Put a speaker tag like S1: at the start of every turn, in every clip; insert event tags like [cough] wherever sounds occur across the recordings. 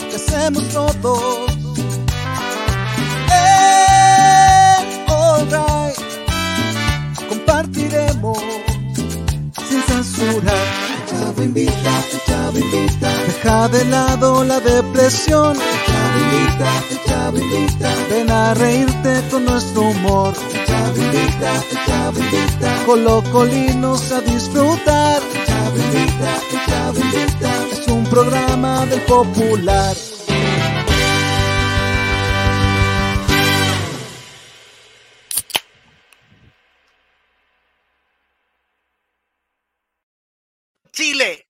S1: merecemos todos. Eh, alright, compartiremos sin censura. El chavo invita, el chavo invita. Deja de lado la depresión. El chavo invita, el chavo invita. Ven a reírte con nuestro humor. El chavo invita, el chavo invita. Colocolinos a disfrutar. El chavo invita, el chavo invita. Es un programa del popular.
S2: Chile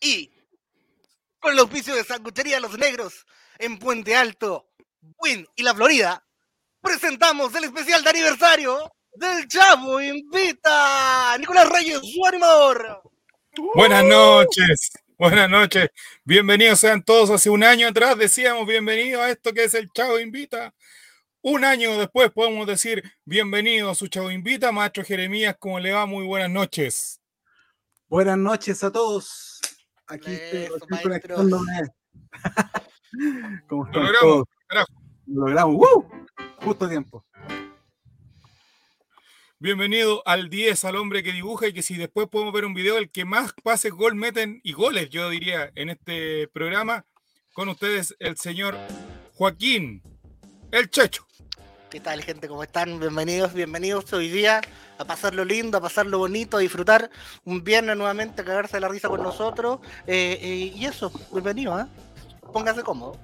S2: y con el auspicio de Sanguchería Los Negros en Puente Alto, Win y la Florida, presentamos el especial de aniversario del Chavo Invita. Nicolás Reyes, su animador.
S3: Buenas noches, buenas noches. Bienvenidos sean todos. Hace un año atrás decíamos bienvenidos a esto que es el Chavo Invita. Un año después podemos decir bienvenido a su Chavo Invita, Maestro Jeremías, ¿cómo le va? Muy buenas noches.
S4: Buenas noches a todos. Aquí
S2: Eso,
S4: estoy recién
S2: maestro.
S4: conectándome. ¿Cómo
S3: Lo
S4: están
S3: logramos.
S4: todos?
S3: carajo.
S4: Lo logramos. ¡Woo! Justo a tiempo.
S3: Bienvenido al 10, al hombre que dibuja y que si después podemos ver un video del que más pases gol meten y goles, yo diría, en este programa, con ustedes el señor Joaquín, el Checho.
S2: ¿Qué tal, gente? ¿Cómo están? Bienvenidos, bienvenidos hoy día a pasarlo lindo, a pasarlo bonito, a disfrutar un viernes nuevamente, a cagarse la risa con nosotros. Eh, eh, y eso, bienvenido, ¿eh? Póngase cómodo.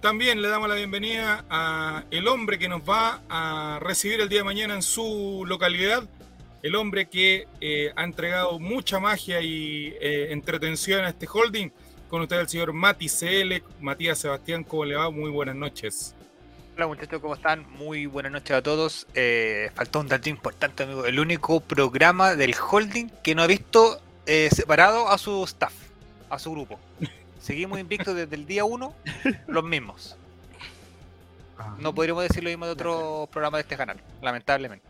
S3: También le damos la bienvenida a el hombre que nos va a recibir el día de mañana en su localidad, el hombre que eh, ha entregado mucha magia y eh, entretención a este holding, con ustedes el señor Mati CL, Matías Sebastián, ¿cómo le va? Muy buenas noches.
S5: Hola muchachos, ¿cómo están? Muy buenas noches a todos. Eh, faltó un dato importante, amigo. El único programa del holding que no ha visto eh, separado a su staff, a su grupo. Seguimos invictos desde el día 1, los mismos.
S4: Ah,
S5: No podríamos decir lo mismo de otro programa de este canal, lamentablemente.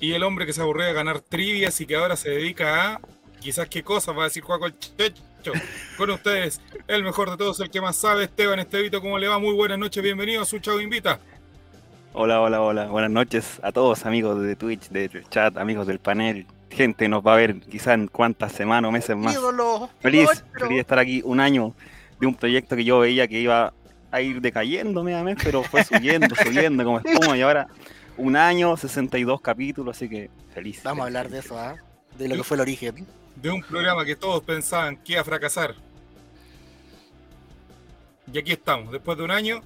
S3: Y el hombre que se aburrió de ganar trivias y que ahora se dedica a quizás qué cosas va a decir Juaco el Checho. Con ustedes, el mejor de todos, el que más sabe, Esteban Estevito, ¿cómo le va? Muy buenas noches, bienvenido a su Chavo Invita.
S6: Hola, hola, hola. Buenas noches a todos amigos de Twitch, de chat, amigos del panel. Gente, nos va a ver quizás en cuántas semanas o meses más.
S2: Ídolo,
S6: Feliz,
S2: nuestro.
S6: feliz de estar aquí un año de un proyecto que yo veía que iba a ir decayendo mes,
S2: [laughs]
S6: pero fue subiendo, subiendo como espuma y ahora un año, 62 capítulos, así que feliz.
S2: Vamos a hablar de eso, ¿ah? De lo que fue el origen.
S3: De un programa que todos pensaban que iba a fracasar. Y aquí estamos, después de un año,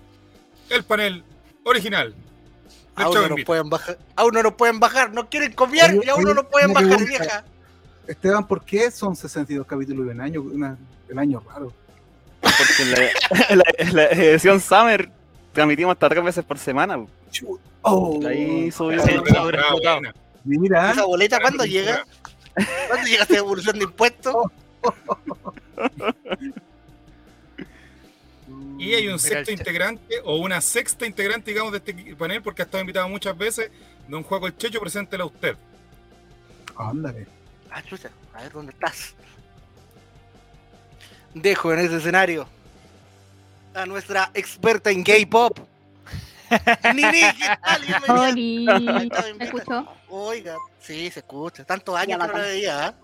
S3: el panel original. del
S2: Aún
S3: Chavo
S2: no nos
S3: Invita.
S2: pueden bajar, aún no nos pueden bajar, nos quieren copiar
S4: Oye,
S2: y aún no
S4: oye,
S2: nos pueden
S4: una
S2: bajar,
S4: pregunta.
S2: vieja.
S4: Esteban, ¿por qué son 62 capítulos de un año? Una- el año raro.
S6: Porque en la, [laughs] en la- en la edición Summer transmitimos hasta tres veces por semana.
S4: Chut. Oh,
S6: Ahí subió.
S5: Sí.
S3: Pero
S5: Ahora
S3: bravo,
S5: explotado.
S3: buena.
S4: mira,
S2: Esa boleta, ¿cuándo llega? ¿Cuándo llega esa devolución de impuestos?
S5: Oh.
S3: Y hay un
S5: Mira el
S3: sexto
S6: este,
S5: chat.
S3: integrante o una sexta integrante, digamos, de este panel, porque ha estado invitado muchas veces. Don Juaco el Checho, preséntela a usted.
S4: ándale.
S2: Ah, chucha, a ver dónde estás. Dejo en ese escenario a nuestra experta en gay pop. Nini, ¿qué tal? Bienvenida.
S7: Oli,
S2: invita.
S7: ¿me escuchó?
S2: Oiga, sí, se escucha. Tantos años
S7: Ya,
S2: que no la
S7: bacán.
S2: veía, ¿ah?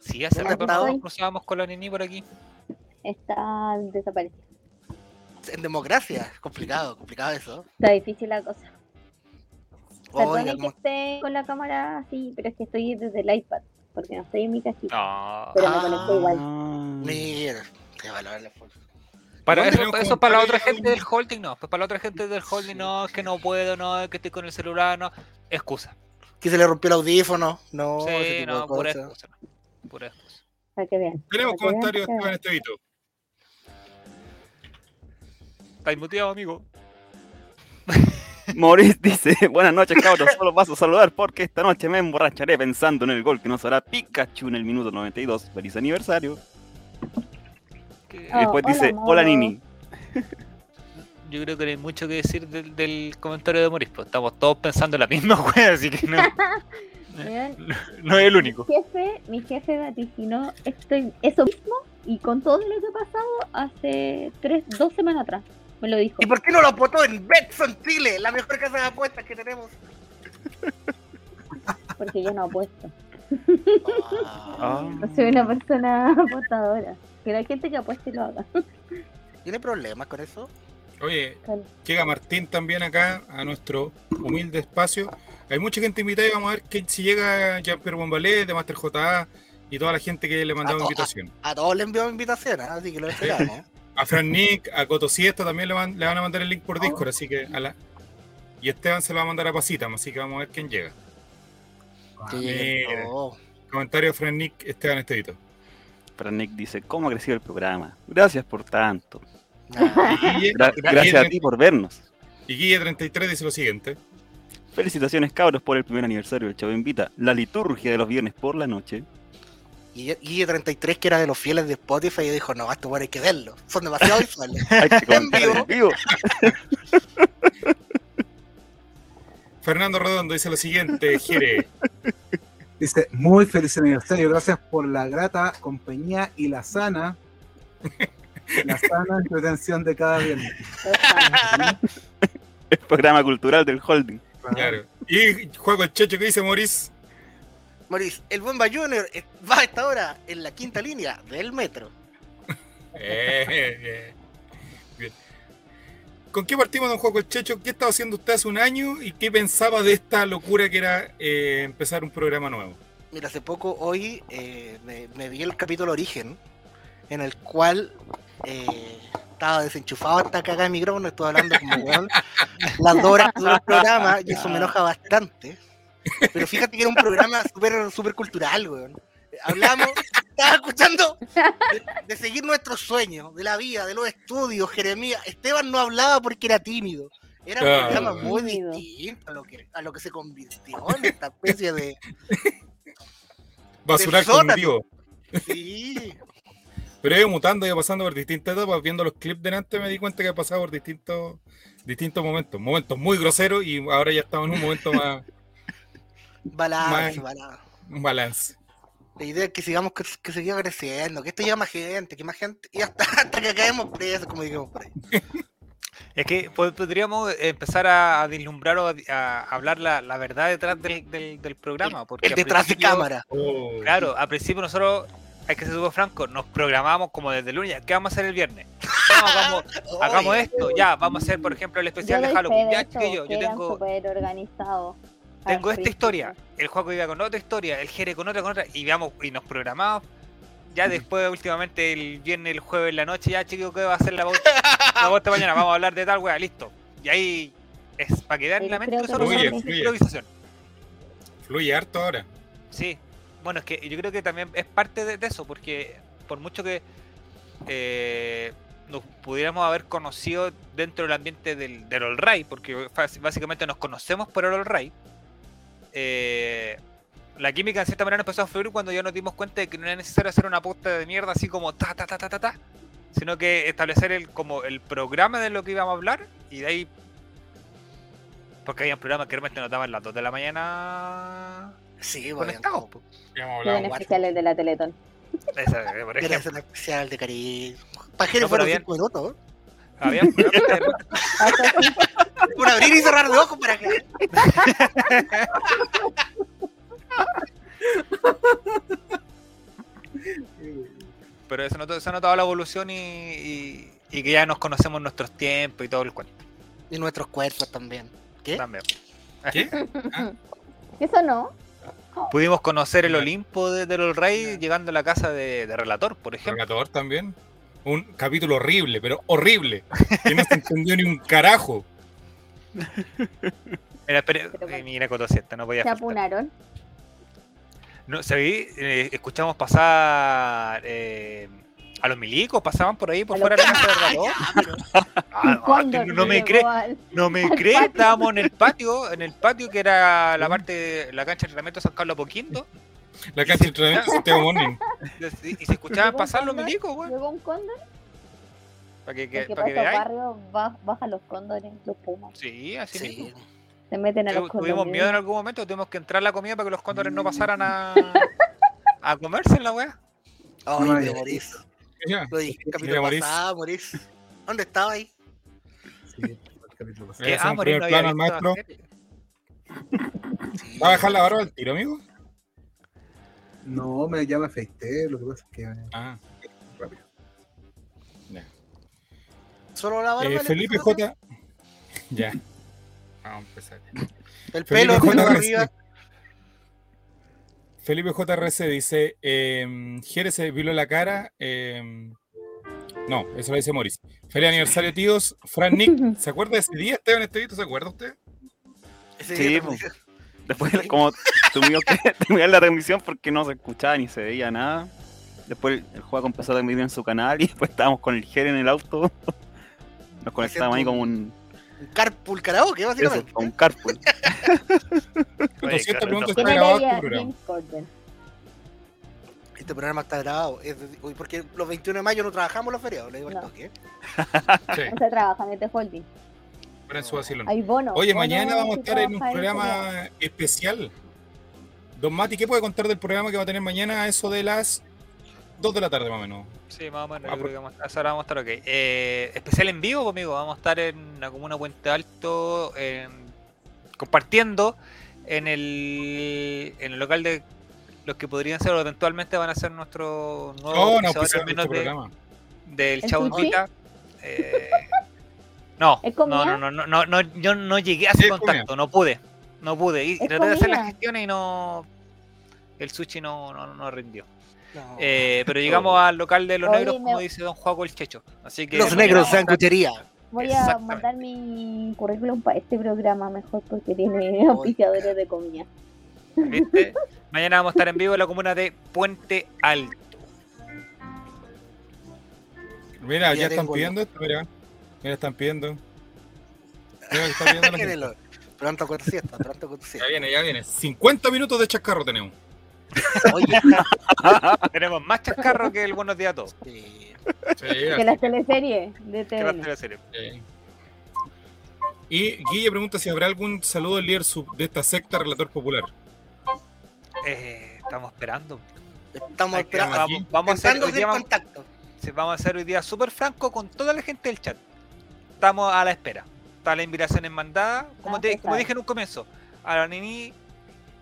S5: Sí, hace
S2: ¿Dónde
S5: rato
S2: está
S5: no
S2: hoy?
S5: nos cruzábamos con la Nini por aquí.
S7: Está desaparecido.
S2: En democracia. Complicado, complicado eso.
S7: Está difícil la cosa.
S2: Oiga,
S7: Perdone que esté con la cámara así, pero es que estoy desde el iPad, porque no estoy en mi casita.
S5: No.
S7: Pero
S2: Ah.
S7: me conecté igual.
S2: mira, qué valor la fuerza.
S5: Para
S3: ¿Dónde
S5: eso,
S3: nos
S5: para eso para la otra
S3: compraría
S5: gente
S3: un-
S5: del holding no. Pues para la otra gente del holding no, es que no puedo, no, es que estoy con el celular, no. Excusa.
S2: Que se le rompió el audífono. No, Oh, ese
S5: Sí,
S2: tipo
S5: no,
S2: de
S5: pura
S2: cosas.
S5: excusa. no. Pura excusa.
S7: Para que vean.
S3: Tenemos
S7: para que vean,
S3: comentarios,
S7: para que
S3: Esteban
S7: vean.
S3: Estevito.
S5: Estáis muteado, amigo.
S6: [laughs] Maurice dice, buenas noches cabros, solo paso a saludar porque esta noche me emborracharé pensando en el gol que nos hará Pikachu en el minuto 92. Feliz aniversario.
S5: Que-
S7: Ah.
S6: Después
S7: hola,
S6: dice,
S7: Mauro.
S6: Oh, hola Nini.
S5: Yo creo que no hay pues, [laughs] mucho que decir del, del comentario de Morispo. Estamos todos pensando en la misma wea, así que no.
S2: Ah.
S7: Weón,
S5: No es el único.
S7: Mi jefe, mi jefe vaticinó esto, eso mismo y con todo lo que ha pasado hace tres, dos semanas atrás. Me lo dijo.
S2: ¿Y por qué no lo votó en Betson Chile, la mejor casa de apuestas que tenemos?
S7: Porque yo no
S2: [laughs]
S7: apuesto. [laughs]
S6: Ah.
S7: No soy una persona apostadora. Que la gente que apueste lo haga.
S2: ¿Tiene problemas con eso?
S3: Oye, llega Martín también acá a nuestro humilde espacio. Hay mucha gente invitada y vamos a ver que, si llega Jean-Pierre Bombalé de Master JA y toda la gente que le ha mandado
S2: A to-
S3: invitación.
S2: A todos le envió invitaciones, así que lo esperamos.
S3: A Fran Nick, a Coto Siesta también le van, le van a mandar el link
S6: Oh.
S3: por Discord, así que a la... Y Esteban se lo va a mandar a Pasita, así que vamos a ver quién llega. Ah,
S2: que lleguen
S3: mira.
S2: todos.
S3: Comentario de Fran Nick, Esteban Estevito.
S6: Fran Nick dice, ¿cómo ha crecido el programa? Gracias por tanto.
S2: Nah.
S3: Y
S6: Gra- gracias a ti por vernos.
S3: Guille33 dice lo siguiente.
S6: Felicitaciones cabros por el primer aniversario del Chavo Invita, la liturgia de los viernes por la noche. [laughs]
S2: Y Guille 33, que era de los fieles de Spotify, dijo, no, esto bueno, hay que verlo. Son demasiado visuales.
S6: Hay que comentar
S2: vivo.
S6: en vivo.
S3: Fernando Redondo dice lo siguiente,
S6: [laughs]
S3: Jere.
S4: Dice, muy feliz aniversario, gracias por la grata compañía y la sana, [laughs] la sana entretención de cada viernes.
S6: El programa cultural del holding.
S3: Claro. Y Juego el Checho que dice Moris.
S2: Maurice, el Bomba Junior eh, va a esta hora en la quinta línea del metro.
S7: [laughs]
S3: Eh, bien. ¿Con qué partimos, don Juego el Checho? ¿Qué estaba haciendo usted hace un año y qué pensaba de esta locura que era eh, empezar un programa nuevo?
S2: Mira, hace poco hoy eh, me, me vi el capítulo Origen, en el cual eh, estaba desenchufado hasta cagada de micrófono, estuve hablando como weón las dos horas que duró el programa y eso me enoja bastante. Pero fíjate que era un programa súper super cultural, weón. Hablamos, estaba escuchando de, de seguir nuestros sueños, de la vida, de los estudios, Jeremías. Esteban no hablaba porque era tímido. Era un
S3: Claro.
S2: programa muy
S7: Tímido.
S2: distinto a lo, que, a lo que se convirtió en esta especie de Del
S3: Basural
S2: sótano.
S3: cognitivo.
S2: Sí,
S3: [laughs] Pero he ido mutando, he ido pasando por distintas etapas. Viendo los clips delante me di cuenta que he pasado por distintos, distintos momentos. Momentos muy groseros y ahora ya estamos en un momento más
S2: balance,
S3: Mal.
S2: balance.
S3: un balance.
S2: La idea es que sigamos, que, que sigamos creciendo, que esto llegue a más gente, que más gente, y hasta, [laughs] hasta que caemos presos, como digamos por ahí.
S5: Es que po- podríamos empezar a, a vislumbrar o a, a hablar la, la verdad detrás del, del- del programa. Porque
S2: El
S5: al
S2: detrás de
S5: principio-
S2: cámara.
S3: Oh.
S5: Claro, al principio nosotros, hay que ser súper franco, nos programamos como desde el lunes. ¿Qué vamos a hacer el viernes? [laughs] No, hagamos, hagamos
S2: Oye,
S5: esto, ya, vamos a hacer, por ejemplo, el
S7: Yo
S5: especial de
S7: doy fe
S5: Halloween.
S7: de
S5: Ya,
S7: eso,
S5: chiquillo, yo
S7: que eran
S5: tengo
S7: súper organizados. al
S5: tengo esta
S7: principio.
S5: historia, el juego iba con otra historia, el Jere con otra, con otra, y veamos, y nos programamos. Ya después, últimamente, el viernes, el jueves en la noche, ya chicos, ¿qué va a ser
S3: [laughs]
S5: la voz? La voz de mañana, vamos a hablar de tal wea, listo. Y ahí es para quedar en la
S7: Pero creo que
S5: mente solo
S3: Fluye,
S5: nosotros,
S3: fluye.
S5: improvisación.
S3: Fluye harto ahora.
S5: Sí, bueno, es que yo creo que también es parte de, de eso, porque por mucho que eh, nos pudiéramos haber conocido dentro del ambiente del, del All Right, porque fas- básicamente nos conocemos por el All Right, eh, la química en cierta manera nos empezó a fluir cuando ya nos dimos cuenta de que no era necesario hacer una posta de mierda así como ta, ta, ta, ta, ta, ta, sino que establecer el, como el programa de lo que íbamos a hablar y de ahí... Porque había programas que realmente nos daban las 2 de la mañana
S2: Sí, bueno,
S5: conectados. po.
S3: Hemos
S7: Los
S3: hablado.
S7: especiales de la Teletón.
S5: Esa, eh, por
S2: era
S5: ejemplo,
S2: un especial de cariño. Pajero
S5: No, pero
S2: fueron
S5: bien.
S2: cinco minutos. ¿eh?
S5: había
S2: [laughs]
S5: programas de-
S2: Un abrir y cerrar de ojos
S8: [laughs]
S2: para que.
S5: pero eso no se ha notado la evolución y, y- y que ya nos conocemos nuestros tiempos y todo el cuento
S2: Y nuestros cuerpos también. ¿Qué?
S5: también. [laughs]
S3: ¿Qué?
S7: Eso no.
S5: Pudimos conocer el Olimpo de, del All Rey llegando a la casa de, de Relator, por ejemplo.
S3: Relator también. Un capítulo horrible, pero horrible. Que no se entendió ni un carajo.
S5: [laughs] Mira, espere,
S7: Pero
S5: eh,
S7: bueno.
S5: mira Cotosieta, no podía
S7: Se
S5: faltar.
S7: apunaron.
S5: No, ¿sabí? Eh, escuchamos pasar eh, a los milicos, pasaban por ahí, por
S7: A
S5: fuera de
S7: los-
S5: la
S7: [laughs]
S5: casa de Relator. Ah, ah,
S7: ¿Cuándo
S5: no me
S7: llegó
S5: crees.
S7: al-
S5: No me
S7: Al
S5: crees,
S7: patio.
S5: estábamos en el patio, en el patio que era la parte, de- la cancha de entrenamiento de San Carlos Poquinto,
S3: ¿Mm? La cancha de entrenamiento de Santiago Morning.
S5: [laughs] y se escuchaban
S7: ¿Llegó
S5: pasar los
S7: Condor?
S5: milicos, weón.
S7: Llegó un cóndor.
S5: Para que, que-
S7: Porque
S5: pa'
S7: para
S5: que
S7: estos
S5: veáis.
S7: barrios ba- bajan los cóndores, los pumas.
S5: Sí, así mismo.
S2: Sí.
S7: Se meten a los
S5: Tu- Tuvimos miedo en
S7: condominios.
S5: algún momento, tuvimos que entrar a la comida para que los cóndores
S2: Mm.
S5: no
S2: [laughs]
S5: pasaran a, a comerse en la wea.
S2: Ay,
S4: No,
S2: te
S4: ya.
S2: morís.
S3: Ya.
S2: Lo dije en el
S3: Ya
S2: capítulo
S3: morís.
S2: pasado, morís. ¿Dónde estaba ahí?
S4: Sí, fue el capítulo pasado.
S3: Eh,
S5: Que, ah,
S3: hacemos
S5: morir,
S3: primer plano al
S5: visto la
S3: maestro.
S5: serie.
S3: ¿Va a dejar la barba al tiro, amigo?
S4: No, me, ya me afeité, lo que pasa es que... eh,
S3: Ah,
S4: rápido.
S2: Solo la barba.
S3: Eh,
S2: le
S3: Felipe
S2: tocaba?
S3: J. Ya. Vamos a empezar.
S2: El
S3: Felipe
S2: pelo el pelo
S3: J.
S2: arriba.
S3: RC. Felipe JRC dice: eh, Jerez se desviló la cara. eh, no, eso lo dice Moris. Feliz aniversario, tíos. Fran
S7: [laughs]
S3: Nick, ¿se acuerda de ese día, Esteban Estevito? ¿Se acuerda usted?
S2: Ese
S6: Sí,
S2: día
S6: po.
S2: también-
S6: Después, como tuvimos que [laughs] terminar la transmisión porque no se escuchaba ni se veía nada. Después el, el juego empezó a transmitir en su canal y [laughs] después estábamos con el Jere en el auto. Nos conectábamos ahí como un,
S2: un carpool karaoke,
S6: eso,
S2: básicamente.
S6: como un carpool.
S5: Oye,
S3: 200
S5: Carlos,
S3: preguntas
S7: ¿Qué
S3: está grabado
S7: mataría
S3: este
S7: a
S3: programa.
S7: James Corden?
S2: Este programa está grabado. es de- uy, porque los 21 de mayo no trabajamos los feriados, le digo al
S7: No.
S2: toque, ¿eh?
S3: Sí,
S7: O sea, trabajan en este holding.
S3: para su asilo.
S7: Hay bonos.
S3: Oye,
S7: bonos
S3: mañana vamos a
S7: que
S3: estar en un
S7: trabajan este
S3: programa especial. Don Mati, ¿qué puede contar del programa que va a tener mañana a eso de las 2 de la tarde más o menos?
S5: Sí, más o menos.
S3: Ah,
S5: yo
S3: por-
S5: creo que vamos a, hasta ahora vamos a estar ok. Eh, especial en vivo, conmigo. Vamos a estar en la comuna Puente Alto en- compartiendo en el, en el local de los que podrían ser o eventualmente van a ser nuestro nuevo
S3: Oh, no,
S5: auspiciador
S3: pues
S5: al
S3: este
S5: menos de-
S3: programa.
S5: del
S7: ¿El
S5: Chavo
S7: sushi?
S5: Invita. Eh, no,
S7: ¿Es
S5: no,
S7: comida?
S5: no, no, no, no, no, yo no llegué a ese
S3: Es
S5: contacto, no pude, no pude. Y
S7: ¿Es
S5: traté de hacer las
S7: comida?
S5: gestiones y no. El sushi no, no, no rindió.
S2: No.
S5: Eh,
S2: [laughs]
S5: pero llegamos al local de los
S7: Oye,
S5: negros, como
S7: me-
S5: dice don Juaco el Checho. Así que
S2: los
S5: mañana
S2: negros,
S5: vamos a estar-
S2: sanguchería.
S7: Voy a
S5: Exactamente.
S7: mandar mi currículum para este programa mejor porque
S5: [laughs]
S7: tiene [laughs] auspiciadores de comida.
S5: ¿viste? Mañana vamos a estar en vivo en la comuna de Puente
S2: [laughs]
S5: Alto.
S3: Mira,
S2: Ya
S3: ya están
S2: tengo
S3: pidiendo esto, mira. Mira, están pidiendo. Mira, que
S2: [laughs]
S3: está pidiendo la gente.
S2: Quédenlo. Pronto con siesta, pronto con
S3: Ya
S2: siesta.
S3: viene, ya viene. 50 minutos de chascarro tenemos.
S2: Oye,
S5: Tenemos más chascarro que el Buenos Días a todos.
S2: sí.
S3: Sí,
S7: Que las teleseries de
S5: que va a
S7: TVN.
S5: ser serio.
S3: sí. Y Guille pregunta si habrá algún saludo al líder sub- de esta secta relator popular.
S5: Eh, estamos esperando.
S2: estamos
S5: Hay que-
S2: esperando.
S5: Vamos, vamos a hacer,
S2: Intentando
S5: hoy día
S2: hacer
S5: vamos-
S2: contacto.
S5: Sí, vamos a ser hoy día súper franco con toda la gente del chat. Estamos a la espera. Está la invitación en mandada. Como,
S7: Ah,
S5: te-
S7: sí,
S5: como
S7: claro.
S5: dije en un comienzo, a la Nini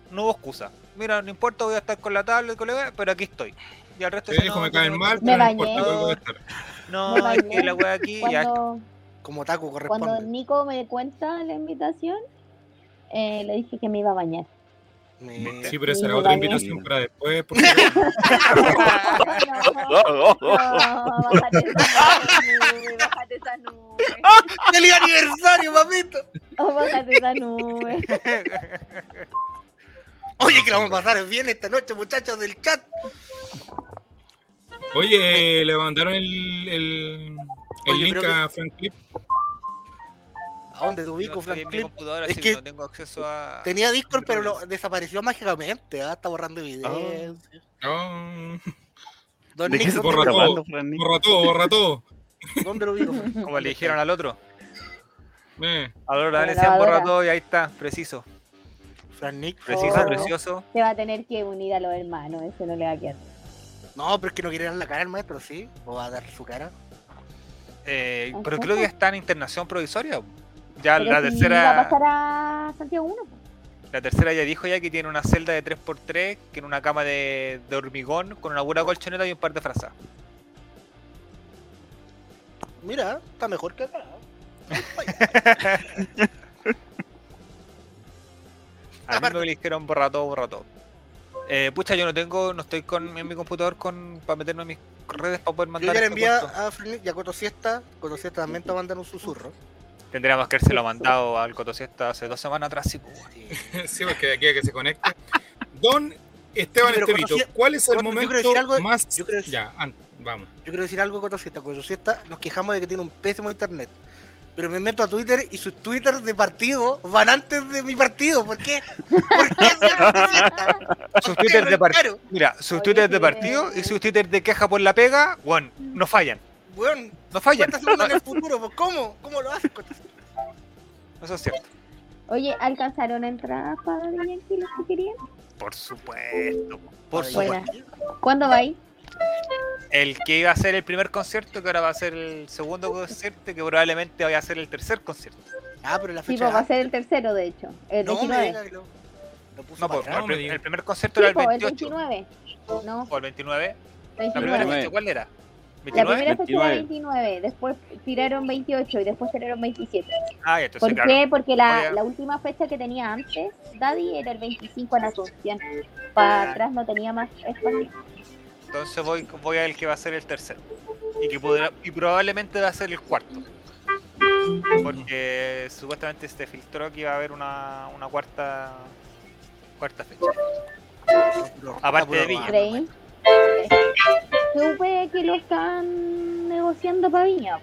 S5: no hubo excusa. Mira, no importa, voy a estar con la tabla y con la weá, pero aquí estoy. Y al resto
S3: Te
S5: si
S3: dejo,
S5: no,
S3: me
S5: yo
S3: caen
S5: no-
S3: mal,
S7: Me
S3: pero no
S7: bañé.
S3: importa, algo voy a estar.
S5: No,
S7: Me
S5: es
S7: bañé
S5: que la weá aquí ya es
S7: Cuando,
S2: Como taco
S7: cuando
S2: corresponde.
S7: Nico me cuenta la invitación, eh, le dije que me iba a bañar.
S2: Me-
S3: Sí, pero
S7: Sí,
S3: será
S7: me
S3: otra
S7: bañé.
S3: invitación para después. porque- [laughs]
S7: No, no, no, bájate esa nube, bájate esa nube,
S2: [laughs] ¡Feliz aniversario, papito!
S7: oh, bájate esa
S2: [laughs]
S1: [laughs]
S7: nube.
S2: Oye, que la vamos a pasar bien esta noche, muchachos del chat.
S3: Oye, eh, le mandaron el, el, el
S2: Oye,
S3: link
S2: creo que-
S3: a Frank Clip.
S2: ¿A dónde te ubico,
S5: estoy
S2: Frank
S5: en mi
S2: Clip?
S5: computadora,
S2: Es
S5: así
S2: que
S5: que no tengo acceso a.
S2: Tenía Discord, pero lo desapareció mágicamente. ah, Está borrando videos.
S3: No,
S2: Don
S6: ¿De qué
S2: Nick,
S6: se
S2: ¿dónde
S3: borra
S2: lo-
S6: está
S3: todo?
S6: hablando, Fran Nick?
S3: borra todo,
S5: [laughs]
S3: borra todo.
S2: ¿Dónde lo ubico? Frank?
S5: Como le dijeron al otro.
S3: Eh,
S5: Al otro,
S7: la
S5: le decían borra
S7: lavadora.
S5: todo y ahí está, preciso.
S2: Frank Nick.
S5: Preciso,
S7: Oh.
S5: precioso.
S7: Se va a tener que unir a los hermanos, eso no le va a quedar.
S2: No, pero es que no quiere dar la cara al maestro, ¿sí? O va a dar su cara.
S5: Eh, pero
S7: Ajá.
S5: creo que está en internación provisoria. Ya
S7: Pero
S5: Ah, la
S7: si
S5: tercera.
S7: va a pasar a Santiago 1.
S5: La tercera ya dijo ya que tiene una celda de 3x3, que en una cama de, de hormigón, con una pura colchoneta y un par de frazas.
S2: Mira, está mejor que
S5: [laughs]
S2: acá.
S5: Al mismo que le dijeron borra todo, borra todo. Eh, pucha, yo no tengo, no estoy con, en mi computador con para meterme en mis redes para poder
S2: Yo
S5: mandar.
S2: ya le
S5: este
S2: envié
S5: cuento.
S2: a Frank Nick y a Coto Siesta. Coto Siesta también te va a mandar un susurro.
S5: Tendríamos que habérselo mandado al Cotosiesta hace dos semanas atrás. Sí, pues.
S2: Sí.
S3: [laughs] sí, porque de aquí a que se conecte. Don
S2: Sí, pero
S3: Esteban
S2: cuando
S3: Estevito,
S2: sí-
S3: ¿cuál es el
S2: cuando- yo quiero
S3: momento
S2: decir algo-
S3: más...?
S2: yo quiero decir-
S3: Ya, an- vamos.
S2: Yo quiero decir algo, Coto Siesta. Coto Siesta, nos quejamos de que tiene un pésimo internet. Pero me meto a Twitter y sus Twitter de partido van antes de mi partido. ¿Por qué? ¿Por qué, señor Coto
S3: [laughs]
S2: Siesta? ¿Por
S5: Sus
S2: qué,
S5: Twitter de
S2: Ricardo?
S5: partido. Mira, sus
S7: Oye,
S5: Twitter de
S7: sí,
S5: partido y
S7: eh.
S5: sus Twitter de queja por la pega, bueno, no fallan.
S2: Weón,
S5: No fallan. [laughs]
S2: ¿cuántas segundas en el futuro? pues, ¿Cómo? ¿Cómo lo haces? Coto Siesta?
S5: Eso es cierto.
S7: Oye, ¿alcanzaron entradas para Daniel si los que querían?
S5: Por supuesto. Por
S7: Buena.
S5: supuesto.
S7: ¿Cuándo va ahí?
S5: El que iba a ser el primer concierto, que ahora va a ser el segundo concierto, que probablemente vaya a ser el tercer concierto.
S2: Ah, pero la
S7: Sí,
S2: fecha.
S7: pues va a ser el tercero, de hecho. El
S2: no, me
S7: 19.
S2: diga que lo, lo puso
S5: No,
S2: para
S5: pues,
S2: atrás.
S5: el,
S3: me
S5: pri-
S3: diga.
S5: el primer
S7: Sí,
S5: concierto era el
S7: pues, el
S5: 28.
S7: 29. No,
S5: ¿O el 29? ¿La
S7: 29.
S5: primera
S6: 29.
S5: fecha cuál era?
S7: La
S5: ¿29?
S7: primera fecha era
S6: 29.
S7: 29, después tiraron 28 y después tiraron 27.
S5: Ah, ya, entonces,
S7: ¿Por
S5: claro.
S7: qué? Porque la,
S5: Oye.
S7: la última fecha que tenía antes, Daddy, era el 25 en Asunción. Para atrás no tenía más espacio.
S5: Entonces voy, voy al que va a ser el tercero. Y que podrá, y probablemente va a ser el cuarto. Porque supuestamente se filtró que iba a haber una, una cuarta cuarta fecha. Aparte de pues, Villa.
S7: ¿Creí? Supe que lo están negociando para Viña.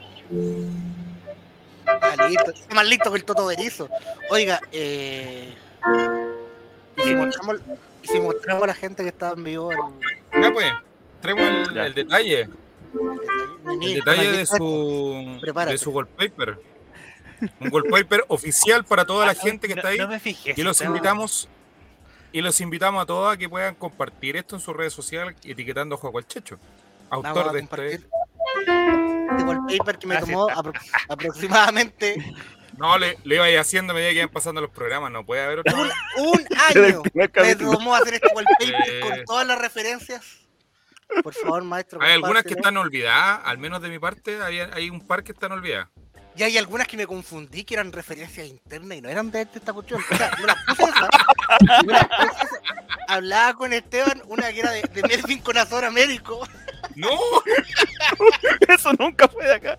S2: Ah, listo. Está más listo que el Toto Berizo. Oiga, eh. ¿y
S3: Eh.
S2: si, mostramos, y si mostramos a la gente que está en vivo en,
S3: Ya pues, traemos el,
S6: Ya.
S3: el detalle, el detalle de su,
S2: Prepárate.
S3: de su wallpaper. Un wallpaper oficial para toda la
S5: Ah, no,
S3: gente que
S5: no-
S3: está ahí.
S5: No me fijé.
S3: Y los
S5: si
S3: invitamos y los invitamos a todos a que puedan compartir esto en sus redes sociales etiquetando a Juan Checho,
S2: Vamos a
S3: autor de este.
S2: compartir este wallpaper que me
S5: Gracias.
S2: tomó apro- aproximadamente
S3: No, le, le iba a ir haciendo a medida que iban pasando los programas, no puede haber otro.
S2: un, un
S6: Desde [laughs] el
S2: año. Me
S6: primer capítulo.
S2: tomó hacer este wallpaper
S3: Eh.
S2: con todas las referencias. Por favor, maestro.
S3: Hay algunas que
S2: compártelo.
S3: están olvidadas, al menos de mi parte, hay, hay un par que están olvidadas.
S2: Y hay algunas que me confundí que eran referencias internas y no eran de de esta cuestión. O sea, yo las puse esas, yo las puse esas. Hablaba con Esteban, una que era de, de Melvin con Azor Américo.
S3: No,
S6: Eso nunca fue de acá.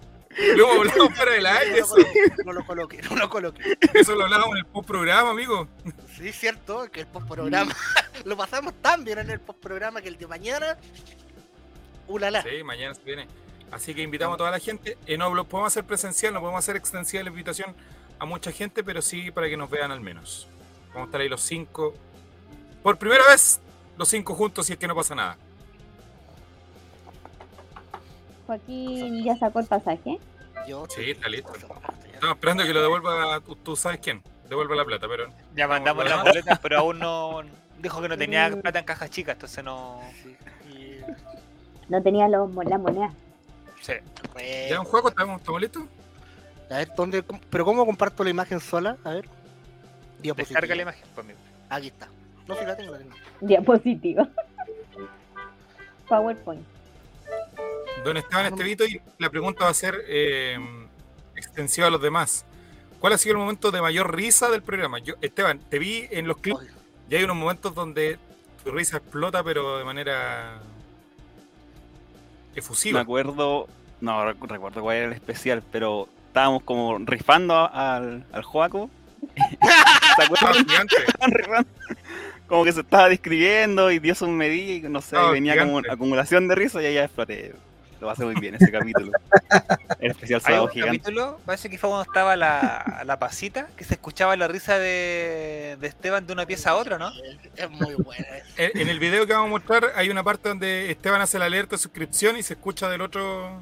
S3: lo hemos hablado fuera del
S2: No
S3: aire,
S2: lo
S3: eso,
S2: coloqué, no lo coloqué, no lo coloqué.
S3: eso lo hablamos en el post-programa, amigo.
S2: Sí, es cierto, que el postprograma [laughs] lo pasamos tan bien en el postprograma que el de mañana. uh, Ulala.
S3: Sí, mañana se viene. Así que invitamos a toda la gente. Eh, no lo podemos hacer presencial, no podemos hacer extensiva la invitación a mucha gente, pero sí para que nos vean al menos. Vamos a estar ahí los cinco. Por primera vez, los cinco juntos, si es que no pasa nada.
S7: Joaquín ya sacó el pasaje. [laughs]
S2: Yo-
S3: Sí, está listo. Estamos esperando que lo devuelva tú, tú sabes quién. Devuelva la plata, pero
S5: Ya mandamos las boletas, pero aún no. Dijo que no tenía plata en cajas chicas, entonces no.
S2: Y-
S7: No tenía los, mo- las monedas.
S5: Sí.
S2: bueno.
S3: ya un juego, estamos, estamos listos.
S2: A ver, ¿dónde, cómo- ¿pero cómo comparto la imagen sola? A ver. Diapositiva.
S5: Descarga la imagen pues, conmigo.
S2: Aquí está. No, si la tengo, la tengo.
S7: Diapositiva. [laughs] PowerPoint.
S3: Don Esteban Estevito, y la pregunta va a ser eh, extensiva a los demás. ¿Cuál ha sido el momento de mayor risa del programa? Yo, Esteban, te vi en los clips
S2: Oye,
S3: Y hay unos momentos donde tu risa explota, pero de manera
S6: Me
S3: efusiva.
S6: acuerdo, no recu- recuerdo cuál era el especial, pero estábamos como rifando a- al,
S5: [laughs]
S6: al Joaco. ¿Se
S3: Estaba
S6: acuerdan?
S3: gigante.
S6: Estaban rifando. Como que se estaba describiendo y Dios un medí, no sé,
S3: Estaba
S6: venía como
S3: gigante.
S6: acumulación de risa y allá exploté. Lo hace muy
S5: [laughs]
S6: bien ese capítulo. El especial
S5: Hay
S6: sábado
S5: un
S6: gigante.
S5: capítulo, parece que fue cuando estaba la, la pasita, que se escuchaba la risa de, de Esteban de una pieza a otra, ¿no?
S2: Es muy buena
S1: eh.
S2: esa.
S3: En en el video que vamos a mostrar hay una parte donde Esteban hace la alerta de suscripción y se escucha del otro...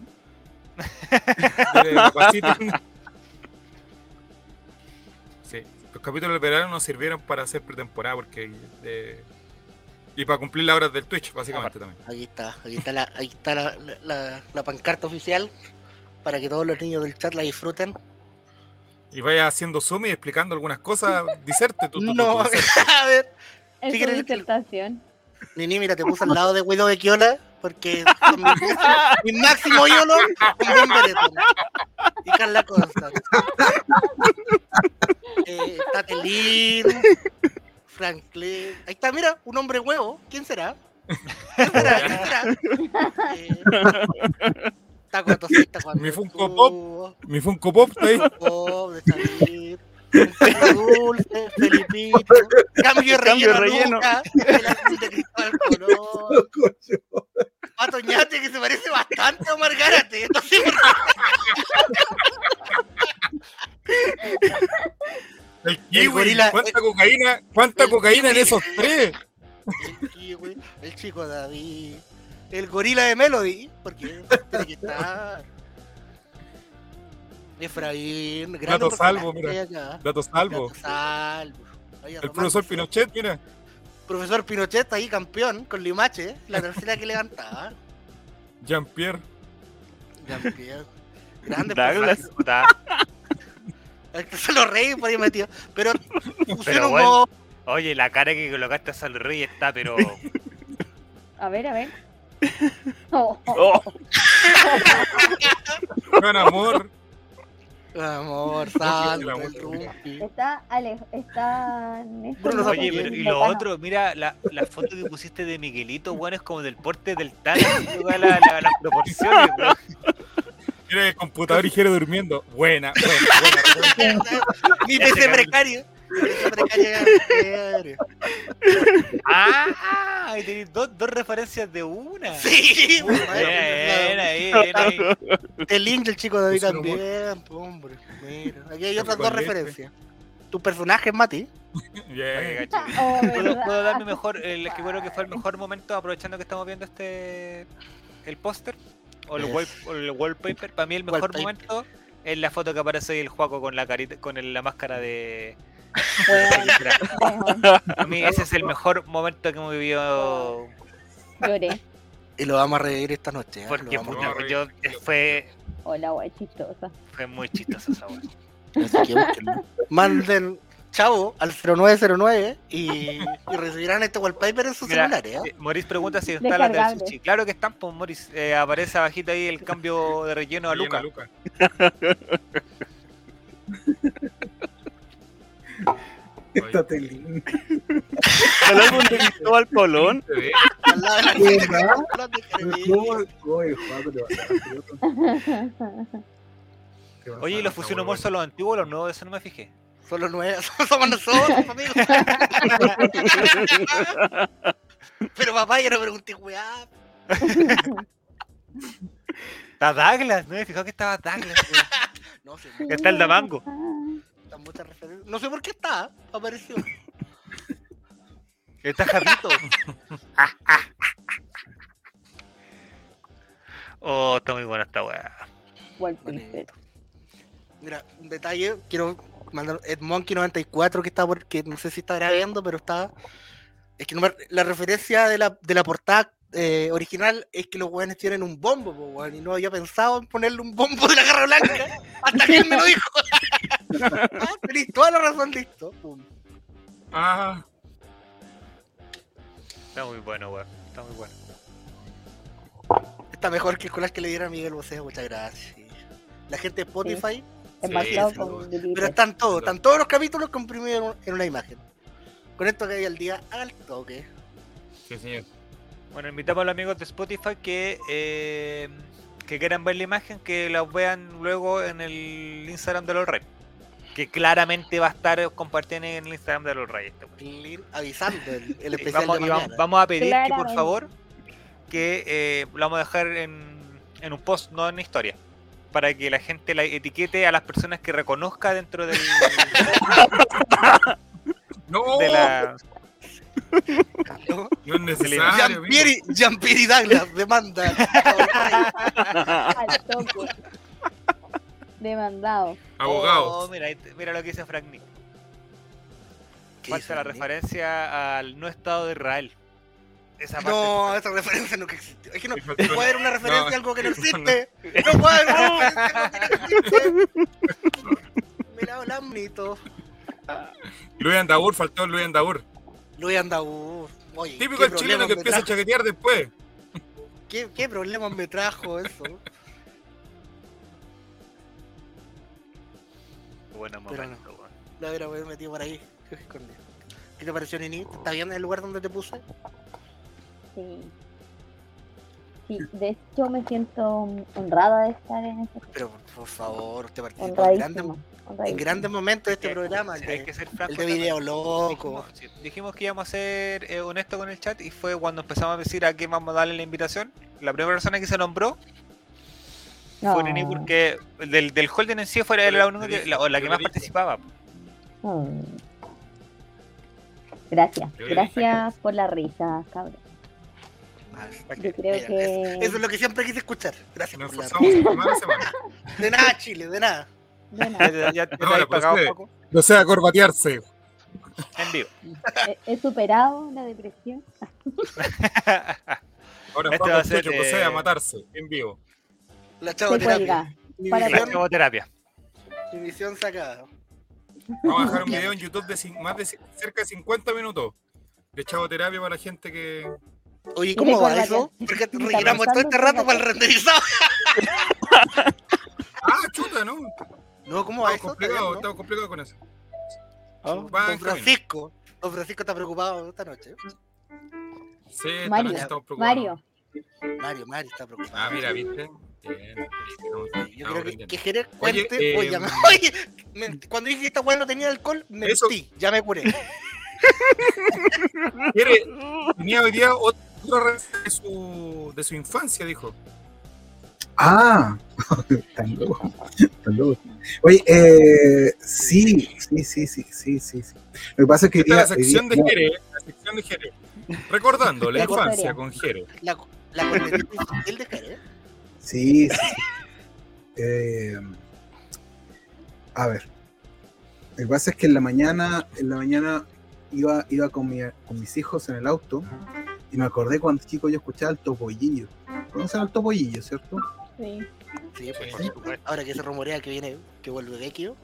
S3: del
S1: [laughs]
S3: pasito. sí, los capítulos del verano nos sirvieron para hacer pretemporada porque... eh, y para cumplir las horas del Twitch, básicamente también.
S2: Aquí está, aquí está, la, ahí está la, la- la- la pancarta oficial para que todos los niños del chat la disfruten.
S3: Y vaya haciendo zoom y explicando algunas cosas. Diserte tú. tú, tú,
S2: No,
S3: diserte.
S2: a ver.
S7: Es
S2: ¿Qué
S7: su
S2: quieres decir?
S7: disertación.
S2: Nini, mira, te puse al lado de Guido de Kiola porque son mi, mi máximo ídolo es Ben Beretton y Carla Constant. Eh, Tatelín, Franklin. Ahí está, mira, un hombre huevo. ¿Quién será? ¿Quién será? ¿Quién será? Eh, Taco Tosita, Juan
S3: Mi Funko
S2: Tortugo,
S3: Mi Funko Pop está ahí.
S2: Pop de salir. Funko Dulce, Felipito, cambio de
S6: Cambio
S2: relleno,
S6: de relleno.
S2: Luca, el azul de Cristóbal Colón, Pato Ñate, que se parece bastante a Omar Gárate. No sé
S3: [laughs]
S2: por qué.
S3: El kiwi,
S2: gorila-
S3: ¿Cuánta
S5: eh,
S3: cocaína? ¿Cuánta
S2: el
S3: cocaína en
S2: kiwi.
S3: esos
S2: [laughs]
S3: tres?
S2: El kiwi, el chico David, el gorila de Melody, porque tiene que estar. Efraín, gran
S3: Gato
S2: personaje
S3: salvo, mira.
S2: que hay acá.
S3: Dato salvo.
S2: Gato salvo. Oye,
S3: El
S2: Román,
S3: profesor Pinochet, mira.
S2: Profesor Pinochet ahí campeón con Limache, la tercera que le cantaba.
S3: Jean-Pierre.
S2: Jean-Pierre. Grande
S6: Douglas.
S2: personaje. [laughs]
S5: Puta,
S2: Es que Se lo reí por ahí metido.
S5: [laughs]
S2: Pero
S5: Pero
S2: pusieron
S5: bueno.
S2: como
S5: Oye, la cara que colocaste a Sal Rey está,
S6: [laughs]
S5: pero.
S7: A ver, a ver. Oh,
S6: Oh,
S3: Gran amor.
S2: Amor,
S3: Sí,
S2: santo, [laughs]
S3: la
S2: el
S3: buena.
S2: rumpi.
S7: Está Alejo, está Néstor
S2: Bruno
S7: López
S2: Zapata.
S5: Oye, pero y lo otro, mira, la, la foto que pusiste de Miguelito, weón, es como del porte del Tana,
S2: [laughs]
S5: weón, la, la- las proporciones, weón.
S3: Mira el computador ligero durmiendo. Buena, buena, buena.
S2: Mi PC precario. Mi PC precario.
S5: Ah, y tenéis dos, dos referencias de una.
S2: Sí,
S5: Bien,
S2: bueno,
S5: bien
S6: [laughs]
S5: ahí, bien ahí.
S2: El link del chico de hoy
S3: Pusieron humor.
S2: también, po, hombre. Mira, aquí hay
S3: Café
S2: otras
S3: con
S2: dos
S3: leche.
S2: [laughs] referencias. Tu personaje, Mati.
S3: Bien.
S7: [laughs] Oh,
S5: ¿Puedo,
S7: ¿verdad?
S5: puedo dar mi mejor, el que creo que fue el mejor momento, aprovechando que estamos viendo este. el póster? O el,
S2: Yes.
S5: wall- o el wallpaper. Para mí, el mejor
S2: Wallpaper.
S5: momento es la foto que aparece ahí el Juaco con la carita, con el- la máscara de.
S7: Bueno, Oh. [laughs] bueno,
S5: Para mí, ese es el mejor momento que hemos vivido.
S7: Lloré.
S2: Y lo vamos a reír esta noche. ¿eh?
S5: Porque
S2: Lo vamos
S5: puta,
S2: a
S3: reír.
S5: yo, eh, fue,
S7: Hola, guay, chistosa.
S5: fue muy chistoso esa weá.
S2: reír, así que búsquenlo. Manden chavo al 0909 y, y recibirán este wallpaper en sus
S5: Mira,
S2: celulares. ¿eh?
S5: Eh, Moris pregunta si está la del
S7: Descargable.
S5: sushi. Claro que están, pues Moris. Eh, aparece abajito ahí el cambio de relleno a
S3: Bien,
S5: Luca.
S3: Luca.
S4: Esta telín.
S6: el álbum
S5: [laughs]
S6: de Cristóbal Colón.
S3: Se ve.
S2: Al lado de la gente que está hablando de Jeremías.
S4: Oye, Juaco, te vas a-
S5: [laughs] Oye, ¿y los fusión humor son los antiguos o los nuevos? Eso no me fijé.
S2: [laughs] Son los pues, nueve, somos nosotros, amigos. [laughs] Pero papá, yo no pregunté, weá.
S5: Está Douglas, no me he fijado que estaba Douglas. weón.
S2: No sé,
S5: Está el Damango.
S2: están muchas referencias. No sé por qué está, apareció.
S5: Está Javito. oh, está muy buena esta weá.
S7: Wallpaper.
S2: Mira, un detalle, quiero mandar Edmonkey94 que está por, que no sé si está grabando, pero está. Es que no me- la referencia de la, de la portada eh, original es que los weones tienen un bombo, po, weón, y no había pensado en ponerle un bombo de la garra blanca hasta que él
S5: [laughs]
S2: me lo dijo. ah, tenés toda la razón, listo. Pum.
S3: Ah,
S5: Está muy bueno, weón. Está muy bueno.
S2: Está mejor que el collage que le diera a Miguel Bosé, muchas gracias. La gente de Spotify,
S7: Enmarcado
S2: sí,
S7: con
S2: pero
S7: gritos.
S2: están todos, están todos los capítulos comprimidos en una imagen. Con esto que hay al día, haga el toque.
S3: sí, señor.
S5: Bueno, invitamos a los amigos de Spotify que, eh, que quieran ver la imagen, que la vean luego en el Instagram de los Reyes. Que claramente va a estar compartiendo en el Instagram de los Reyes. esta weá.
S2: ir avisando el, el
S5: Y
S2: especial
S5: vamos,
S2: de
S5: y vamos-
S2: mañana.
S5: vamos a pedir que por
S7: Claramente.
S5: favor que eh, lo vamos a dejar en, en un post, no en historia. Para que la gente la etiquete a las personas que reconozca dentro del,
S3: [laughs] No,
S5: de la.
S3: no es necesario. amigo.
S2: Jampieri, Jampieri Douglas demanda.
S7: Al toque. Demandado.
S3: Abogado.
S5: Oh, mira, ahí te- mira lo que dice Frank Nick.
S2: ¿Qué
S5: Falta
S2: hizo,
S5: la
S2: Nick?
S5: referencia al no Estado de Israel. Esa parte.
S2: No, esa referencia nunca existió. Es que no,
S3: Sí,
S2: no
S3: faltó-
S2: puede haber una referencia a algo que no
S3: no.
S2: existe. No puede haber una referencia a algo que no existe. Mira, hola, amnito.
S3: Luis Andabur, faltó Luis Andabur.
S2: Luis Andaú. Uh, Oye,
S3: Típico
S2: ¿qué
S3: el chileno
S2: problemas
S3: que
S2: me
S3: empieza a
S2: trajo?
S3: chaquetear después.
S2: ¿Qué, qué problemas me trajo eso?
S5: Bueno,
S2: Pero
S5: momento, weón.
S2: Lo hubiera metido por ahí. escondido. ¿Qué te pareció, Nini? ¿Está bien el lugar donde te puse?
S7: Sí. Sí, de hecho me siento honrada de estar en este
S2: Pero por favor, te participó en grandes,
S7: honradísima.
S2: en
S7: honradísima.
S2: grandes momentos de este programa.
S5: Sí,
S2: el
S5: hay
S2: de-
S5: que ser franco
S2: el de
S5: también.
S2: video loco.
S5: Dijimos, sí, dijimos que íbamos a ser eh, honestos con el chat y fue cuando empezamos a decir a quién vamos a darle la invitación. La primera persona que se nombró
S7: No,
S5: fue Nini porque del, del holding en sí fue la única que, la, o la que más participaba.
S7: mm. Gracias,
S3: Yo creo que-
S7: gracias por la risa, cabrón. Yo creo
S2: Mira,
S7: que
S2: Eso es lo que siempre quise escuchar. Gracias
S3: Nos
S2: por la- [laughs]
S3: esforzamos semana a semana.
S2: De nada, Chile, de nada.
S7: De nada.
S5: ¿Ya, ya te
S3: No,
S5: la
S3: la
S5: habéis pagado,
S3: procede.
S5: Paco?
S8: No sea corbatearse.
S5: En vivo.
S7: He, he superado la depresión.
S3: Ahora
S5: Este
S3: Paco
S5: va a ser,
S3: Chucho procede
S5: eh,
S3: a matarse en vivo.
S2: La chava
S7: Se
S2: terapia.
S7: cuelga.
S2: Mi
S7: Para
S5: La
S2: visión,
S5: chavoterapia.
S2: mi visión sacada.
S3: Vamos a dejar un video en YouTube de cin- más de cin- cerca de 50 minutos de chavoterapia para la gente que.
S2: Oye,
S7: Y
S2: ¿cómo va
S7: recuerda
S2: eso?
S7: que-
S2: Porque
S7: que
S2: rellenamos todo este
S7: pensando
S2: rato
S7: en
S2: para el
S3: [laughs]
S2: renderizado.
S3: ¡Ah, chuta, no!
S2: No, ¿cómo va
S3: Estamos
S2: eso? Todavía
S3: complicados,
S2: no. Ah,
S3: estamos complicados con eso. Va
S6: Oh.
S3: en
S2: Don
S3: camino.
S2: Francisco. Don Francisco está preocupado esta noche.
S3: Sí, esta
S7: Mario,
S3: noche estamos preocupados.
S7: Mario,
S2: Mario, Mario está preocupado.
S3: Ah, mira, viste. Bien, estamos-
S2: Sí, Yo
S3: estamos
S2: creo que,
S3: aprendiendo.
S2: que Jerez
S3: Oye,
S2: cuente.
S3: eh,
S2: Oye, mm. me- oye, ment- cuando dije que esta weá no tenía alcohol, mentí.
S3: Eso-
S2: Ya me curé.
S3: Quiere- tenía hoy día otra receta de su, de su infancia, dijo.
S4: Ah, [laughs] tan loco, tan loco. Oye, eh, sí, sí, sí, sí, sí, sí, sí. Lo que pasa es que hoy
S3: Esta
S4: día-
S3: es la
S4: hoy día-
S3: sección de
S4: no,
S3: Jere, la sección de Jere. Recordando la
S7: La
S3: infancia
S7: historia.
S3: con Jere.
S2: La, la cornetita infantil de Jerez.
S4: Sí, sí, sí. Eh, a ver. Lo que pasa es que en la mañana, en la mañana iba, iba con, mi- con mis hijos en el auto y me acordé cuando chico yo escuchaba el topollillo. ¿Conocen al topollillo, cierto?
S7: sí.
S2: Sí, pues,
S3: Sí.
S2: por supuesto. Ahora que se rumorea que viene, que vuelve Vecchio.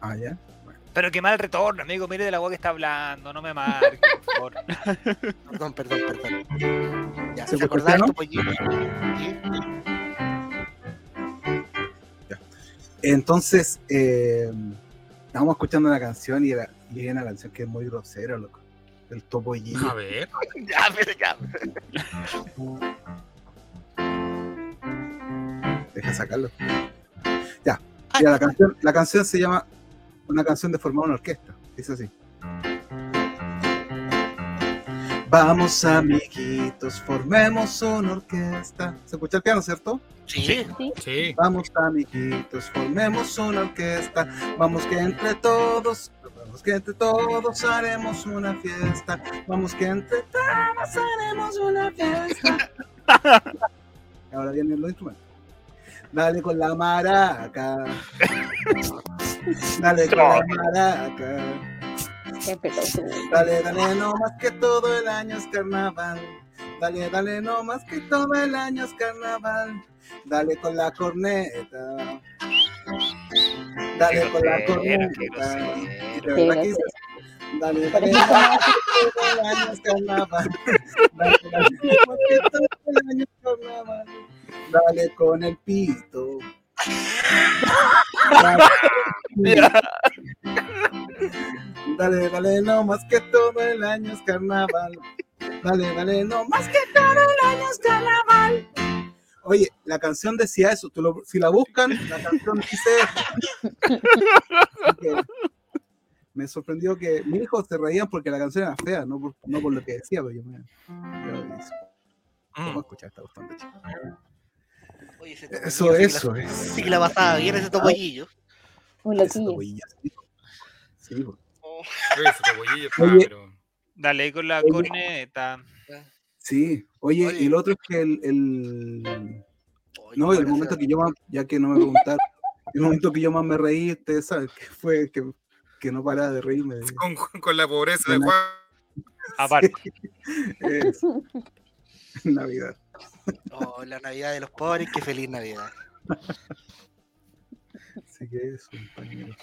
S4: Ah, ya.
S5: Pero qué mal retorno, amigo. Mire de la agua que está hablando. No me marque, por favor.
S2: [laughs] Perdón, perdón, perdón. Ya,
S4: ¿Se
S2: ¿se,
S4: fue Cristiano?
S2: acordaba esto, pollito? Sí.
S4: Entonces, eh, estábamos escuchando una canción y, era, y hay una canción que es muy grosera, loco. El
S3: A
S4: topollillo.
S3: ver.
S2: Ya, pero ya.
S4: Deja sacarlo. Ya.
S2: Ay.
S4: Mira, la canción, la canción se llama Una canción de formar una orquesta. Dice así. Vamos amiguitos, formemos una orquesta. ¿Se escucha el piano, cierto?
S2: Sí.
S3: Sí.
S4: Vamos amiguitos, formemos una orquesta, vamos que entre todos, vamos que entre todos haremos una fiesta, vamos que entre todos haremos una fiesta. [laughs] Ahora vienen los instrumentos. Dale con la maraca. Dale con la maraca.
S7: Qué pelotudo.
S4: Dale, dale, no más que todo el año es carnaval. Dale, dale, no más que todo el año es carnaval. Dale con la corneta. Dale con la
S5: Grosero, qué
S4: corneta.
S5: grosero.
S4: De verdad
S7: Sí,
S4: que sí. Dale,
S7: Por [laughs]
S4: dale,
S7: eso
S4: no
S7: estamos
S4: más que todo el año es carnaval. Dale, dale, no más que todo el año es carnaval. Dale con el pito. Dale con el pito. [laughs] Dale, dale, no más que todo el año es carnaval. Dale, dale, no más que todo el año es carnaval. Oye, la canción decía eso. tú lo- si la buscan, la canción dice eso. Así que Me sorprendió que mis hijos se reían porque la canción era fea, no por, no por lo que decía, pero yo me. yo dije,
S3: Mm.
S4: "Vamos a escuchar esta bastante chica".
S2: Oye, ese
S4: Eso,
S2: topollillo sí que
S4: eso,
S2: la-
S4: eso.
S2: [laughs] Sí que la pasaba bien ese topollillo.
S7: Un
S4: Ese
S7: loquillo.
S4: topollillo, sí. Sí, po.
S3: Oye, ese topollillo está,
S4: Oye.
S3: pero-
S5: Dale ahí con la
S4: Oye.
S5: corneta.
S4: Sí. Oye,
S2: Oye.
S4: y lo otro es que el- el
S2: Oye,
S4: No, el
S2: parece-
S4: momento que yo más, ya que no me preguntaron, el momento que yo más me reí, ustedes saben que fue que, que no paraba de reírme. [laughs] de-
S3: Con, con la pobreza de Juan.
S5: Aparte.
S4: eh, [laughs] Navidad.
S2: Oh, la Navidad de los pobres, qué feliz Navidad.
S4: Así que eso, compañero.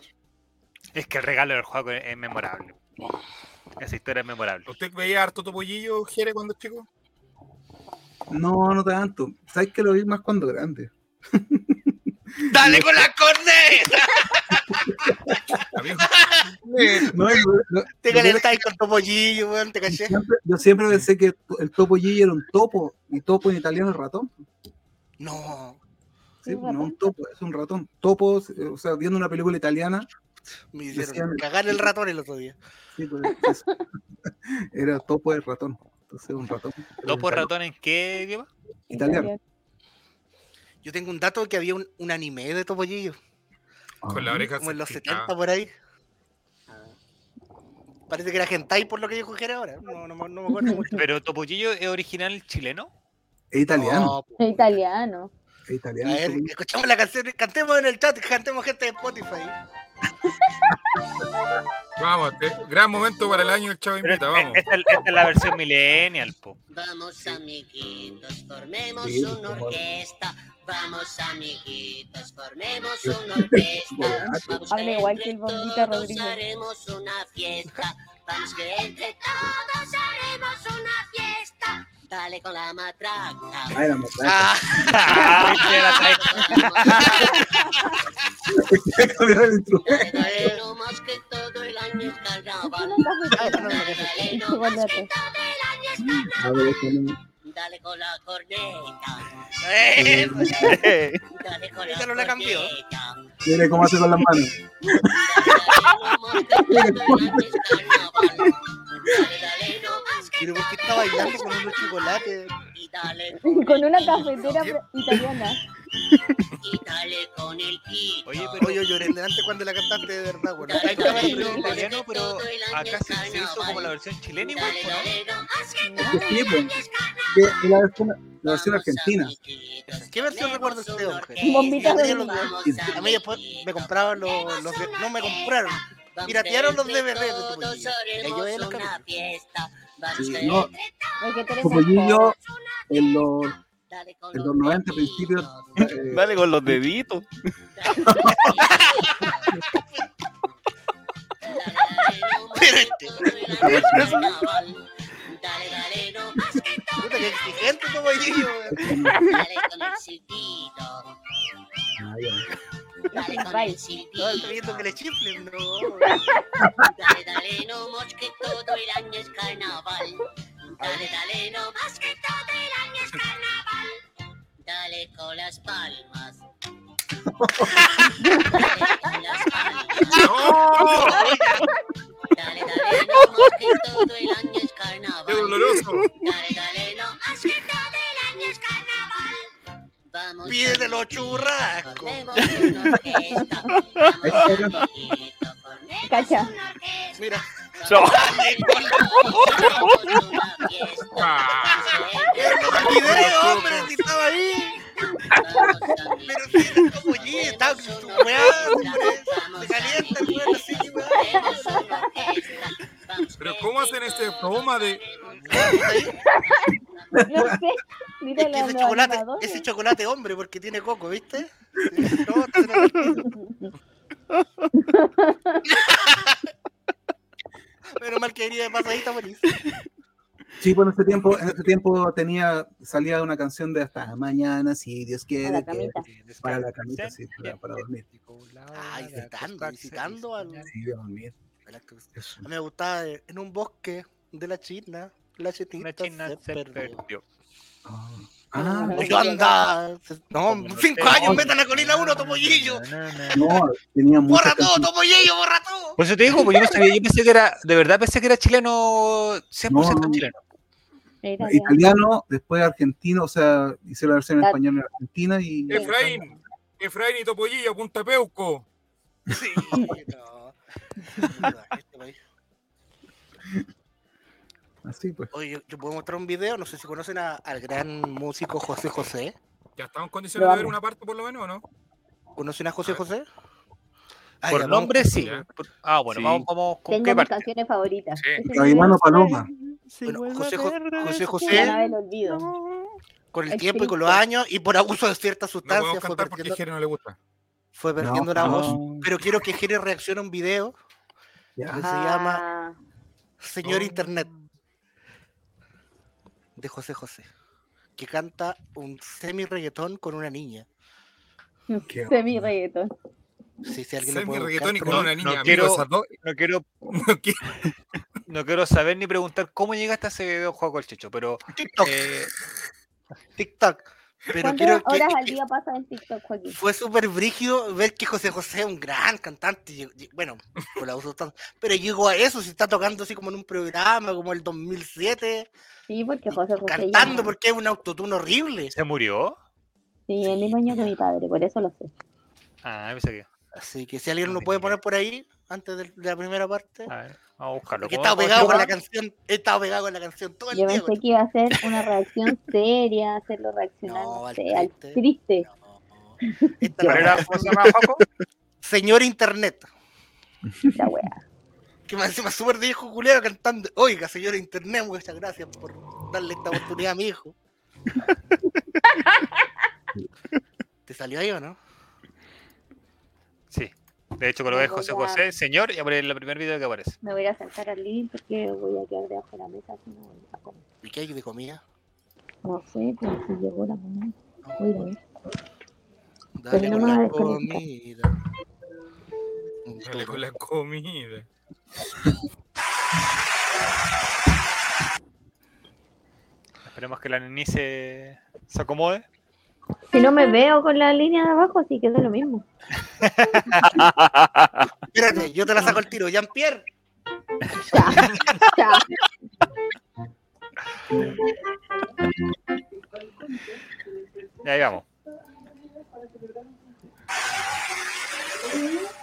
S5: Es que el regalo del juego es es memorable. Esa historia es memorable.
S3: ¿Usted veía harto topollillo, Jere, cuando chico?
S4: No, no tanto. Sabes que lo vi más cuando grande.
S2: ¡Dale con
S8: [laughs]
S2: la corneta!
S3: A mí-
S4: No, yo, yo-
S2: Te
S4: yo era-
S2: calentáis con topollillo, weón, te caché.
S4: siempre, yo siempre pensé que to- el topo Gigi era un topo, y topo en italiano es ratón.
S2: No,
S4: Sí,
S7: Un
S4: no
S7: ratón.
S4: un topo, es un ratón. Topos, eh, o sea, viendo una película italiana,
S2: me
S4: Decían-
S2: hicieron cagar el ratón el otro día.
S4: sí, pues, [laughs] eso. era topo de ratón. Entonces, un ratón.
S5: ¿Topo ratón en qué idioma?
S4: Italiano.
S2: Yo tengo un dato de que había un, un anime de topollillo,
S3: Con la oreja.
S2: como en los
S3: se-
S2: 70 por ahí. Ah. Parece que era hentai por lo que dijo Jere ahora. No, no, me- no me acuerdo mucho.
S5: Pero Topollillo es original chileno.
S4: Es italiano.
S2: No, pues,
S7: Es italiano.
S4: Es italiano.
S2: A ver,
S4: tú.
S2: escuchamos la canción, cantemos en el chat, cantemos gente de Spotify.
S3: Vamos, eh, gran momento para el año el Chavo
S5: Pero
S3: Invita, vamos.
S5: esta, esta es la versión millennial, po.
S8: Vamos amiguitos, formemos
S4: Sí,
S8: una
S4: como-
S8: orquesta. Vamos amiguitos, formemos una orquesta. Vamos
S7: Habla igual que el Bombita
S8: todos
S7: Rodríguez.
S8: haremos una fiesta. Vamos que entre todos haremos una fiesta. Dale con la matraca.
S4: Ay, la matraca.
S2: Ah, [laughs]
S4: Hay que cambiar el instrumento.
S8: Dale más que todo el año es carnaval. Dale
S7: Eso
S8: más
S7: guárdate.
S8: que todo el año es carnaval.
S4: A ver, ponemos-
S8: Dale con la corneta.
S2: eh,
S8: Dale con
S2: Esa
S8: la
S2: no la cambió.
S8: corneta.
S4: Mire cómo hace con las manos.
S2: Pero ¿por qué está bailando con unos chocolates?
S7: Con una cafetera pre- italiana.
S5: Oye,
S8: Oye,
S5: pero
S2: Ah, Oye, lloré delante cuando la cantaste de verdad, bueno.
S5: hay
S2: Ahí
S5: una
S2: estaba
S5: versión
S2: el-
S5: en italiano, pero acá se, se hizo como la versión chilena igual, po, ¿no?
S4: Es que sí, pues. Que- que la versión, la versión argentina.
S2: ¿Qué versión recuerda usted, Ángel?
S7: Bombita
S2: Yo tenía
S7: de
S2: los dos. A mí después me compraban los, los de- No me compraron. Piratearon los DVD de tu pollillo. Y yo veía los capítulos.
S4: Sí, no,
S7: Porque tú eres
S4: Topollillo en los, en
S8: En
S4: los 90 principios. eh,
S6: Dale con los deditos.
S2: Pero este-
S8: Dale, dale, no más que
S2: Puta, qué exigente tu pollillo, weón.
S8: dale con el silbido.
S4: ah, ya.
S8: Dale con el
S7: Right.
S2: No,
S8: silbido.
S2: estoy viendo que le chiflen, no.
S8: Dale, dale, no más que todo el año es carnaval. Dale, dale, no más que todo el año es carnaval. Dale con las palmas. Dale con las palmas.
S3: ¡No!
S8: Dale, dale, no más que todo el año es
S3: ¡Qué
S8: carnaval.
S3: doloroso!
S8: Dale, dale, no más que todo el año es carnaval. Vamos.
S2: Pide los churrascos.
S8: Formemos una orquesta. Vamos, amiguito, formemos
S7: Cacha.
S8: una orquesta.
S2: Mira,
S7: [laughs]
S6: No.
S2: el video, hombre, si estaba ahí. Pero si era como allí, estaba con tu weá, hombre. Se calienta el weón así, weón.
S3: Pero ¿cómo hacen este broma de
S7: No sé.
S2: Es
S7: Mira
S2: que
S7: la
S2: ese
S7: los
S2: chocolate,
S7: animadores.
S2: ese chocolate hombre, porque tiene coco, ¿viste? No, está en el piso. Menos mal que venía de pasadita, buenísimo.
S4: Sí, bueno, en ese tiempo, en ese tiempo tenía, salía una canción de hasta mañana, si Dios quiere.
S7: la
S4: que-
S7: camita.
S4: para la camita, sí, para, para dormir.
S2: Ah, incitando, incitando al... A
S4: Sí, para dormir.
S2: mí me gustaba eh, en un bosque de la China, la chinita
S5: Una china
S2: se,
S5: se
S2: perdió.
S5: perdió.
S4: Ah, ah,
S7: Ay,
S2: Yo andaba... No, cinco años, meta la colina uno, Tomoyillo.
S4: pues, no, tenía
S2: Borra
S4: muchas
S2: todo,
S4: canciones.
S2: Tomoyillo, borra todo.
S5: Por eso te digo, pues yo no sabía, yo pensé que era, de verdad pensé que era chileno, 100%
S4: No.
S5: chileno.
S7: Era italiana.
S4: Italiano, después argentino, o sea, hice la versión en
S7: La-
S4: español en Argentina y.
S3: Efraín? Efraín y Topollillo, Punta Peuco.
S2: Sí,
S4: [laughs]
S2: no. Este país.
S4: Así pues.
S2: Oye, yo, yo puedo mostrar un video, no sé si conocen a- al gran músico José José.
S3: Ya estamos en condiciones de
S7: Lo
S3: ver
S7: amo.
S3: una parte por lo menos, ¿o ¿no?
S2: ¿Conocen a José José? Ay,
S5: Por
S2: ya,
S5: nombre
S2: vamos-
S5: sí.
S3: ya.
S5: Por- Ah, bueno,
S6: Sí.
S5: vamos, vamos con
S7: Tengo
S5: qué
S7: mis
S5: parte.
S7: canciones favoritas.
S5: Sí.
S7: Ese
S4: Caimano
S7: es-
S4: Paloma.
S2: Bueno, José, Jo- José
S7: La
S2: José,
S7: nave del olvido.
S2: con el
S7: El
S2: tiempo y con
S7: Cristo.
S2: los años y por abuso de ciertas
S3: No podemos
S2: sustancias, fue
S3: cantar porque a
S2: perdiendo,
S3: Jere no le gusta.
S2: fue perdiendo la
S4: no.
S2: voz. Pero quiero que Jere reaccione a un video,
S4: Ya.
S2: se
S3: Ah.
S2: llama- señor
S3: No.
S2: internet, de José José, que canta un semi-reggaetón con una niña.
S4: Qué
S7: Semi reggaetón.
S2: Sí, si alguien lo
S3: Semi
S2: puede buscar,
S3: reggaetón y
S2: pero-
S3: con una niña.
S5: no
S3: amigo,
S5: quiero-
S3: esas dos-
S5: No quiero,
S3: [laughs] no quiero-
S5: no quiero saber ni preguntar cómo llegaste a ese videojuego con el Checho, pero
S2: TikTok,
S5: eh,
S2: TikTok. Pero
S7: ¿Cuántas
S2: quiero que,
S7: horas al día pasas en TikTok, Joaquín?
S2: fue súper brígido ver que José José es un gran cantante. y- y- Bueno, [laughs] por la uso tan- pero llegó a eso, si está tocando así como en un programa, como el 2007,
S7: Sí, porque José José.
S2: cantando
S7: ya-
S2: porque es un autotune horrible.
S5: se murió.
S7: Sí, el mismo año que mi padre, por eso lo sé.
S5: Ah, pensé que.
S2: Así que si alguien lo puede poner por ahí, antes del- de la primera parte.
S5: A ver, vamos a buscarlo.
S2: Porque he
S5: ¿Cómo-
S2: estado
S5: cómo se
S2: pegado con la
S5: llama?
S2: canción, he estado pegado con la canción todo el
S7: Yo
S2: día. [laughs]
S7: pensé que iba a ser una reacción seria, hacerlo reaccionar,
S2: No,
S7: no
S2: al
S7: sé, al
S2: triste.
S7: triste.
S2: bueno. Esta
S5: ¿Cuál
S2: la
S5: era?
S2: wea.
S5: ¿Cómo se llamaba, Paco?
S2: [laughs] Señor Internet.
S7: La wea.
S2: Que me encima súper de hijo culero cantando. Oiga, señor Internet, muchas gracias por darle esta oportunidad a mi hijo. ¿Te salió ahí o no?
S5: Sí. De hecho, coloqué José José, señor, y aparece el primer video que aparece.
S7: Me voy a ir a sentar al living porque Eh, voy a quedar debajo de la mesa si no voy a comer.
S2: ¿Y qué hay de comida?
S7: No sé, pero si llegó la mamá. Voy a ir a ver.
S2: Dale
S7: Pero
S2: con
S7: no me
S2: la
S7: desconecta.
S2: comida.
S3: Dale con la comida.
S5: Esperemos que la nini se, se acomode.
S7: Si no me veo con la línea de abajo, así que es lo mismo.
S2: Espérate, yo te la saco el tiro. Jean-Pierre,
S7: Ya, ya.
S5: Y ahí vamos.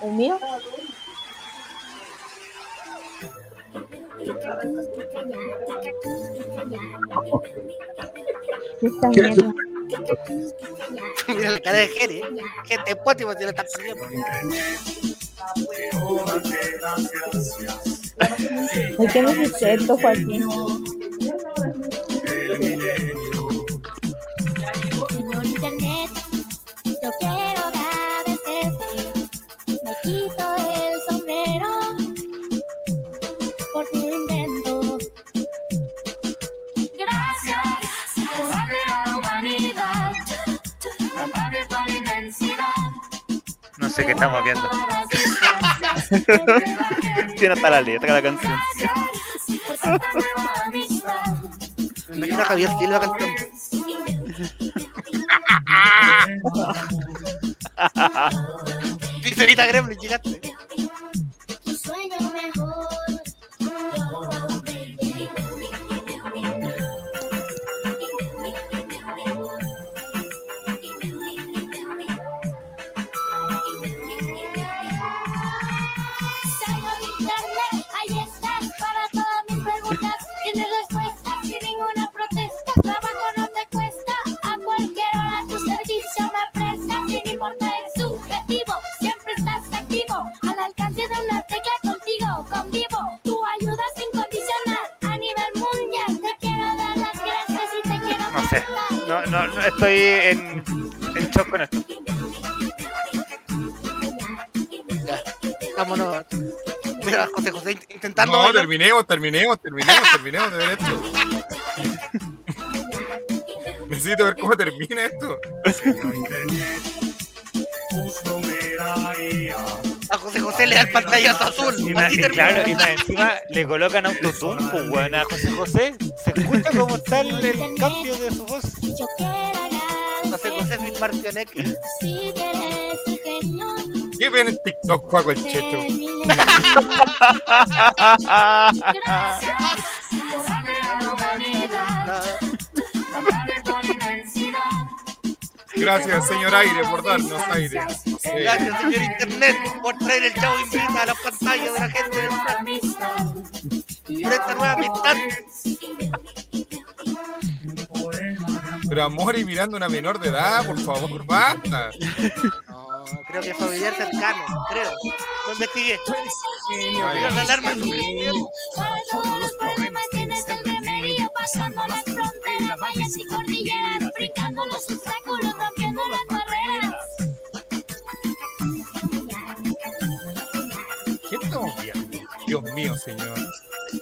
S7: ¿El mío? Esta
S4: ¿Qué?
S7: mierda.
S2: mira la cara de Jere. eh. Gente, poti, si la estás perdiendo.
S7: ¿Por qué me hiciste esto, Joaquín?
S8: Señor Internet, yo quiero agradecerte. Me quito el sombrero por tu invento. Gracias por darle a la humanidad la madre tan inmensidad.
S5: No sé qué estamos viendo.
S8: Todas las distancias entre la gente.
S6: Tiene hasta la letra de la canción.
S8: Gracias por tanta nueva amistad.
S2: Me imagino a Javier Silva cantando.
S8: [laughs]
S2: Dicerita Gremlin, llegaste.
S8: Tu sueño mejor. Salgo de internet, ahí estás para todas mis preguntas. Tienes respuestas sin ninguna protesta. Trabajo no te cuesta, a cualquier hora tu servicio me presta. Sin importar el subjetivo, siempre estás activo. Al alcance de una tecla contigo, convivo. Tu ayuda es incondicional a nivel mundial. Te quiero dar las gracias y te quiero
S5: No sé.
S8: presentar.
S5: No, no, no, estoy en, en shock con esto.
S2: Ya, vámonos. Mira, José José int- intentando.
S3: No,
S2: bailar.
S3: terminemos, terminemos, terminemos, terminemos de ver esto. [laughs] Necesito ver cómo termina esto.
S2: A José José le da el pantallazo azul.
S5: Y,
S2: Así
S5: más- y claro, y
S2: termina.
S5: más encima le colocan autotune, pues, weón, a José José. Se escucha cómo está el, el cambio de su voz.
S8: Yo quiero
S2: José José Luis Martionek.
S8: Si quieres tu genio,
S3: ¿Qué ven en TikTok, Juaco el
S7: [laughs]
S3: Checho?
S8: te mil gracias por darle a la humanidad la madre con inmensidad.
S3: Gracias, señor Aire, por darnos aire. Eh, Sí.
S2: Gracias, señor Internet, por traer el chavo invita a la pantalla de la gente del plan. Por esta nueva amistad.
S3: Pero amor y mirando a una menor de edad, por favor, basta.
S2: No, creo que familiar cercano, creo. ¿Dónde sigue? Mira
S3: Ay,
S2: la alarma en su principio.
S8: Para todos los problemas tienes el remedio pasando las fronteras, valles y cordilleras, brincando los obstáculos, rompiendo las barreras.
S3: ¿Qué estamos viendo? Dios mío, señor.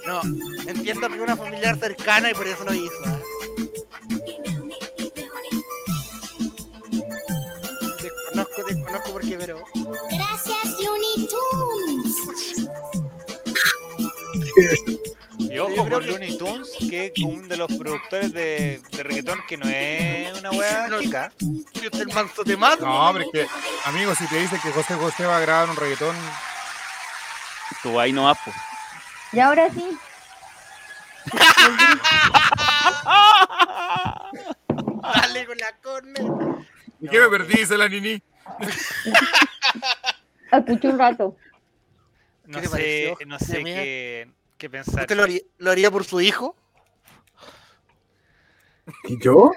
S2: No, entiendo que una familiar cercana y por eso lo hizo. ¿eh? Desconozco, desconozco por qué, pero.
S8: Gracias, Looney Tunes.
S5: Y ojo con Looney Tunes, que es uno de los productores de, de reggaetón que no es una weá chica.
S2: Yo te manso de mato.
S3: No, hombre, que, amigo, si te dicen que José José va a grabar un reggaetón,
S6: Tú ahí no vas, pues.
S7: Y ahora sí.
S2: Dale con la corneta.
S3: ¿y qué me perdí? Dice la Nini.
S7: Escuché un rato.
S5: No
S2: ¿Qué te
S5: sé,
S2: pareció,
S5: no sé
S2: amiga?
S5: qué, qué pensar.
S2: ¿Usted lo haría, lo haría por su hijo?
S4: ¿Y yo?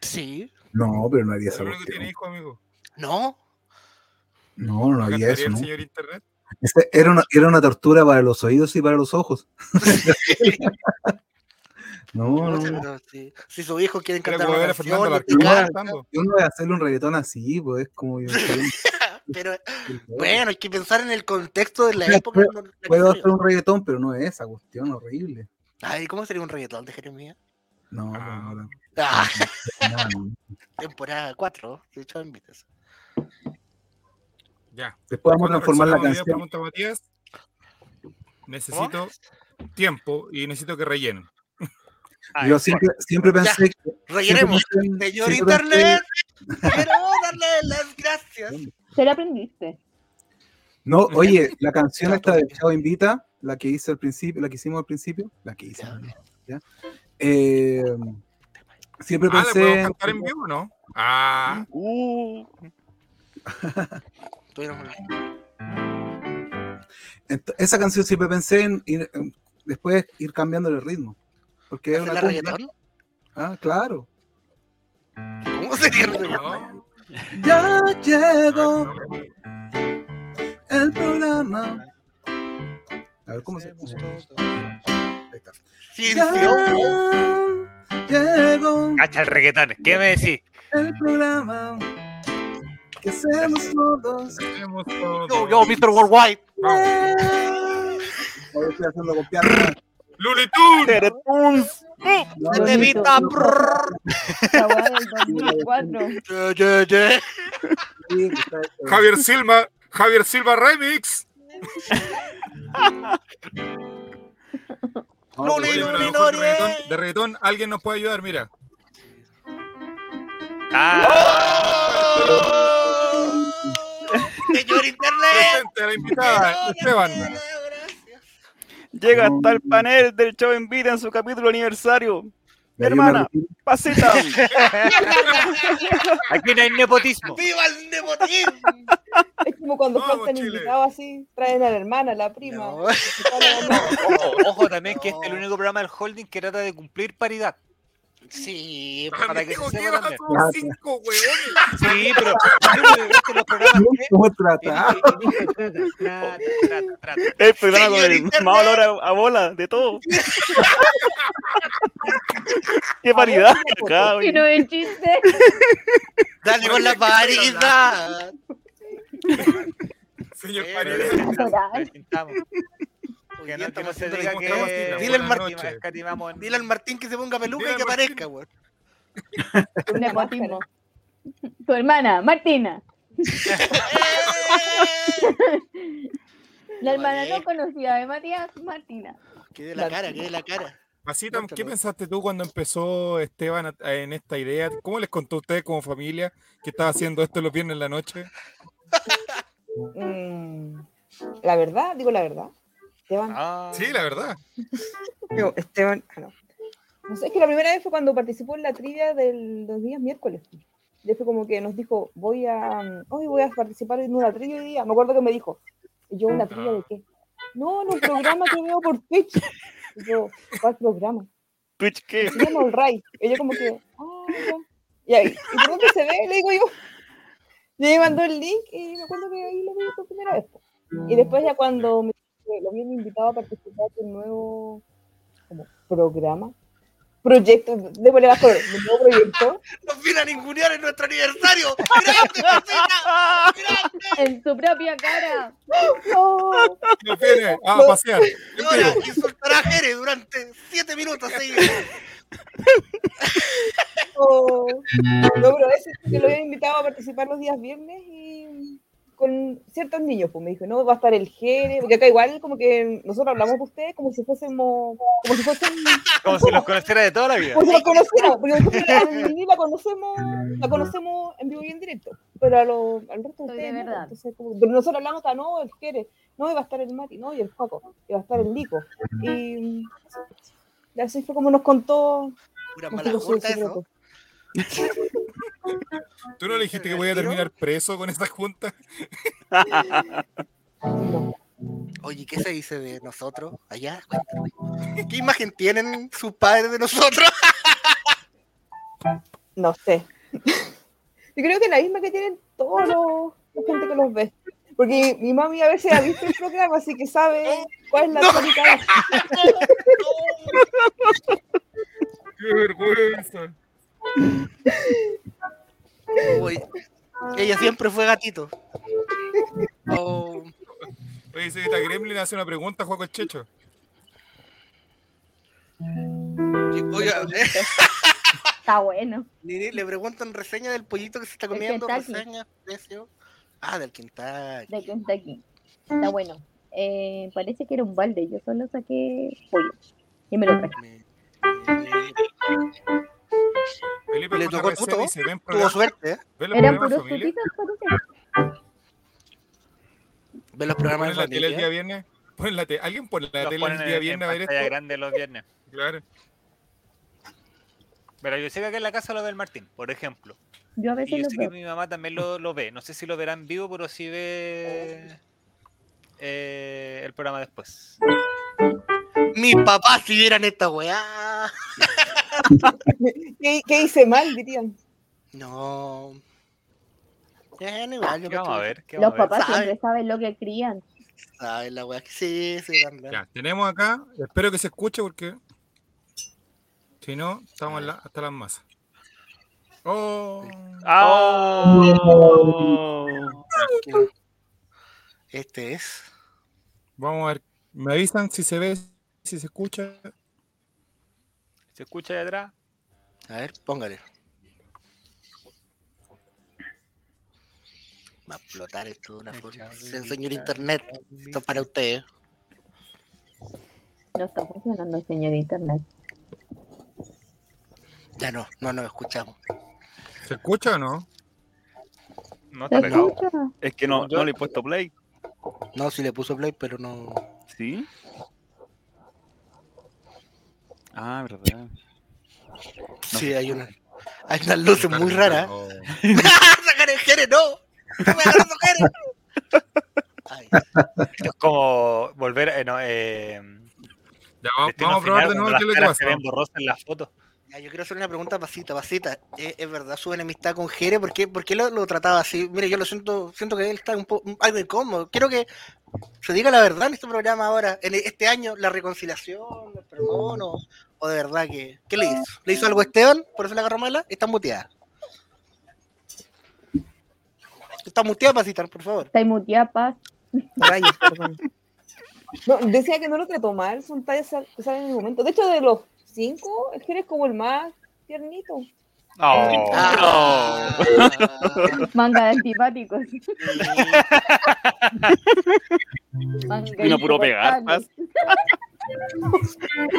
S2: Sí.
S4: No, pero no haría
S3: Es
S4: esa
S3: el único que
S4: cuestión.
S3: tiene hijo, amigo.
S2: No,
S4: No, no había
S3: ¿Cantaría
S4: eso,
S3: el
S4: ¿no?
S3: señor Internet?
S4: Ese Era una, era una tortura para los oídos y para los ojos. [laughs] no, no,
S2: puta,
S4: no.
S2: pero si, si su hijo quiere
S3: Era
S2: cantar
S3: como
S2: una
S3: ver a
S2: canción, no te
S3: Fernando Barquín
S4: cara.
S3: cantando.
S4: Yo no voy a hacerle un reggaetón así, pues es
S2: [laughs]
S4: como. yo-
S2: ca- pero bueno, hay que pensar en el contexto de la
S4: Mira,
S2: época. en la que
S4: Puedo hacer
S2: ocurrió.
S4: un reggaetón, pero no es esa cuestión horrible.
S2: Ay, ¿cómo sería un reggaetón de Jeremía?
S4: No, pues,
S3: Ah.
S4: no, no,
S2: Ah,
S4: no, no.
S2: [laughs] temporada 4, de hecho, invites.
S3: Ya.
S4: Después vamos a
S3: Cuando
S4: transformar la canción.
S3: reaccionamos, pregunta Matías. Necesito tiempo y necesito que rellenen.
S5: Ah,
S4: Yo
S5: ya,
S4: siempre, siempre pensé que.
S2: Rellenemos.
S4: siempre pensé-
S2: Señor
S4: siempre pensé-
S2: Internet, quiero darle las gracias.
S7: Se la aprendiste.
S4: No, oye, la canción
S2: Ya,
S4: esta de
S2: todo bien.
S4: Chao Invita, la que hice al principio, la que hicimos al principio, la que hice.
S2: Ya.
S4: ¿no? ¿Ya? Eh, siempre
S3: Ah, ¿la podemos
S4: pensé.
S3: cantar en vivo o no? Ah,
S6: Uh,
S2: Tuviéramos la-
S4: ent- Esa canción siempre pensé en, ir- en después ir cambiando el ritmo. Porque es
S2: ¿Hacer
S4: una
S2: la
S4: cumbia.
S2: reggaetón?
S4: Ah, claro.
S2: ¿Cómo sería el reggaetón?
S3: no.
S4: Ya
S3: Ah,
S4: llegó
S3: no.
S4: el programa. A ver cómo se. Ahí está.
S2: Sí,
S4: Ya
S2: sí, obvio.
S4: llegó
S5: Cacha el reggaetón. ¿Qué me decís?
S4: el programa que hacemos todos.
S3: Tenemos todo.
S2: Yo, yo, Mr. Worldwide.
S3: Vamos.
S4: Ahora estoy haciendo copiar.
S3: Looney Tunes.
S4: No,
S7: Bonito.
S2: Te evita. prrr.
S7: Esa weá del 2004.
S2: Ye, ye, ye.
S4: Sí, que está hecho.
S3: Javier Silva, Javier Silva Remix.
S4: No, pues,
S2: Luli,
S3: Oye, pero a lo
S2: Luli,
S3: mejor de
S2: Luli.
S3: reggaetón- de reggaetón, alguien nos puede ayudar, mira.
S2: Señor Internet.
S3: Presente a la invitada,
S2: quiero
S3: Esteban.
S2: darle las gracias.
S6: llega
S4: No,
S6: hasta el
S4: no.
S6: panel del show en vida en su capítulo aniversario.
S4: ya yo me
S6: hermana.
S4: retiro.
S2: [laughs]
S6: Pasita.
S5: Aquí no hay nepotismo.
S2: ¡Viva el nepotismo!
S9: [laughs] Es como cuando
S3: Vamos,
S9: faltan
S3: Chile.
S9: invitados así, traen a la hermana, a la prima.
S2: No.
S5: Ojo, ojo también que este es el
S2: No.
S5: único programa del holding que trata de cumplir paridad.
S2: Sí,
S5: Para que se
S3: Amigo,
S5: sepa
S3: lleva
S5: también.
S3: como cinco hueones.
S5: Sí, pero tú no llegaste a
S1: este
S5: los programas
S4: No,
S5: tres.
S4: [laughs] ¿Cómo tratar?
S5: Trata, trata, trata.
S6: El programa eh, con
S2: Señor
S6: el
S2: Internet.
S6: más olor a, a bola de todo. Qué variedad acá, oye.
S7: Que no es chiste.
S2: Dale con la paridad. [laughs]
S3: Señor
S5: Sí,
S3: Paredes.
S5: pero-
S7: Total.
S5: Sintamos. Que no, que no se
S3: haciendo
S5: diga
S3: la
S5: que
S3: contra
S2: Dile al
S5: que
S2: Martín.
S5: escatima- escatimamos en-
S2: Dile al Martín que se ponga peluca
S3: Dile
S2: y que
S3: al Martín.
S2: aparezca, weón.
S9: Una
S7: Nepotismo.
S9: máscara.
S7: Tu hermana, Martina.
S2: ¡Eh!
S7: La hermana
S2: Vale.
S7: no conocida de Matías, Martina.
S2: Que de la cara, que de la cara.
S3: Masita, ¿qué
S2: Cuéntalo.
S3: pensaste tú cuando empezó Esteban a- a- en esta idea? ¿Cómo les contó a ustedes como familia que estaba haciendo esto los viernes en la noche?
S9: Mm, la verdad, digo la verdad. Esteban,
S5: Ah.
S3: Sí, la verdad.
S9: digo, Esteban, ah, no. No sé, es que la primera vez fue cuando participó en la trivia del, de los días miércoles. Y fue como que nos dijo, voy a, mm, hoy voy a participar en una trivia hoy día. Me acuerdo que me dijo, y yo, ¿una trivia de qué? No, en un programa que veo por Twitch. Y yo, ¿cuál programa?
S6: Twitch qué.
S9: Se llama All Right. Y yo como que, ah, ya. Y ahí, ¿y por dónde se ve? Le digo yo. Y ahí me mandó el link y me acuerdo que ahí lo vi por primera vez. po. Y después ya cuando me, que lo habían invitado a participar de un nuevo como, programa, proyecto, démosle más color, de nuevo proyecto,
S2: Nos viene a ningunear en
S7: [laughs]
S2: nuestro aniversario. ¡Grande, Martina! ¡Grande!
S7: En su propia cara.
S9: ¡No!
S3: Los viernes Ah, a pasear.
S2: Y ahora insultará a Jere durante siete minutos
S3: [laughs]
S2: seguidos.
S9: No, No, pero ese que lo habían invitado a participar los días viernes y con ciertos niños, pues me dijo, no, va a estar el Jere, porque acá igual como que nosotros hablamos de ustedes como si fuésemos, como si fuésemos,
S5: Como si los conociera de toda la vida.
S9: como si los conociéramos, porque nosotros
S2: [laughs]
S9: a la Nini la conocemos, la conocemos en vivo y en directo, pero a lo- al resto
S7: Soy
S9: de
S7: de
S9: ustedes, no,
S7: verdad.
S9: entonces como- pero nosotros hablamos acá, no, el Jere, no, y va a estar el Mati, no, y el Paco, y va a estar el Nico, y y así fue como nos contó,
S2: Pura
S9: nos
S2: mala
S9: dijo su
S2: junta
S9: secreto.
S2: eso.
S3: ¿Tú no le dijiste que voy a terminar preso con esta
S5: [laughs]
S3: junta?
S9: No.
S2: Oye, ¿qué se dice de nosotros allá? Cuéntame. ¿Qué imagen tienen sus padres de
S5: [laughs]
S2: nosotros?
S9: No sé. Yo creo que la misma que tienen todos los, la gente que los ve. Porque mi mami a veces ha visto el programa, así que sabe cuál es la tónica.
S3: ¡Qué vergüenza!
S2: Uy, Ella siempre fue gatito. Oh,
S3: Oye, señorita Gremlin hace una pregunta, Juaco el Checho.
S2: y- oiga, [laughs]
S7: Está bueno.
S2: le le preguntan reseña del pollito que se está
S7: Del
S2: comiendo,
S7: Kentucky.
S2: reseña, precio. Ah, del Kentucky.
S7: de Kentucky. Está bueno. Eh, parece que era un balde. Yo solo saqué pollo. Y me lo traje.
S2: Me- me-
S3: Felipe
S2: Le
S3: JRC
S2: tocó el puto,
S3: dice, ven
S2: Tuvo
S3: programa,
S2: suerte, ¿eh?
S3: ven los
S7: Eran
S3: programas
S7: puros
S3: de familia.
S7: frutitas, parece.
S2: Ve los programas de
S3: ¿Ponen la tele el día
S2: familia.
S3: viernes? Ponen la te- ¿Alguien pone la
S5: Los
S3: tele
S5: ponen
S3: el
S5: en-
S3: día
S5: en
S3: viernes a ver
S5: pantalla
S3: esto?
S5: grande los viernes.
S3: Claro.
S5: Pero yo sé que acá en la casa lo ve el Martín, por ejemplo.
S7: Yo a veces
S5: Y yo
S7: los
S5: sé que
S7: veo.
S5: mi mamá también lo, lo ve. No sé si lo verá en vivo, pero sí ve eh, el programa después.
S2: Mis papás si vieran esta weá.
S9: [laughs] ¿Qué, qué hice mal, dirían?
S2: No. Bueno, igual, yo
S5: ¿Qué vamos a
S2: cacho que
S5: ver? ¿Qué
S7: Los
S5: vamos a ver?
S7: papás
S2: Saben.
S7: siempre saben lo que crían.
S2: saben la weá que sí, sí, también.
S3: Ya, tenemos acá, espero que se escuche porque si no, estamos en la- hasta las masas. Oh,
S6: ¡Oh!
S2: Este es.
S3: vamos a ver, me avisan si se ve, si se escucha.
S5: ¿Se escucha de atrás?
S2: A ver, póngale. Va a explotar esto de una forma. Se- Señor Internet, esto es para ¿eh? ustedes.
S7: No está funcionando el señor internet.
S2: Ya no, no nos escuchamos.
S3: ¿Se escucha o no?
S5: No
S7: ¿Se
S5: está pegado.
S7: escucha?
S6: Es que no, no le he puesto play.
S2: No, si le puso play, pero no.
S6: ¿Sí? Ah, verdad.
S2: Sí, hay una. Hay unas luces muy raras.
S3: Oh.
S2: [laughs] ¡Sacar el Jere, no! ¡No me agarras, Jere! Ay,
S5: Esto es como volver. eh, no, eh,
S3: Ya, vamos,
S5: destino
S3: vamos a probar
S5: final,
S3: de
S5: cuando
S3: nuevo
S5: las
S3: qué le
S5: caras se
S3: pasa.
S5: ven borrosas en las fotos.
S2: ya, yo quiero hacer una pregunta pasita, pasita. Eh, ¿Es, es verdad su enemistad con Jere? ¿Por qué, por qué lo, lo trataba así? Mire, yo lo siento, siento que él está un poco algo incómodo. Quiero que se diga la verdad en este programa ahora, en e- este año, la reconciliación, el perdón, o, o de verdad que. ¿Qué le hizo? ¿Le hizo algo a Esteban? ¿Por eso la agarró mala? Está muteada. Está muteada, pasita, por favor.
S7: Está muteada, paz.
S2: Rayos, perdón.
S9: [laughs] No, decía que no lo trató mal, son tallas sal- que salen en el momento. De hecho, de los cinco, el que eres como el más tiernito.
S5: Oh,
S2: Ah.
S7: Manga de antipáticos. Manga
S6: Vino puro pegar,
S7: insoportable.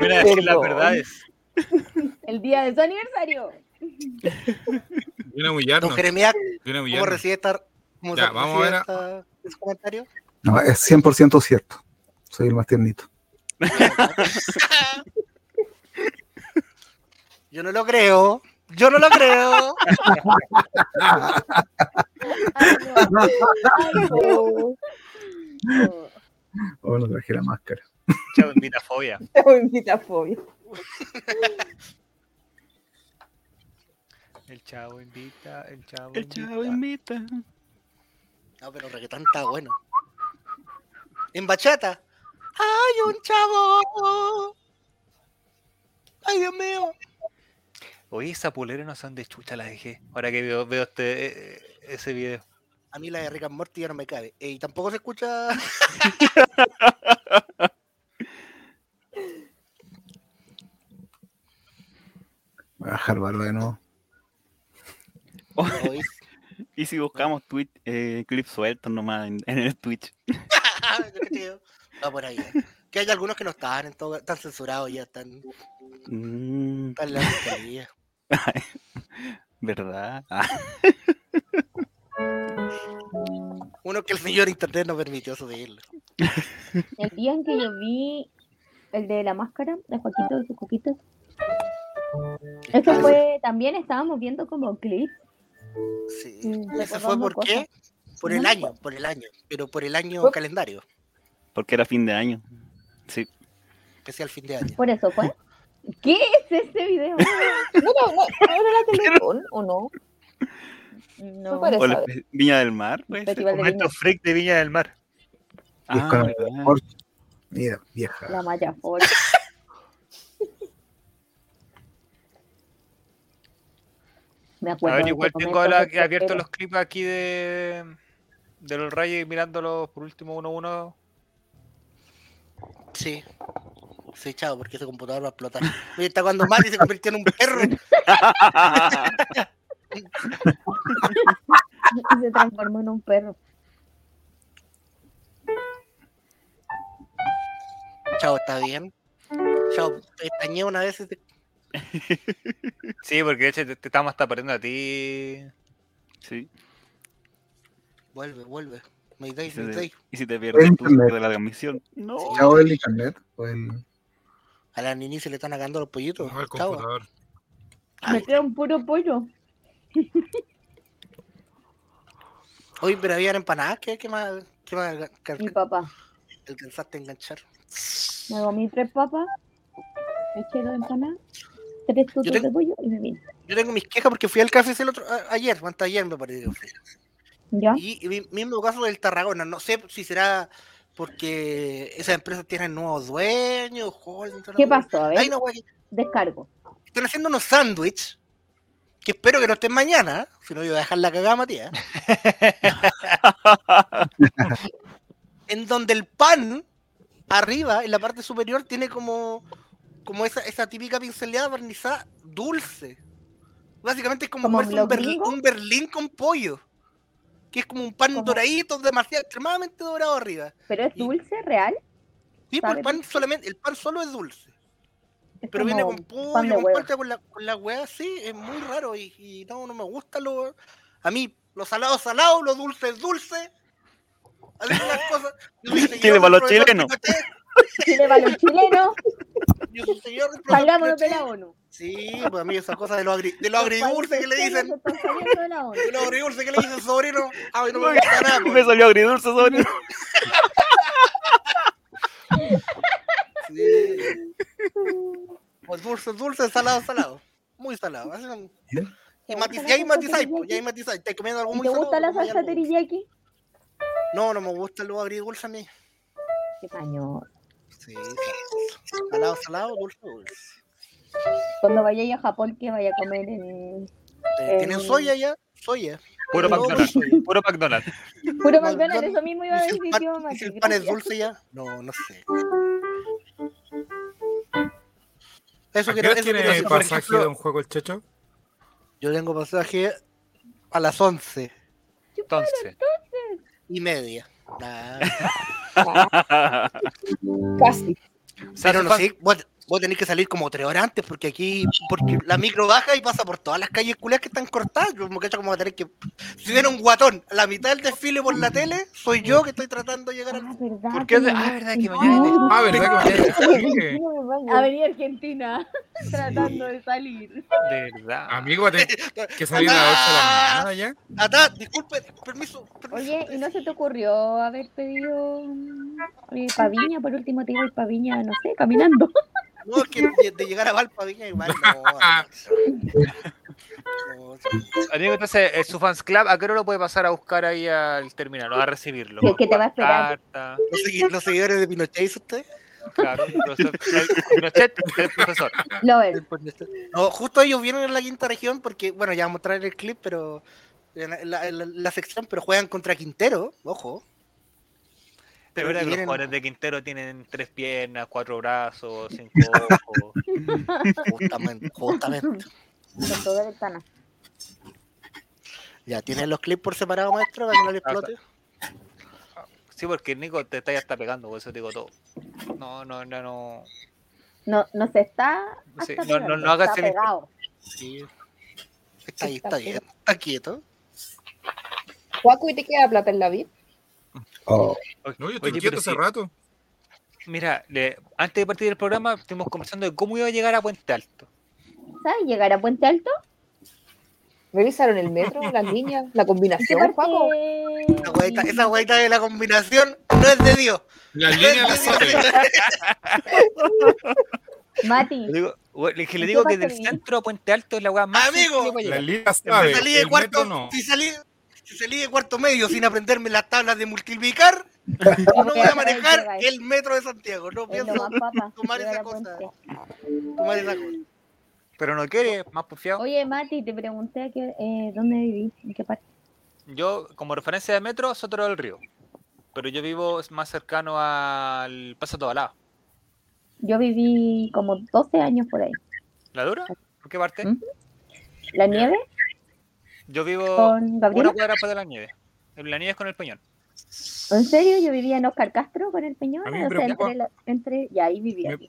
S5: mira, decir las
S9: Perdón.
S5: verdades.
S7: [laughs] El día de su aniversario.
S3: Viene a
S2: Don
S3: humillarnos,
S2: Jeremías,
S3: viene a
S2: ¿Cómo
S3: humillarnos.
S2: recibe esta, cómo
S3: Ya,
S2: se-
S3: vamos
S2: recibe
S3: a ver a-
S2: esta- este comentario?
S4: No, es 100% cierto. Soy el más tiernito.
S2: Yo no lo creo. Yo no lo creo.
S7: Ay, no. Ay,
S9: Oh,
S7: no.
S4: Oh, no traje la máscara.
S5: Chao, invita
S9: [laughs]
S5: fobia.
S9: tengo invitafobia.
S5: El chavo invita, el chavo
S6: El
S5: invita.
S6: chavo invita.
S2: No, pero el reggaetón está bueno. En bachata. ¡Ay, un chavo! ¡Ay, Dios mío!
S5: Oye, esa pulera no son de chucha, la dejé. Ahora que veo, veo este, eh, ese video.
S2: A mí la de Rick and Morty ya no me cabe. Eh, Y tampoco se escucha.
S4: Voy a bajar barba de nuevo.
S2: Hoy.
S6: Y si buscamos tweet, eh, clips sueltos nomás en, en el Twitch.
S2: Qué chido. Va por ahí. eh. Que hay algunos que no están, en todo- están censurados ya, están,
S6: Mm,
S2: están en la fiscalía.
S6: [laughs] ¿Verdad? Ah,
S2: Uno que el señor internet no permitió subirlo.
S7: El día en que yo vi el de la máscara de Joaquito de sus coquitos, eso
S2: Ah,
S7: fue, también estábamos viendo como clip.
S2: Sí.
S7: Mm,
S2: Ese fue
S7: recordando
S2: por qué? Por
S7: No
S2: el
S7: me
S2: año,
S7: acuerdo.
S2: por el año, pero por el año
S9: Fue-
S2: calendario,
S6: porque era fin de año. Sí.
S2: especial fin de año.
S7: Por eso fue.
S9: [laughs]
S7: ¿Qué es este video?
S9: No, no, no, ¿no era la Teletón o no? Fue
S7: No.
S9: por
S6: O
S9: eso.
S6: la fe- Viña del Mar, puede ser.
S7: Festival de
S5: Momento
S7: Viña.
S5: freak de Viña del Mar.
S6: Ah,
S4: con el
S6: ¿verdad?
S4: amor. Mira, vieja.
S7: La Maya Ford. Me acuerdo.
S5: a ver,
S7: de
S5: igual
S7: ese
S5: tengo
S7: momento,
S5: ahora
S7: ese
S5: abiertos
S7: pelo.
S5: los clips aquí de, de los rayos y mirándolos por último uno a uno.
S2: Sí. Sí, chao, porque ese computador va a explotar. Oye, está cuando Mati se convirtió en un perro.
S7: [laughs] Y se transformó en un perro.
S2: Chao, está bien. Chao, te extrañé una vez. este-
S5: Sí, porque de hecho te, te estamos hasta perdiendo a ti.
S6: Sí.
S2: Vuelve, vuelve. Me
S6: Y
S2: dais,
S6: si
S2: me
S6: te,
S2: dais.
S6: y si te pierdes tú,
S4: Internet.
S6: de la transmisión. No.
S4: Chao el internet. o el-
S2: A la Nini se le están agando los pollitos.
S3: No, el
S2: Chao.
S3: computador.
S7: Me queda un puro
S2: [laughs]
S7: pollo.
S2: Hoy, pero habían empanadas. ¿Qué, qué más, qué más alca-
S7: Mi
S2: alca-
S7: papá.
S2: alcanzaste a enganchar?
S7: Me comí tres papas. Me eché dos empanadas. Tres tutos
S2: tengo-
S7: de pollo y me vine.
S2: Yo tengo mis quejas porque fui al café el otro, a- ayer, hasta ayer me parece que fui.
S7: ¿Ya?
S2: Y, y mi- mismo caso del Tarragona, no sé si será porque esas empresas tienen nuevos dueños, holding, toda la
S7: ¿Qué
S2: wea.
S7: pasó? A ver,
S2: Hay una wea que
S7: descargo.
S2: están haciendo unos sándwiches que espero que no estén mañana, ¿eh? si no yo voy a dejar la cagada, Matías. en donde el pan arriba, en la parte superior, tiene como, como esa, esa típica pincelada barnizada dulce. Básicamente es como
S7: ¿Como
S2: comerse un,
S7: los
S2: berl-
S7: gringos?
S2: un berlín con pollo. Que es como un pan
S7: Como-
S2: doradito, demasiado, extremadamente dorado arriba.
S7: ¿Pero es
S2: Y-
S7: dulce, real?
S2: Sí, pues
S7: Sabe
S2: el pan solamente, el pan solo es dulce.
S7: Es
S2: Pero viene
S7: como pan
S2: con
S7: de
S2: pollo, con
S7: huevo.
S2: palta, con la, con la hueá, sí, es muy raro y, y no, no me gusta lo... A mí, lo salado es salado, lo dulce es dulce. A mí las cosas... yo soy
S6: Chile
S2: seguidor
S6: para
S2: del
S6: los
S2: profesor
S6: chilenos.
S2: Pinochet,
S7: Chile para los chilenos.
S2: yo soy seguidor del profesor
S7: Salgámonos de
S2: Pinochet.
S7: la ONU.
S2: Sí, pues a mí esas cosas de los, agri- de los
S7: Los
S2: agridulces que le
S7: países
S2: dicen,
S7: serios están saliendo de la ONU.
S2: de los agridulces que le dicen sobrino, a mí no me
S3: [laughs]
S2: gusta nada.
S6: Me
S2: pues.
S6: salió agridulce sobre.
S5: [laughs]
S2: Sí. Pues dulce, dulce, salado, salado. Muy salado. así son.
S7: ¿Te
S2: Y
S7: gusta
S2: matiz,
S7: la
S2: y ahí
S7: salsa
S2: matizai, po,
S7: teriyaki?
S2: y ahí matizai. ¿Estás comiendo algo
S7: ¿Y
S2: muy
S7: ¿Te gusta la
S2: salado, comí
S7: salsa
S2: algo-
S7: teriyaki?
S2: No, no me gusta lo agridulce a mí.
S7: Qué paño.
S2: Sí. Salado, salado, dulce, dulce.
S7: Cuando vayáis a Japón, que vaya a comer en.
S2: Eh, ¿Tienen
S7: Eh,
S2: soya ya? Soya.
S5: Puro
S2: Todo con
S5: McDonald's.
S2: soya.
S5: Puro McDonald's.
S7: Puro
S2: McDonald's,
S7: McDonald's, eso mismo iba a
S2: ¿Y si
S7: decir
S2: el
S7: yo,
S2: pan- y
S7: Mati,
S2: si el pan es
S7: gracias.
S2: dulce ya? No, no sé. Eso
S3: ¿A
S2: que
S3: qué hora tiene
S2: por
S3: pasaje
S2: ejemplo,
S3: de un juego el checho?
S2: Yo tengo pasaje a las once
S5: Entonces,
S2: y media. Ah,
S9: Casi.
S5: se hace
S2: pero no
S5: fan-
S2: sé, vos, vos tenés que salir como tres horas antes porque aquí porque la micro baja y pasa por todas las calles culias que están cortadas. Yo me cacho como va a tener que. Si viene un guatón a la mitad del desfile por la tele, soy yo que estoy tratando de llegar al.
S7: Ah, verdad.
S5: ¿Por qué?
S7: que
S5: Ah,
S7: no-
S5: verdad que mañana. es-
S3: Ah, ¿verdad que mañana es desfile?
S9: No me baño.
S7: Avenida Argentina, [laughs] tratando de salir.
S5: De verdad.
S3: Amigo, te- que salir a las 8 de la mañana ya.
S2: Atá, disculpe, permiso. permiso.
S7: Oye, ¿y no se te ocurrió haber pedido eh, paviña? Por último, te iba a ir paviña, no sé, caminando.
S2: No, es que de, de llegar a Valpa, Viña igual. No, no, no.
S5: Amigo, entonces, eh, su fans club, ¿a qué hora lo puede pasar a buscar ahí al terminal o a recibirlo?
S7: Sí, es que te va a esperar.
S5: Carta,
S2: ¿Los segui- ¿Los seguidores de Pinochet hizo usted?
S5: claro, el profesor. el Pinochet, el profesor.
S7: Lo es.
S2: No, justo ellos vienen en la quinta región porque, bueno, ya vamos a traer el clip, pero. En la, en la- en la- en la sección, pero juegan contra Quintero, ojo.
S5: De verdad que los
S2: Vienen-
S5: jugadores de Quintero tienen tres piernas, cuatro brazos, cinco ojos.
S2: Justamente, justamente.
S7: Con toda ventana.
S2: Ya tienen los clips por separado, maestro, para que no les explote.
S5: Sí, porque Nico te está ya está pegando, por eso te digo todo. No, no, no, no.
S7: [laughs] No, no se está.
S5: Sí,
S7: hasta
S5: no- no-
S7: pegando,
S5: no hagas
S7: está
S5: el-
S7: pegado.
S2: Sí. Está ahí, está bien, está quieto.
S9: Guaco, ¿y te queda plata en la vida?
S4: Oh,
S5: Oye,
S3: No, yo
S5: oye,
S3: estoy
S5: pero
S3: quieto hace
S5: sí,
S3: rato.
S5: Mira, le- antes de partir del programa estuvimos conversando de cómo iba a llegar a Puente Alto.
S7: ¿Sabes llegar a Puente Alto?
S9: ¿Revisaron
S7: [laughs]
S9: el metro, las líneas, la
S7: ¿Y qué
S9: combinación,
S7: parte?
S9: Juaco?
S2: La huevita- esa huevita de la combinación no es de Dios.
S5: [laughs]
S3: La línea la sabe.
S7: Mati,
S5: Le digo, Güey, Le, que le
S9: ¿Y qué
S5: digo que
S9: pasa
S5: del
S9: ahí?
S5: centro a Puente Alto es la weá más.
S2: Amigo,
S5: sencilla para
S3: La
S5: llegar.
S3: Lila
S2: Si
S3: sabe.
S2: salí de
S3: el
S2: cuarto,
S3: Beto no.
S2: si salí, si salí de cuarto medio sin aprenderme las tablas
S7: [laughs]
S2: de multiplicar, no voy a manejar el metro de Santiago. No
S7: Es lo
S2: pienso
S7: más papa.
S2: [laughs] tomar
S7: llegar
S2: esa
S7: a
S2: cosa.
S7: Puente.
S2: tomar esa cosa.
S5: Pero no quiere, más porfiado.
S7: Oye, Mati, te pregunté a qué- eh, dónde viví, en qué parte.
S5: Yo, como referencia de metro, Sotero del Río. Pero yo vivo más cercano al Paso Tobalá.
S7: Yo viví como 12 años por ahí.
S5: ¿La dura? ¿Por qué parte?
S7: ¿Mm? La nieve
S5: Yo vivo
S7: con
S5: una
S7: Gabriela.
S5: cuadra para de la nieve. La nieve es con el peñón.
S7: ¿En serio? Yo vivía en Oscar Castro con el Peñón.
S3: A mí me
S7: O sea,
S3: preocupa-
S7: entre, la- entre... Y ahí vivía.
S3: Me-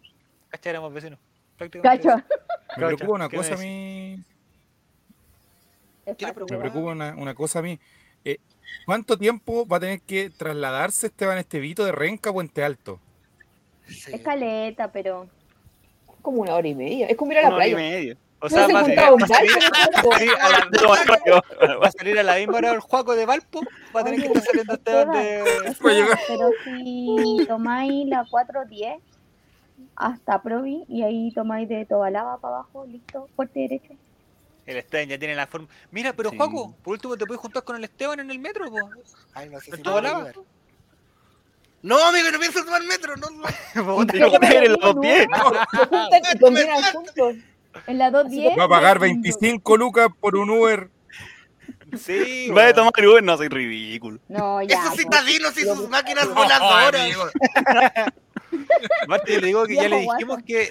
S5: ¿Cachai? Éramos vecinos. prácticamente
S7: Cacho.
S3: Me preocupa una
S5: ¿Qué me
S3: cosa a mí.
S7: Es
S5: Quiero
S7: fácil.
S3: Me preocupa una, una cosa a mí. Eh, ¿Cuánto tiempo va a tener que trasladarse Esteban Estevito de Renca a Puente Alto?
S7: Es caleta, pero...
S9: Es como una hora y media. Es como ir a la
S6: Una hora y
S9: playa.
S6: medio.
S5: O
S9: No
S5: sea,
S9: se
S5: va a
S9: junta
S5: [laughs]
S9: a un
S5: salir-
S9: balcón, es como-
S5: sí, a la- [laughs]
S6: Lo más rápido.
S5: va a salir a la misma hora el Juaco de Valpo. Va a tener que estar [laughs]
S7: [laughs]
S5: saliendo Esteban de.
S3: Voy a llegar.
S7: Pero si tomáis la 410 hasta Provi y ahí tomáis de Tobalaba para abajo, listo, fuerte derecho.
S5: El Esteban ya tiene la forma. Mira, pero
S6: Sí.
S5: Juaco, por último te puedes juntar con el Esteban en el metro. po.
S2: Ay, no sé si me voy
S5: ¿En
S2: a
S5: Tobalaba?
S2: ayudar. No, amigo, no pienso tomar metro. No, no.
S5: Vos te-
S6: Digo, miren los
S7: [laughs]
S6: pies.
S9: Se juntan y combinan juntos.
S7: En la 210.
S3: Va a pagar 25 lucas por un Uber.
S6: [laughs]
S5: Sí,
S6: Va a
S5: weón.
S6: tomar Uber, no soy ridículo.
S7: No, ya.
S2: Esos
S7: po.
S2: citadinos y
S9: Yo-
S2: sus máquinas
S3: Ay,
S2: voladoras.
S3: amigo.
S5: Martín, le digo que ya le
S7: Viejo
S5: dijimos que,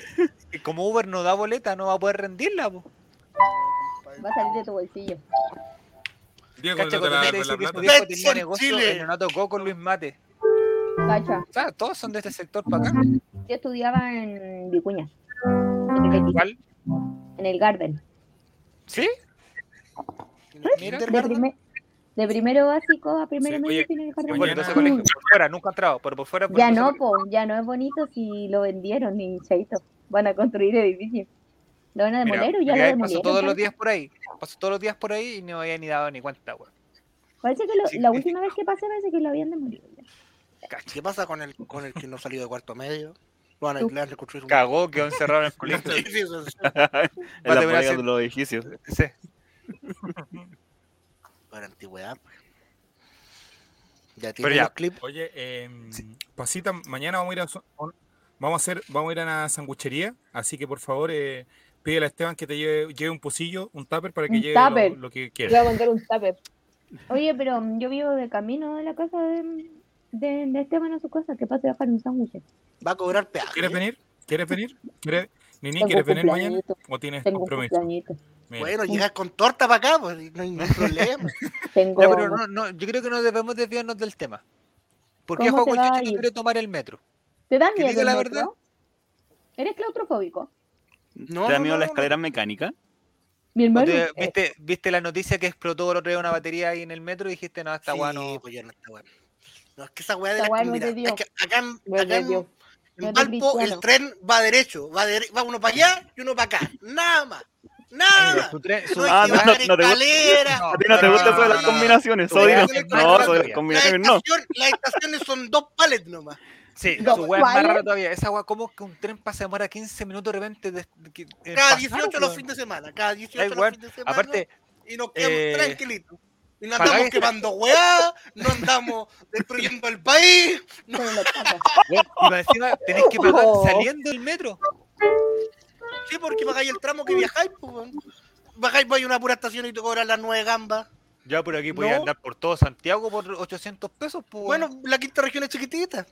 S5: que como Uber no da boleta, no va a poder rendirla. po.
S7: Va a salir de tu bolsillo.
S3: Diego,
S5: Cacha,
S3: no te la,
S5: cuando te
S3: con la
S5: dice que su
S3: plata.
S5: viejo
S2: Betson
S5: tenía negocio
S2: Chile.
S5: en Nonato Go con Luis Mate.
S7: Cacha.
S5: O sea, todos son de este sector para acá.
S7: Yo estudiaba en Vicuña. En el, Betis,
S5: ¿Cuál?
S7: en el Garden.
S5: ¿Sí? Mira,
S7: De, primer- de primero básico a primero
S5: Sí,
S7: medio
S5: oye,
S7: tiene el Garden.
S5: bueno, entonces
S3: Mañana-
S5: colegio, por fuera, nunca he entrado, pero por fuera. por
S7: Ya
S5: ejemplo,
S7: no, po, ya no es bonito si lo vendieron ni chaito. Van a construir edificios. Lo van a
S5: Mira,
S7: demoler o ya
S5: mira,
S7: lo
S5: paso
S7: demolieron.
S5: todos los
S7: parece.
S5: días pues. por ahí. Paso todos los días por ahí y no había ni dado ni cuenta, weón.
S7: Parece que lo-
S5: Sí,
S7: la
S5: sí.
S7: última vez que pasé parece que lo habían demolido. ya.
S2: ¿Qué pasa con el, con el que no salió de cuarto medio? Lo van a,
S7: Tú.
S2: le van a construir un...
S5: Cagó, quedó
S2: [laughs]
S5: encerrado en el colegio.
S2: Sí, sí, sí, sí.
S5: [laughs]
S6: En
S5: terminar
S6: las bodegas de
S5: siendo-
S6: los edificios.
S5: Sí.
S2: Para antigüedad. pues. Ya
S5: Pero
S2: tiene
S5: ya.
S2: los clips.
S3: Oye, eh, Pasita, mañana vamos a ir a, so- vamos a hacer, vamos a ir a una sanguchería, así que por favor eh, pídele a Esteban que te lleve, lleve un pocillo, un tupper para que
S7: Un
S3: lleve lo,
S7: tupper.
S3: lo que
S9: Le voy
S3: quiera.
S9: a mandar un tupper.
S7: Oye, pero mm, yo vivo de camino de la casa de, de, de Esteban a su casa, que pase a dejar un sándwich.
S2: Va a cobrar peaje.
S3: ¿Quieres venir? ¿Quieres venir? ¿Quieres, Nini,
S7: Tengo
S3: ¿quieres venir mañana?
S7: cumpleañito,
S3: ¿O tienes
S7: Tengo un
S3: compromiso?
S7: cumpleañito,
S3: Mira.
S2: Bueno, llegar con torta para acá, pues no hay ningún
S7: [laughs]
S2: problema.
S7: tengo...
S5: Ya, pero no, no, yo creo que no debemos desviarnos del tema. ¿Por qué
S7: ¿Cómo
S5: Juaco
S7: te va a
S5: Chicho no
S7: ir?
S5: quiere tomar el metro?
S7: ¿Te da
S5: que
S7: miedo
S5: diga
S7: el
S5: la
S7: metro?
S5: verdad.
S7: ¿Eres
S5: [laughs]
S7: claustrofóbico?
S2: No,
S6: ¿Te da
S2: no,
S6: miedo
S2: no,
S6: la
S2: no,
S6: escalera mecánica?
S7: Mi
S5: ¿No
S7: hermano...
S5: te-
S7: eh,
S5: ¿Viste, ¿Viste la noticia que explotó el otro día una batería ahí en el metro y dijiste, no, esta
S2: Sí,
S5: guano no?
S2: pues ya no está bueno. No, es que esa weá de
S7: Esta
S2: la
S7: weá no
S2: mira,
S7: es de
S2: es que acá, en-
S9: No es
S2: acá
S9: de
S2: en,
S9: Dios.
S7: No
S2: en
S7: es de
S2: Valpo el
S7: cristiano.
S2: tren va derecho, va, dere- va uno para allá y uno para acá. Nada más. Nada
S5: Mira,
S2: más.
S5: su tren- su-
S2: No hay
S6: Ah,
S2: que
S6: no, no,
S2: bajar
S6: no te gusta.
S2: escalera.
S5: No,
S6: ¿A ti no te
S5: no,
S6: gusta eso de
S5: no,
S6: las
S5: no, no.
S6: combinaciones?
S5: Tu
S6: Soy
S5: weá
S6: de
S5: es más
S6: las- No,
S5: rara
S6: soy de las
S5: todavía.
S2: Las
S6: combinaciones, no.
S2: estaciones, las estaciones son dos palets nomás.
S5: Sí,
S7: No,
S5: su weá es más
S7: ¿cuál es?
S5: rara todavía. Esa weá, ¿cómo que un tren pasa a demorar 15 minutos de repente? de- de que- en
S2: Cada
S5: pasar,
S2: 18 los
S5: weón?
S2: fines de semana. Cada 18
S5: Da
S2: los
S5: igual.
S2: fines de semana.
S5: Aparte,
S2: y nos quedamos
S5: eh,
S2: tranquilitos. Y no
S5: pagáis-
S2: andamos quemando weá, no andamos destruyendo el país.
S7: pero lo tapas.
S5: weón, y más encima tenés que pagar
S9: Oh.
S5: saliendo del metro.
S2: Sí, porque pagáis el tramo que viajáis, pues. weón. Bajáis, vais a una pura estación y te cobran las nueve gambas.
S5: Ya por aquí podía
S2: No.
S5: andar por todo Santiago por 800 pesos.
S7: Oh.
S5: Pues,
S2: Bueno,
S5: weón.
S2: la quinta región es chiquitita.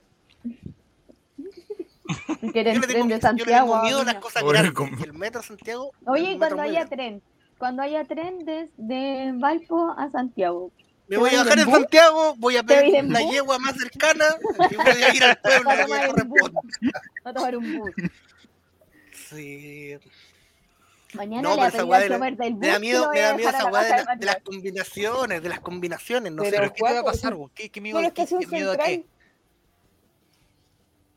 S7: Si quieres
S2: Yo le
S7: tren
S2: tengo,
S7: de
S2: yo le tengo
S7: Santiago...
S2: miedo a
S7: amiga.
S2: las cosas
S3: Ahora,
S2: grandes.
S3: ¿cómo?
S2: y El metro de Santiago.
S7: Oye,
S2: el
S7: y
S2: metro
S7: cuando haya
S2: mueve.
S7: tren, cuando haya tren desde Valpo a Santiago.
S2: Me voy
S7: ¿Te
S2: a
S7: vas
S2: bajar
S7: en
S2: en
S7: bus?
S2: Santiago, voy a
S7: ¿Te vas
S2: pedir
S7: en
S2: la
S7: bus?
S2: yegua más
S7: [laughs]
S2: cercana y voy a ir al pueblo
S7: Vas a
S2: que me
S7: tomar el bus.
S2: corresponde.
S7: Va a tomar un bus.
S2: Sí.
S7: Mañana
S2: No,
S7: le
S2: pero
S7: va a pedir
S2: esa weá
S7: al chofer
S2: de la-
S7: del bus.
S2: Me
S7: que
S2: da
S7: lo
S2: miedo, me
S7: vaya a
S2: da miedo
S7: dejar a
S2: esa
S7: la
S2: weá de,
S7: casa
S2: la- de
S7: Matías.
S2: las combinaciones, de las combinaciones, no sé.
S9: Pero-
S5: ¿Pero qué te va a
S9: Juaco,
S5: pasar?
S9: sí.
S5: weón? ¿Qué, qué miedo,
S9: Pero
S5: qué-
S9: estación
S5: qué miedo a
S2: [laughs]
S9: central.
S5: qué?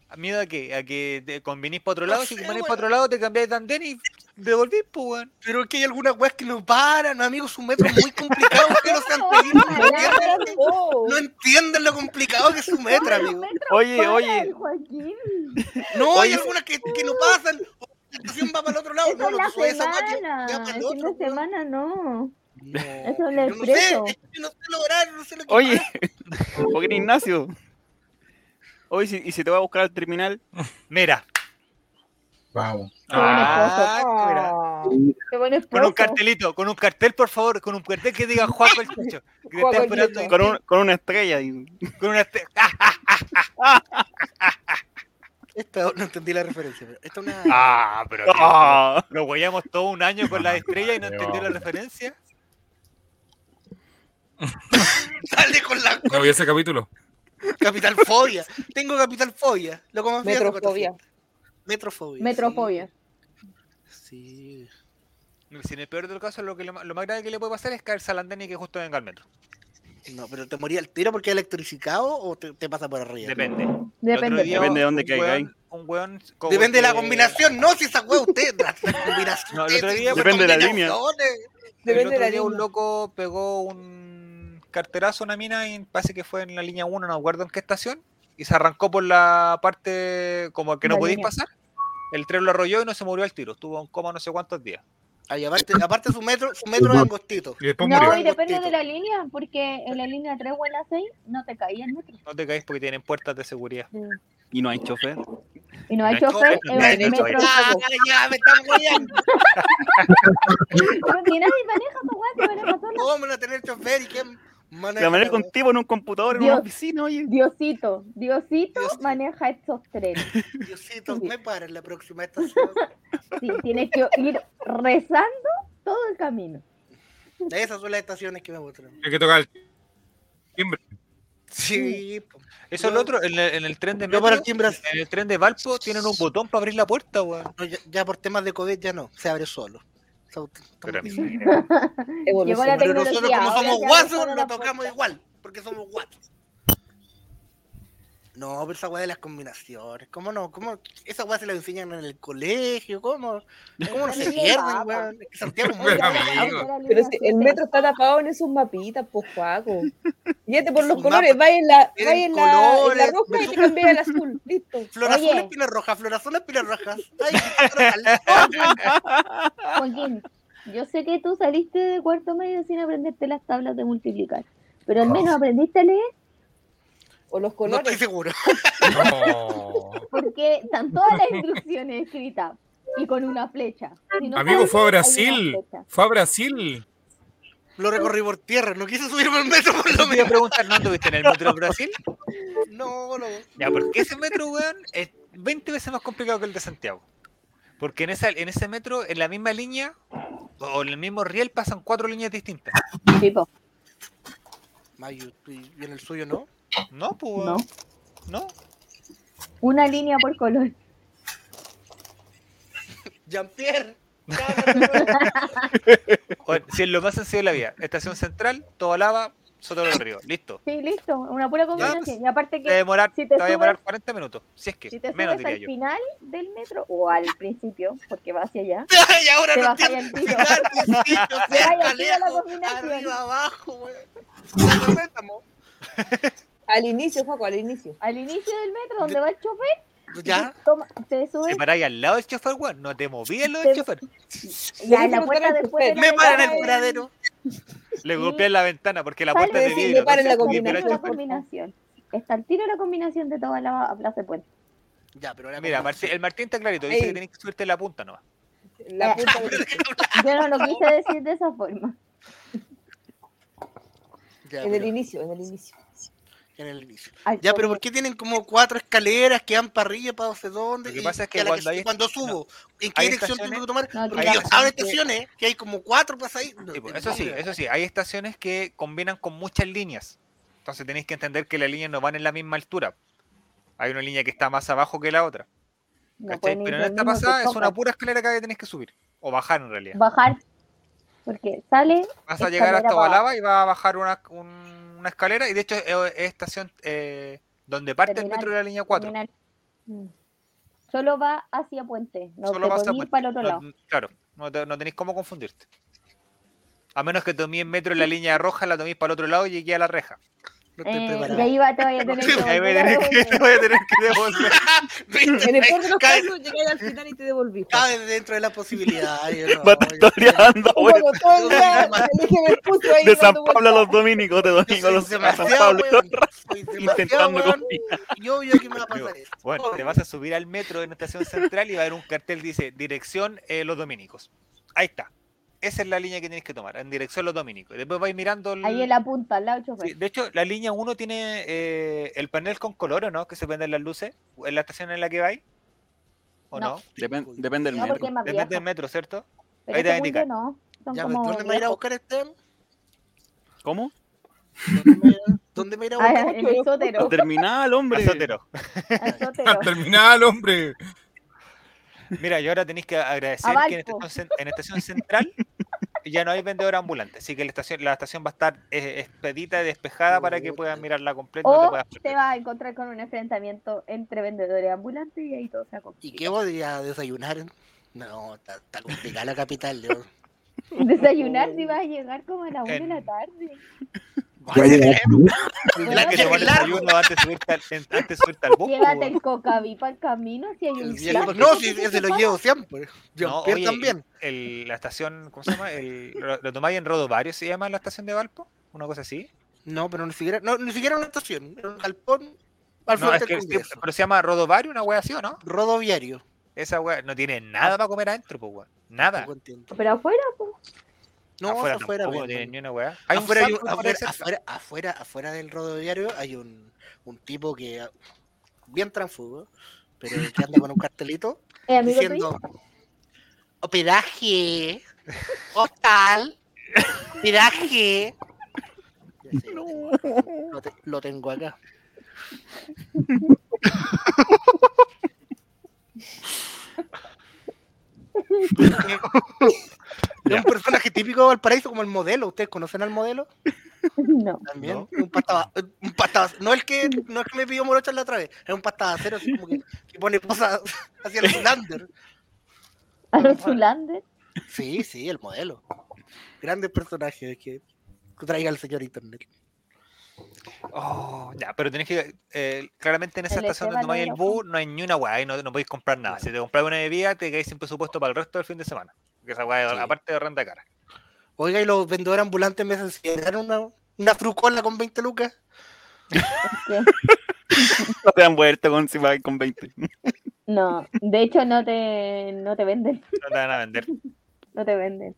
S5: ¿A ¿Miedo a qué? ¿A que te convinís para otro
S2: No
S5: lado? Si
S2: sé,
S5: convinís
S2: weón.
S5: para otro lado, te cambiáis de andén y devolvís, pues, weón.
S2: Pero es que hay algunas weas que no paran, amigos, es un metro muy complicado, que no
S7: [laughs]
S2: sean películas, no
S9: Ah,
S2: entienden,
S9: no.
S2: no entienden lo complicado que es su metro, amigo.
S6: Oye,
S7: Para
S6: oye,
S7: el Joaquín.
S2: [laughs] No, hay
S6: Oye.
S1: [laughs]
S2: algunas que, que no pasan, o conversación va para el otro lado.
S7: Eso
S2: No,
S7: es
S2: lo
S7: la
S2: que sube esa guay
S7: semana.
S2: ya
S7: El
S2: para el
S7: fin
S2: otro.
S7: de semana no. Eso
S2: No,
S7: es el
S2: yo no sé,
S7: expreso.
S2: yo no sé lo horario, no sé lo que
S6: [laughs] Oye,
S2: pasa.
S6: [laughs] Joaquín Ignacio. Oye, si- y si te va a buscar al terminal,
S5: Mira,
S4: Wow.
S7: Qué buen
S5: Ah,
S7: esposo.
S5: mira.
S7: Qué buen esposo.
S5: con un cartelito, con un cartel, por favor, con un cartel que diga Juaco el
S9: [laughs]
S5: Checho. Que te
S9: Juaco
S5: está
S9: el
S5: esperando
S9: Checho.
S5: [laughs]
S6: con, un- con una estrella. y-
S5: con una.
S6: [laughs]
S5: este-
S2: Esta- no entendí la referencia, pero esta es una. [laughs]
S5: Ah, pero.
S6: ¡Ah!
S5: Lo huellamos todo un año con las estrellas y no
S10: Qué
S5: entendió la
S10: bajo.
S5: referencia.
S2: Dale con la
S3: No vi ese capítulo.
S2: capital fobia. Tengo capital fobia. Lo como más fea hace cuatro
S9: Metrofobia.
S2: fiestas. Metrofobia. sí.
S7: Metrofobia.
S2: Sí.
S5: Si en el peor del caso, lo, que le- lo más grave que le puede pasar es caerse al andén y que justo venga al metro.
S2: No, pero te moría el tiro porque es electrificado o te, te pasa por arriba.
S5: Depende. El otro
S7: Depende.
S5: día,
S6: Depende de dónde
S5: un
S6: caiga ahí.
S5: weón- Un weón. como
S2: Depende de la
S5: que-
S2: combinación, no si esa hueá usted, la, la combinación.
S5: No, el otro día-
S6: Depende de la línea.
S2: combinaciones.
S9: Depende
S5: el
S9: de
S5: otro
S9: la
S5: día un
S9: línea.
S5: loco pegó un carterazo a una mina y parece que fue en la línea 1, no me acuerdo en qué estación, y se arrancó por la parte como que no
S7: La
S5: podéis
S7: línea.
S5: pasar. El tren lo arrolló y no se murió al tiro. Estuvo en coma no sé cuántos días.
S2: Ay, aparte, aparte su metro, su metro es angostito.
S3: Y después murió.
S7: No,
S2: murió.
S7: y depende de la línea, porque en la línea 3 o en la 6 no te caía el metro.
S5: No te caes porque tienen puertas de seguridad.
S6: Y no hay chofer.
S7: Y no hay
S5: No,
S7: chofer,
S5: no,
S7: en
S5: no,
S7: el
S5: no,
S7: metro.
S2: Ah, ya, me
S1: [laughs]
S2: están guayando.
S7: [laughs] Pero ni nadie maneja esa weá, te van a pasar la-
S2: ¿Cómo van a tener chofer y qué
S6: Te va a
S2: maneja?
S6: poner contigo en un computador, en
S7: Dios.
S6: una oficina, oye.
S7: Diosito, Diosito
S2: Diosito.
S7: maneja estos trenes. [laughs]
S2: Diosito, me paran la próxima estación.
S7: Sí, tienes
S2: [laughs]
S7: que ir rezando todo el camino.
S2: De esas son las estaciones que me gustan.
S3: Hay que tocar el timbre.
S2: Sí, po.
S5: Eso es lo otro. En el, en el tren de
S2: yo
S5: metro,
S2: para el timbre así.
S5: en el tren de Valpo tienen un botón para abrir la puerta, weón.
S2: No, ya, ya por temas de COVID ya no, se abre solo. O sea, estamos bien.
S7: [laughs] Llegó la
S2: Pero nosotros
S7: tecnología,
S2: como
S7: ahora
S2: somos
S7: se abre
S2: guasos,
S7: solo
S2: lo
S7: la
S2: tocamos
S7: puerta.
S2: igual, porque somos guasos. No, pero esa weá de las combinaciones, ¿cómo no? ¿Cómo? Esa weá se la enseñan en el colegio, ¿cómo? ¿Cómo no se
S7: Dale, va,
S5: Ah,
S2: pierden, weón? Es que Santiago es muy [laughs]
S3: Pero
S2: grande.
S3: amigo.
S9: Pero si el metro está tapado en esos mapitas, pues Juaco. Fíjate por los
S2: Esos
S9: colores,
S2: mapas
S9: va en la,
S2: tienen
S9: va en la, en la
S2: colores,
S9: roja y
S2: pero-
S9: te cambia al azul. Listo.
S2: [laughs] Flor azul
S7: Oye.
S2: es pina roja, flor azul es pina roja. Ay, qué trocal.
S7: Joaquín, yo sé que tú saliste de cuarto medio sin aprenderte las tablas de multiplicar, pero al
S3: Ah.
S7: menos aprendiste a leer
S9: O los
S2: no estoy
S9: colores.
S2: seguro.
S3: No.
S7: porque están todas las instrucciones escritas y con una flecha. Si no
S3: Amigo,
S7: sabes,
S3: fue a
S7: hay una
S3: Brasil.
S7: flecha.
S3: Fue a Brasil.
S2: Lo recorrí por tierra, no quise subirme al metro por
S5: Yo
S2: lo
S5: te iba a
S2: menos.
S5: preguntar, ¿no anduviste
S2: [laughs]
S5: en el metro de Brasil?
S2: No, no.
S5: Ya, porque ese metro, weón, es 20 veces más complicado que el de Santiago. Porque en, esa, en ese metro, en la misma línea, o en el mismo riel, pasan cuatro líneas distintas.
S7: Sí, po.
S2: Mayu, ¿y en el suyo no?
S5: No, pues,
S7: No.
S5: weón, no.
S7: Una línea por color.
S2: Jean-Pierre. ya, no,
S5: Weón, si es lo más sencillo de la vida. Estación central, toda lava, Soto del Río. Listo.
S7: Sí, listo, una pura combinación. Y aparte
S5: Te va a
S7: que
S5: demorar,
S7: si te
S5: te va a demorar
S7: subes-
S5: 40 minutos. Si es que,
S7: si te
S5: menos
S7: subes
S5: diría
S7: al
S5: yo.
S7: final del metro o al principio, porque va hacia allá,
S2: y ahora
S7: te
S2: no
S7: vas
S2: entiendo.
S7: al
S9: [laughs]
S7: tiro.
S2: Claro, sí, yo sé,
S7: Ay,
S2: acá
S7: aquí va la
S2: lejos,
S7: combinación.
S2: arriba, abajo, güey. Bueno, préstamo.
S9: [laughs] Al inicio, Juaco, al inicio.
S7: Al inicio del metro, donde va el chofer,
S2: Ya,
S7: toma- te subes
S5: Te paráis al lado del chofer, weón. No te movías al lado del
S7: Te-
S5: chofer.
S7: y a la puerta
S9: Me
S7: después de la
S2: me paran en el
S7: llegada de-
S2: pradero.
S5: Le
S7: Sí.
S5: golpeas la ventana porque la
S7: Sale
S5: puerta es de
S7: decir,
S5: vidrio.
S9: le paran
S5: no
S9: la
S5: se puede mirar al
S7: Tiro la
S5: chofer.
S7: combinación. Está el tiro la combinación de toda la plaza de puente.
S2: Ya, pero la
S5: Mira, Martín- el Martín está clarito. Dice
S9: Ey.
S5: que tenés que subirte en la punta nomás.
S7: [laughs]
S9: La puta de-
S7: Yo no lo quise decir de esa forma.
S2: Ya,
S9: en el
S2: pero,
S9: inicio, en el inicio.
S2: en el inicio.
S7: Al
S2: Ya, pero
S7: chofer.
S2: ¿por qué tienen como cuatro escaleras que van para arriba, para no sé dónde?
S5: Lo que
S2: y-
S5: pasa es que
S2: y a la
S5: cuando hay-
S2: cuando subo, ¿en qué
S5: hay
S2: dirección tengo que tomar?
S7: No,
S2: Porque
S7: hay
S2: yo saben
S5: estaciones que-
S2: estaciones, que hay como cuatro pasaditas. No,
S5: Sí, pues,
S2: no,
S5: eso sí,
S2: no.
S5: eso sí. Hay estaciones que combinan con muchas líneas. Entonces tenéis que entender que las líneas no van en la misma altura. Hay una línea que está más abajo que la otra.
S7: No
S5: ¿cachai?
S7: pueden ir
S5: Pero en
S7: del
S5: esta
S7: mismo que
S5: pasada es
S7: toca.
S5: una pura escalera que tenés que subir. O bajar en realidad.
S7: Bajar. Porque sale.
S5: Vas a llegar
S7: escalera
S5: hasta
S7: para
S5: Balaba y vas a bajar una, un- una escalera. Y de hecho es, es estación eh, donde parte
S7: Terminal,
S5: el metro de la línea 4.
S7: terminal. Mm. Solo va hacia puente. No
S5: Solo
S7: Solo
S5: vas a
S7: ir para el otro lado.
S5: No- claro, no, te- no tenéis
S7: [laughs]
S5: cómo confundirte. A menos que toméis metro en la línea roja, la toméis para el otro lado y llegué a la reja.
S2: No estoy
S7: Eh, y
S2: preparado.
S7: ahí va, te
S5: [laughs]
S7: vaya a tener que
S5: Ahí voy a
S7: volver a
S5: tener que,
S7: devolver.
S5: [laughs] voy a tener que devolver.
S2: ¿Viste?
S9: En el peor de los
S2: Cae-
S9: casos, llegáis al final y te devolví.
S2: Cabe dentro de la posibilidad. yo no,
S6: Va a estar
S2: yo-
S6: dando
S9: Un
S6: vueltas.
S9: poco todo el día, me puso ahí.
S6: De
S9: dando
S6: San Pablo a
S9: vueltas.
S6: los dominicos, de
S2: yo
S6: domingo a
S2: soy
S6: los a San
S2: demasiado
S6: Pablo.
S2: weón. Soy demasiado
S6: Intentando
S2: weón.
S6: confiar.
S2: [laughs] Y obvio que me va a pasar esto.
S5: Bueno, te vas a subir al metro en la estación central y va a haber un cartel que dice dirección eh, Los Dominicos. Ahí está. Esa es la línea que tienes que tomar, en dirección Los Dominicos. Y después vais mirando... el-
S7: Ahí en la punta, al lado del chofer.
S5: Sí, de hecho, la línea 1 tiene eh, el panel con color, ¿o no? Que se prenden las luces en la estación en la que vais. ¿O no?
S7: No.
S6: Depen- depende del
S7: No, porque
S6: metro.
S7: es más
S5: Depende
S7: viejo.
S5: del metro, ¿cierto?
S7: Pero este
S5: ahí te va a
S7: según yo
S5: indicar.
S7: no. Son
S2: Ya, pues,
S7: como
S2: ¿Dónde me irá a
S7: viejos.
S2: buscar este?
S6: ¿Cómo?
S2: ¿Dónde me irá- ¿Dónde me irá a
S7: Ah,
S2: buscar? este
S7: en el
S6: Al
S7: sótero.
S6: terminal, hombre.
S5: Casotero.
S7: Al
S3: [laughs] Al
S7: sótero.
S3: terminal, hombre.
S5: [laughs] Mira, y ahora tenéis que agradecer que en
S7: Abalpo.
S5: estación, cen- en estación central ya no hay vendedor ambulante, así que la estación, la estación va a estar eh, expedita y despejada para que puedas mirarla completa. y no te
S7: O
S5: puedas
S7: te
S5: perder.
S7: vas a encontrar con un enfrentamiento entre vendedores ambulantes y ahí todo se
S2: ¿Y
S7: complica.
S2: qué podría desayunar? No, está, está complicada la capital. Yo.
S7: [laughs] Desayunar si vas a llegar como a la una de
S5: En-
S7: la tarde.
S2: La
S7: [laughs]
S5: Hay que tomar
S2: que
S5: el
S2: largo.
S5: desayuno antes de subirte al, en- antes de subirte al bus,
S7: Llévate
S5: po,
S7: el cocaví para el camino si hay un
S2: El
S7: plástico
S2: viejo- No,
S7: que
S2: sí,
S7: te
S2: ese lo
S7: separa.
S2: llevo siempre. Yo
S5: No, oye,
S2: también.
S5: el- la estación, ¿cómo se llama? El, lo, lo tomáis en Rodo Barrio, ¿se llama la estación de Valpo? Una cosa así.
S2: No, pero ni siquiera, no, ni siquiera una estación. Era un galpón al
S5: No,
S2: frente
S5: es que,
S2: del
S5: sí,
S2: Congreso.
S5: pero se llama Rodovario, una wea así, ¿o no?
S2: Rodoviario.
S5: Esa wea no tiene nada para comer adentro, pues, weón. Nada.
S2: tampoco entiendo.
S7: [laughs] Pero afuera, pues.
S2: No,
S5: afuera,
S2: afuera, afuera,
S5: tampoco
S2: ven,
S5: tiene
S2: ven.
S5: ni una wea. Hay un
S2: afuera, hay un-
S5: Samsung por ahí
S2: afuera,
S5: cerca.
S2: afuera, afuera, afuera del rodoviario hay un, un tipo que ah, bien transfugo, pero que anda con
S7: [laughs]
S2: un cartelito
S7: ¿Es Eh, amigo tuyo?
S2: diciendo hospedaje, hostal, hospedaje.
S7: [laughs]
S2: Ya sé, Lo, te- lo
S7: [laughs]
S2: tengo acá. Es un personaje típico de Valparaíso, como el modelo. ¿Ustedes conocen al modelo?
S7: No.
S2: También. Un pasta, un pasta- no el que no el que me pidió morocha la otra vez, es un pastabacero así como que, que pone cosas [laughs] hacia el Zulander.
S7: A los Zulander.
S2: Sí, sí, el modelo. Grandes personajes que que traiga el señor internet.
S5: Oh, ya, pero tenés que. eh, claramente en esa
S7: El
S5: estación donde
S7: Esteban
S5: tomáis el
S7: Negro.
S5: bus no hay ni una weá y no, no podéis comprar nada. Si te compras una bebida, te quedáis sin presupuesto para el resto del fin de semana. Porque esa weá,
S2: Sí.
S5: aparte de renta cara.
S2: Oiga, y los vendedores ambulantes me enseñaron una, una frucola con 20 lucas.
S7: ¿qué?
S6: No te han vuelto con si vas con 20.
S7: No. De hecho, no te, no te venden.
S5: No te van a vender.
S7: No te venden.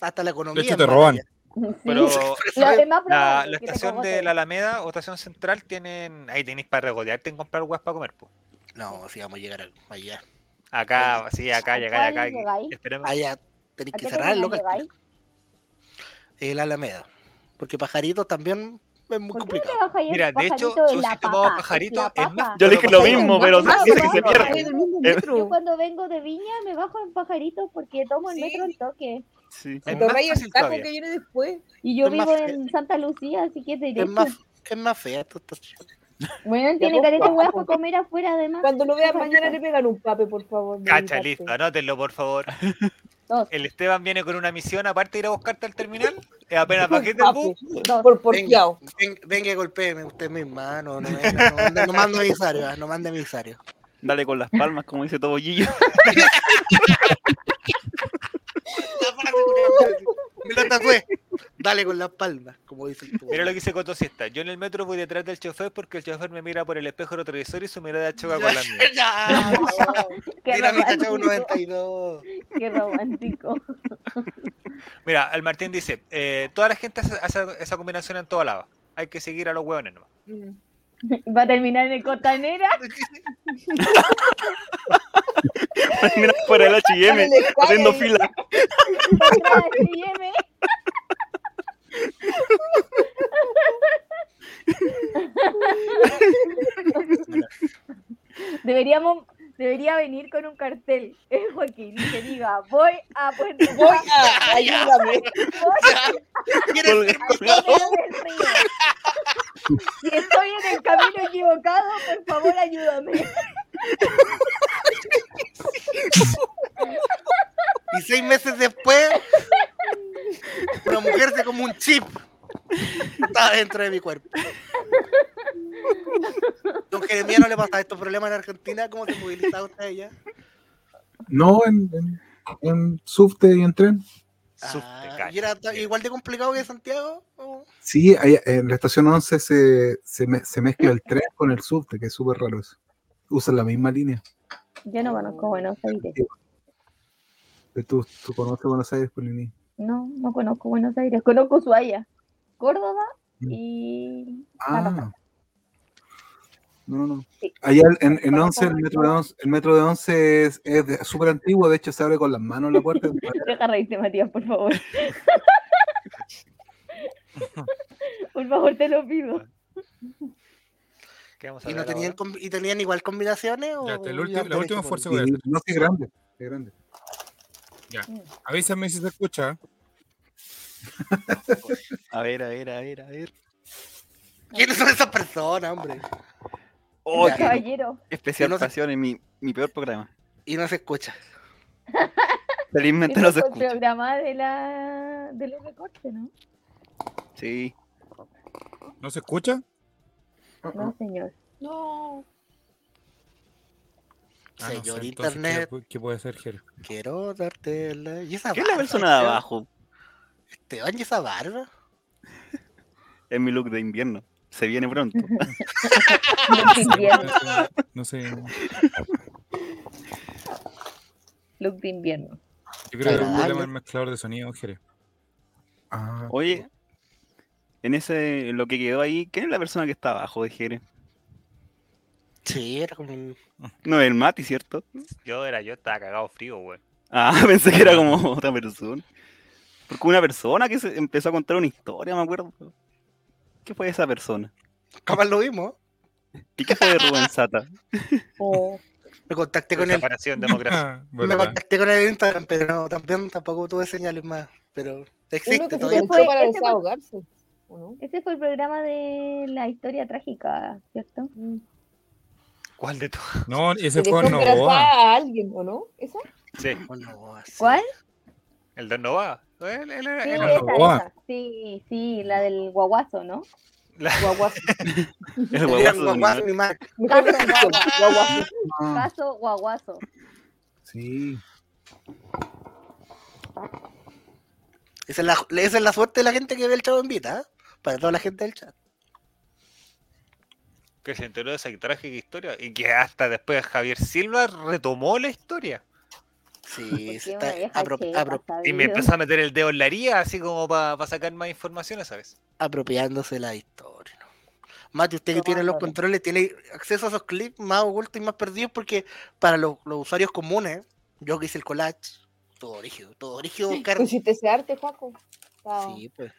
S2: Hasta la economía.
S3: hecho, te
S2: hermano,
S3: roban.
S2: ya.
S7: [laughs] Sí.
S5: [laughs] Pero
S7: Lo
S2: Eso es-
S7: es más
S5: la,
S7: probable
S5: la
S7: que te
S5: estación de
S7: cogoten.
S5: la Alameda o estación central tienen. Ahí tenéis para regodearte en comprar weas para comer, pues.
S2: No, sí, vamos a llegar a- allá.
S5: Acá, sí, acá,
S7: ¿A cuál
S5: llegáis acá. y-
S7: llegáis?
S5: Esperemos.
S2: Allá tenéis
S7: ¿A
S2: que
S7: qué
S2: cerrar el
S7: terminal
S2: local.
S7: llegáis?
S2: El Alameda. Porque pajaritos también es muy
S7: ¿Por qué no
S2: complicado.
S7: te bajas ahí el
S5: Mira, de hecho,
S7: pajarito en
S5: yo
S7: la
S5: sí tomaba
S7: paja?
S5: pajarito
S7: Es la
S5: en más-
S7: paja.
S6: Yo le dije lo
S5: Pero
S6: mismo,
S7: pasa
S6: pero
S7: que no,
S6: dice que se
S7: no,
S6: pierde.
S9: Voy del mismo
S6: Eh,
S7: Yo
S9: metro.
S7: cuando vengo de Viña me bajo en pajaritos porque tomo el
S9: Sí.
S7: metro al toque.
S6: Sí.
S5: Es
S9: Te
S5: más
S2: pues,
S9: rayas
S5: fácil
S9: el taco
S5: todavía.
S9: que viene después.
S7: Y yo
S2: Es más
S7: vivo
S2: fe-
S7: en Santa Lucía, así que es
S2: Es
S7: directo.
S2: más, es más fea esta estación.
S7: Bueno,
S9: Ya,
S7: tiene careta de
S9: pues,
S7: huevas
S9: pues.
S7: para comer afuera además.
S9: Cuando lo vean
S7: Pajarito.
S9: mañana le pegan un pape, por favor. de mi
S5: Cacha,
S9: parte.
S5: listo, anótenlo
S7: [laughs]
S5: por favor.
S7: Dos,
S5: El Esteban viene con una misión, aparte de ir a buscarte al terminal,
S7: [laughs]
S5: es apenas
S9: Un
S5: paquete el bus.
S9: pape, Por porfiado.
S2: ven- venga y golpéeme usted misma. No, no, me- no, no, no mando emisario, ah, no mando emisario.
S6: Dale con las palmas, como dice todo Gillo.
S2: Me lo tatué. Dale con las palmas, como dice el tubo.
S5: Mira lo que dice Coto Siesta. Yo en el metro voy detrás del chofer porque el chofer me mira por el espejo retrovisor y su mirada choca con la mía.
S2: [laughs] Ya,
S7: Qué
S2: Mira mi
S7: romántico,
S2: cachao 92.
S7: qué romántico.
S5: Mira, el Martín dice, eh, toda la gente hace, hace esa combinación en toda lava. Hay que seguir a los hueones nomás.
S7: Va a terminar en el
S6: [laughs]
S7: costanera.
S6: [laughs] Mira, fuera del
S9: Dale,
S6: HM,
S9: dale.
S6: haciendo fila.
S7: atrás de H&M. Deberíamos, debería venir con un cartel, eh, Joaquín, y que diga, voy a Puerto
S9: [laughs] Voy
S7: Montt,
S9: a. Ayúdame.
S2: ¿Quieres
S6: Colga-
S2: ser-
S7: al córrego del río. Si estoy en el camino equivocado, por favor ayúdame.
S2: Y seis meses después, una mujer se como un chip. Estaba dentro de mi cuerpo. Jeremia no le pasa estos problemas en Argentina, ¿cómo se movilizaba usted allá?
S4: No, en, en, en subte y en tren.
S5: Subte,
S2: Ah,
S5: cacha.
S2: ¿Y era ta- igual de complicado que Santiago? ¿O?
S4: Sí, ahí en la estación 11 se, se, me- se mezcla el tren con el subte, que es súper raro eso. Usan la misma línea.
S7: Yo no conozco Buenos Aires.
S4: Eh, ¿Tú, tú conoces Buenos Aires, Polini?
S7: No, no conozco Buenos Aires. Conozco Ushuaia, Córdoba
S6: Mm.
S7: y.
S4: Ah.
S7: Tarapacá.
S4: No, no, no.
S7: Sí.
S4: Allá en, en
S7: Conozco
S4: 11, el
S7: Buenos
S4: metro de 11, el metro de 11 es- es de- súper antiguo, de hecho se abre con las manos la puerta.
S7: Deja reírte, Matías, por
S6: [laughs]
S7: favor. por favor, te lo pido.
S5: ¿Qué vamos a
S2: ¿Y, no
S5: hablar
S2: tenían,
S5: ahora?
S2: combi- ¿Y tenían igual combinaciones? O
S3: Ya, hasta el
S2: iban
S3: último- la
S2: derecho
S3: última
S2: por-
S3: fuerza
S4: Y-
S3: voy a hacer.
S4: no, sí, grande, sí, grande.
S3: Avísame si se escucha.
S6: A ver, a ver, a ver, a ver.
S2: ¿Quiénes son esas personas, hombre?
S6: Oh,
S2: Ya.
S6: qué
S7: Caballero,
S6: especial
S2: Yo no sé-
S6: pasión en mi, mi peor programa.
S2: Y no se
S6: [laughs]
S2: escucha.
S6: Felizmente
S7: este
S6: no se
S7: fue el
S6: escucha.
S7: programa de, la... de los recortes, ¿no?
S6: Sí.
S3: ¿No se escucha?
S7: No, señor.
S9: No.
S3: Ah, no
S2: Señor
S3: sé, entonces, ¿qué le
S2: Internet,
S3: pu- ¿Qué puede ser, Jero?
S2: quiero darte la... ¿Y esa
S6: ¿Qué es la
S2: barba,
S6: persona de
S2: Esteban?
S6: abajo?
S2: Esteban, ¿y esa barba?
S6: Es mi look de invierno. Se viene
S2: [laughs]
S6: pronto.
S7: Los de
S9: [laughs]
S7: invierno.
S3: No sé.
S7: Look de invierno.
S3: Yo creo que es un
S2: Agradable.
S3: problema el mezclador de sonido, Jere.
S4: Ah,
S6: Oye, en ese, en lo que quedó ahí, ¿quién es la persona que está abajo de Jere?
S2: Sí, era como un...
S6: No es el Mati, ¿cierto?
S5: Yo era yo, estaba cagado frío, güey.
S6: Ah, [laughs] pensé que era como otra persona. Porque una persona que se empezó a contar una historia, me acuerdo. ¿Qué fue esa persona?
S2: Jamás lo vimos.
S6: ¿Y qué fue de Rubén Sata?
S7: O
S2: Me contacté con él.
S5: Separación,
S6: [laughs]
S5: democracia.
S3: Ah,
S2: Me
S3: ¿verdad?
S2: contacté con él en Instagram, pero no, también tampoco tuve señales más. Pero
S9: Uno
S2: existe
S9: que se
S2: todavía.
S9: conectó para
S7: Ese fue-
S9: desahogarse. ¿o no?
S7: Ese fue el programa de la historia trágica, ¿cierto?
S5: ¿Cuál de todos?
S3: No,
S9: Se
S3: ese
S9: dejó
S3: fue en
S9: embarazada
S3: Novoa.
S9: a alguien, ¿o no? ¿Esa?
S5: Sí,
S2: Bueno, Oh, así.
S7: ¿Cuál?
S5: el Don Nova. Él, él era-
S7: Sí,
S5: él
S3: la
S7: esa,
S5: era-
S3: Novoa.
S7: esa. Sí, sí, la del guaguazo, ¿no?
S9: Guaguazo.
S6: El
S2: Eran
S6: guaguazo de
S2: guaguas
S6: Linares.
S2: ni más.
S9: Mejor dicho, guaguazo.
S4: ah,
S7: Caso guaguazo.
S4: sí.
S2: Esa es, la, esa es la suerte de la gente que ve el chavo en vida, ¿eh? para toda la gente del chat.
S5: que se enteró de esa trágica historia y que hasta después Javier Silva retomó la historia
S2: Sí, [laughs]
S7: Porque
S2: se
S7: una
S2: está
S7: vieja
S2: apro-
S7: chepa,
S2: apro-
S5: y me
S7: sabido.
S5: empezó a meter el dedo en la herida así como para sacar más información, ¿sabes?
S2: apropiándose de la historia. ¿no? Mati, usted que tiene los
S7: Tomándole.
S2: controles, tiene acceso a esos clips más ocultos y más perdidos porque para los, los usuarios comunes, yo que hice el collage, todo rígido, todo rígido buscar.
S9: Tú hiciste ese arte, Juaco. Estaba-
S2: Sí, pues.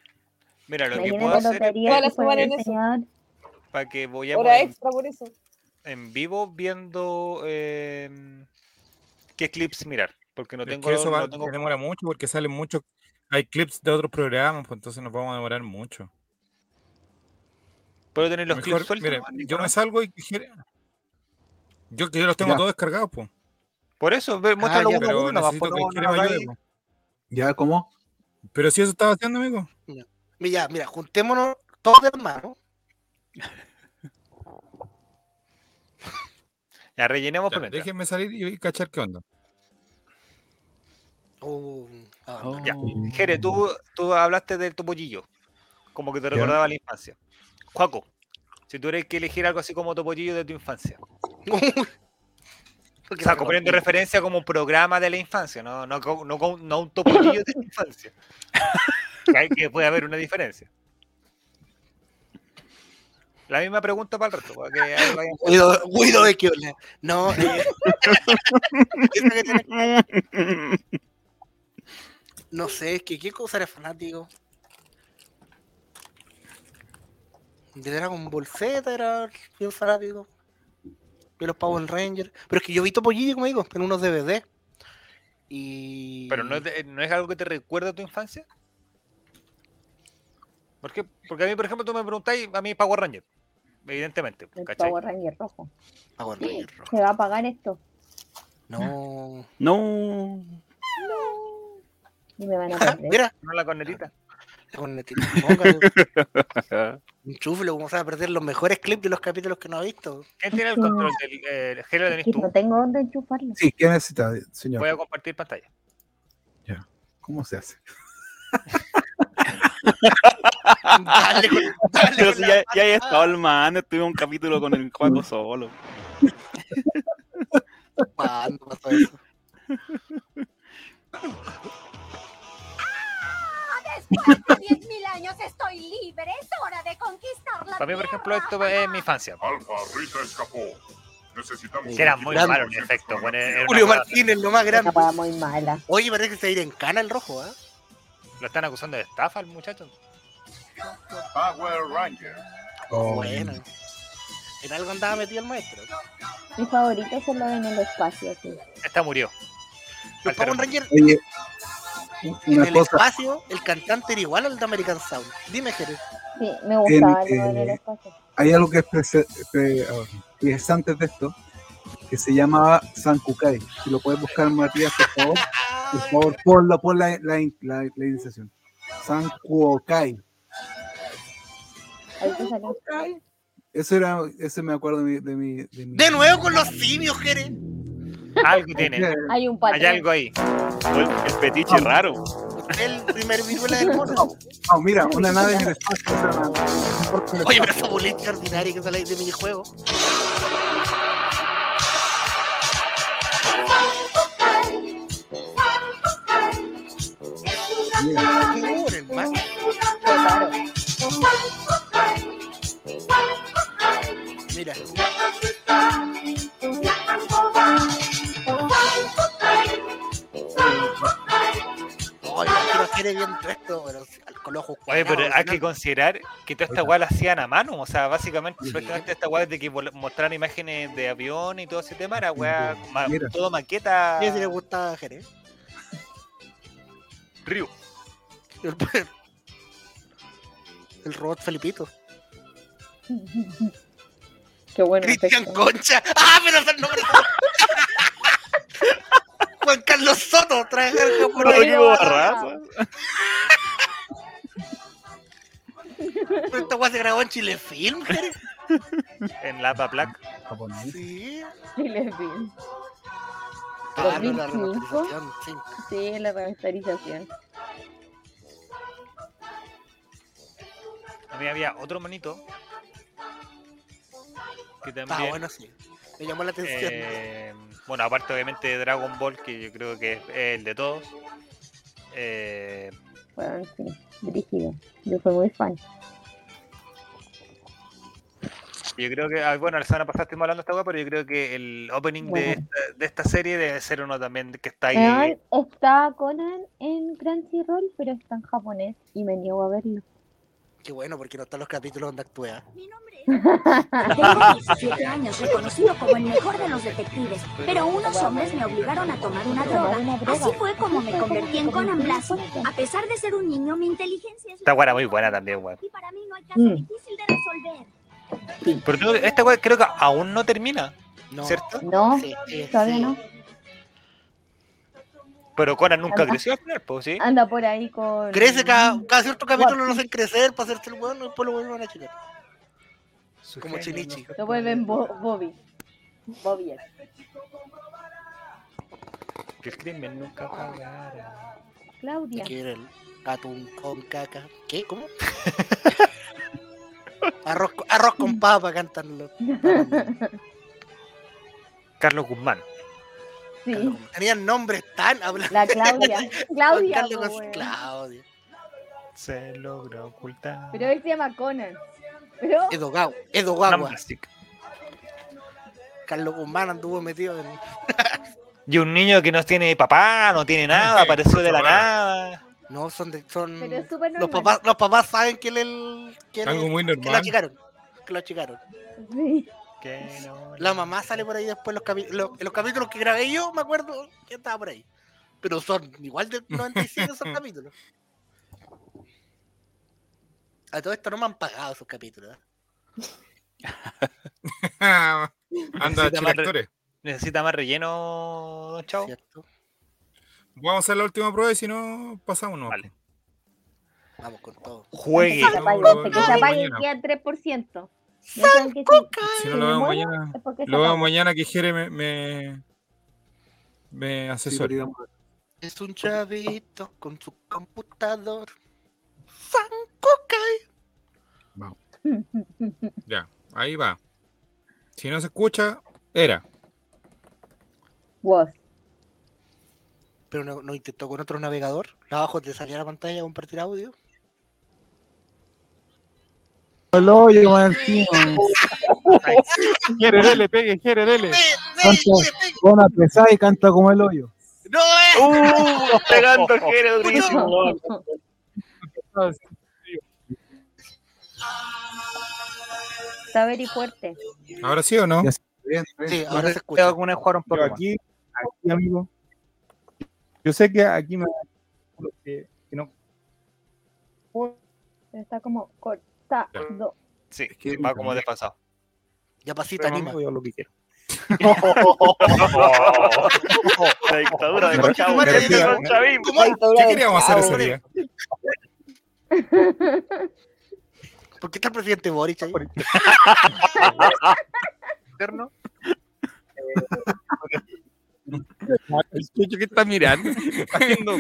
S5: Mira, lo que puedo
S7: Imagínate lo
S5: hacer
S7: que
S5: es
S7: haría
S9: Todas
S7: si
S9: las
S7: fuera
S9: semanas
S7: el
S9: en eso.
S7: señor.
S5: para que vayamos
S9: Hora
S5: en,
S9: extra por eso.
S5: en vivo viendo eh, qué clips mirar, porque no
S3: Es
S5: tengo...
S3: que eso va-
S5: no tengo-
S3: se demora mucho porque salen muchos. Hay clips de otros programas, pues entonces nos vamos a demorar mucho.
S5: ¿Puedo tener los
S3: Mejor,
S5: clips sueltos?
S3: mire,
S5: nomás,
S3: yo
S5: Nico,
S3: me
S5: no?
S3: salgo y yo que yo los tengo
S4: Ya.
S3: todos descargados, pues.
S5: Por eso, ve, muéstralo
S2: ya,
S5: uno
S3: Ah,
S5: a
S3: Pero
S5: uno, nomás,
S3: necesito
S5: pues,
S3: que
S5: no-
S3: el Jere
S5: no
S3: me
S5: hagáis-
S3: ayude, po.
S4: ¿Ya cómo?
S3: Pero si eso estaba haciendo, amigo.
S2: Mira, mira, juntémonos todos de las manos.
S5: Ya, rellenemos por
S3: Ya,
S5: dentro.
S3: déjenme salir y, y cachar qué onda.
S2: Uh, abandonado.
S5: Oh, Ya. Jere, tú, tú hablaste de tu pollillo, como que te recordaba la infancia. Juaco, si tuvieras que elegir algo así como tu pollillo de tu infancia.
S2: Porque
S5: O sea,
S2: se
S5: poniendo
S2: acordó.
S5: referencia como programa de la infancia, no, no, co- no, co- no un topollillo de la infancia. Que Hay que puede haber una diferencia. La misma pregunta para el resto. para que ahí vayan-
S2: Guido, Guido de Quiola. No, eh, [laughs] eso que tiene- no sé, es que qué cosa era fanático. De Dragon Ball Z era bien fanático. De los Power Rangers. Pero es que yo vi Topollillo, como digo, en unos DVD. Y.
S5: Pero no es, de- no es algo que te recuerda a tu infancia. ¿Por qué? Porque a mí, por ejemplo, tú me preguntáis a mí Power Ranger. Evidentemente.
S7: El
S5: ¿cachai?
S7: Power Ranger rojo.
S2: Power Ranger rojo.
S7: Se va a pagar esto.
S2: No.
S6: No.
S7: Y me van a
S2: Ah,
S7: perder.
S5: [laughs]
S2: Mira,
S5: No la cornetita.
S4: [laughs]
S2: la cornetita. Póngale. Un chuflo, vamos a perder los mejores clips de los capítulos que no ha visto.
S5: ¿Quién tiene el control del eh, Helio? ¿Lo tenés
S7: Y
S5: tú?
S7: no tengo dónde enchufarlo.
S4: Sí, ¿qué necesita,
S5: Voy
S4: señor?
S5: a compartir pantalla.
S4: ¿Cómo se hace?
S2: Dale, con- dale
S6: Pero
S2: con
S6: si
S2: la
S6: ya, ya he
S2: patada.
S6: estado almando, tuve un capítulo con el Juaco
S2: [laughs]
S6: solo.
S2: Ah, no pasó eso.
S8: Ah, Después de 10.000 años estoy libre. Es hora de conquistar la
S5: Para mí, por ejemplo,
S8: Tierra.
S5: esto es mi infancia.
S10: Alfa Rita escapó. Necesitamos.
S5: Que era muy
S2: Grande.
S5: malo en efecto. bueno, era una
S2: Julio
S5: hueá-
S2: Martínez, lo más
S7: Una
S2: grande.
S7: hueá muy mala.
S2: Oye, parece que se va a ir en cana el rojo, ¿ah?
S5: lo están acusando de estafa al muchacho.
S10: Power Rangers.
S6: [laughs]
S2: Bueno. En algo andaba metido el maestro.
S7: Mi favorito es lo en el espacio. Sí.
S5: Esta murió.
S2: Los
S5: Alteró.
S2: Power Rangers,
S4: Oye,
S2: en
S4: una
S2: el
S4: cosa,
S2: espacio, el cantante era igual al de American Sound. Dime, Jerez.
S7: Sí, me gustaba
S4: El,
S7: lo en el
S4: eh,
S7: espacio.
S4: hay algo que es, prese- pre- ah, que es antes de esto, que se llamaba San Cucay. Si lo puedes buscar, Matías, por favor, por favor, ponlo, pon la, la, la, la iniciación. San Cucay.
S7: Ahí te salió.
S4: Eso era, eso me acuerdo de mi. De, mi, de, mi-
S2: De nuevo con los simios, Jerez.
S5: Algo
S4: Ay,
S5: tiene.
S7: Hay un
S5: Hay
S7: patrón.
S5: algo ahí.
S6: El, el petiche raro.
S2: El primer viruela del mono.
S4: no, mira, una nave en el espacio. o sea, una- porque-
S2: Oye, pero esa boleta extraordinaria que sale ahí de minijuego. Por el man. Mira, oye, pero quiere bien esto, pero si- con los ojos
S5: Oye, pero
S2: cuadrados,
S5: hay
S2: ¿no?
S5: que considerar que toda esta weá la hacían a mano. O sea, básicamente, prácticamente esta weá de que vol- mostraran imágenes de avión y todo ese tema era weá, ma-
S4: Mira.
S5: todo maqueta.
S2: ¿Qué si le gusta a Jerez?
S5: Ryu.
S2: El, el robot Felipito.
S9: Qué bueno.
S2: Cristian
S9: efecto.
S2: Concha. ¡Ah, pero es el nombre! [laughs] Juan Carlos Soto, trabajar por ahí.
S6: Rodrigo Barraza.
S2: Pero esta weá se grabó en Chilefilm, Jerez.
S5: En la Plac.
S4: japonés.
S2: Sí.
S7: Sí, les vi.
S2: Ah, no, la
S7: 2005.
S2: remasterización, sí.
S7: Sí, la remasterización.
S5: A mí había otro manito. Que también.
S2: Está bueno, sí. Me llamó la atención.
S5: eh, bueno, aparte, obviamente, de Dragon Ball, que yo creo que es el de todos. Eh,
S7: Bueno, sí, brígido. Yo fui muy fan.
S5: Yo creo que, ah, bueno, la semana pasada estuvimos hablando de esta weá, pero yo creo que el opening de,
S7: Bueno.
S5: esta, de esta serie debe ser uno también que está ahí.
S7: Weón, está Conan en Crunchyroll, pero está en japonés y me niego a verlo.
S2: Qué bueno, porque no están los capítulos donde actúa.
S8: Mi nombre es- Tengo 17 años, reconocido como el mejor de los detectives, pero unos hombres me obligaron a tomar una droga.
S7: Una droga.
S8: Así fue como me convertí en Conan Blasi. A pesar de ser un niño, mi inteligencia es
S5: Esta weá era muy buena también, weón.
S8: y para mí no hay caso
S7: Mm.
S8: difícil de resolver.
S5: Pero tú- esta weá creo que aún no termina,
S2: No.
S5: ¿cierto?
S7: No,
S2: Sí, sí,
S7: todavía
S2: sí.
S7: no.
S5: Pero Conan nunca
S7: Anda.
S5: creció al final, pues sí.
S7: Anda por ahí con.
S2: Crece
S9: [laughs]
S2: cada, cada cierto capítulo, lo hacen crecer para hacerse el bueno y después lo vuelven a chicar. Como Chinichi.
S7: Lo vuelven Bo- Bobby. Bobby. X.
S5: Que el crimen nunca pagará.
S7: Claudia.
S2: Que era el atún con caca. ¿Qué?
S7: [laughs]
S2: ¿Cómo? arroz, co- arroz con papa, cantan
S7: [laughs]
S2: los.
S5: Carlos Guzmán.
S7: Sí,
S2: Tenían nombres tan hablantes.
S7: la
S2: [laughs]
S7: Claudia. Claudia.
S2: Carlos
S7: po, weón.
S2: Claudio.
S5: Se logra ocultar.
S7: Pero él se llama Conan. Pero
S2: Edogao,
S5: Conan
S2: Edogagua.
S5: Blasic.
S2: Carlos Guzmán anduvo metido en.
S5: Y un niño que no tiene papá, no tiene nada,
S10: sí,
S5: apareció de la
S10: cosa rara.
S5: nada.
S2: No, son. De, son...
S7: pero es súper
S2: Los
S7: normal.
S2: papás, los papás saben que él el. Que, él-
S3: Algo muy
S2: que lo
S3: normal.
S2: achicaron. Que lo achicaron.
S7: Sí.
S5: Que no
S2: La mamá sale por ahí después los capítulos. Los capítulos que grabé yo, me acuerdo que estaba por ahí. Pero son igual de 95
S3: [laughs]
S2: esos capítulos. A todo esto no me han pagado esos capítulos. ¿eh?
S3: Ah. Anda,
S5: Necesita más re-
S3: actores.
S5: Necesita más relleno, don Chao.
S2: ¿Cierto?
S3: Vamos a hacer la última prueba y si no, pasamos. nomás.
S5: Vale.
S2: Vamos con todo.
S5: Juegue.
S7: Que se apaguen, que se apaguen, queda
S3: Mañana.
S7: 3%. Ya saben que sí,
S3: Si
S7: se
S3: no lo
S7: demora,
S3: vemos mañana,
S7: es porque se
S3: lo vemos
S7: apaga.
S3: mañana que Jere me, me, me
S11: Sí,
S3: asesore.
S11: pero digamos,
S2: Es un chavito con su computador. Sankokai.
S7: [laughs]
S3: Ya, ahí va. Si no se escucha, era.
S7: Vos.
S2: Pero no, no intentó con otro navegador. Abajo te salía la pantalla compartir audio.
S4: El hoyo, Martín.
S6: Jere, dele, pegue, Jere, dele.
S4: Con pesada y canta como el hoyo.
S2: No es.
S6: ¡Uh! Pegando Jere durísimo. weón.
S7: Está very fuerte.
S3: ¿Ahora sí o no?
S4: Ya Bien, bien.
S2: Sí,
S5: No
S2: ahora
S5: sé
S2: se
S5: si
S2: escucha.
S5: alguna vez jugaron
S1: Pero
S5: Pokémon.
S1: aquí, aquí, amigo, yo sé que aquí me que, que no
S7: Pero está como cortado.
S5: Sí,
S11: que-
S5: va como desfasado.
S2: Ya pasita, anima.
S1: yo lo que quiero.
S6: La dictadura de
S3: Me
S6: Chavo.
S3: me
S6: Ese
S3: refiero-
S6: es el chavismo.
S2: ¿Cómo?
S3: ¿Qué queríamos
S2: Ah,
S3: hacer ese día?
S2: ¿Por qué está el presidente Boric ahí?
S5: Interno.
S1: Escucho que está mirando. Está [laughs] haciendo-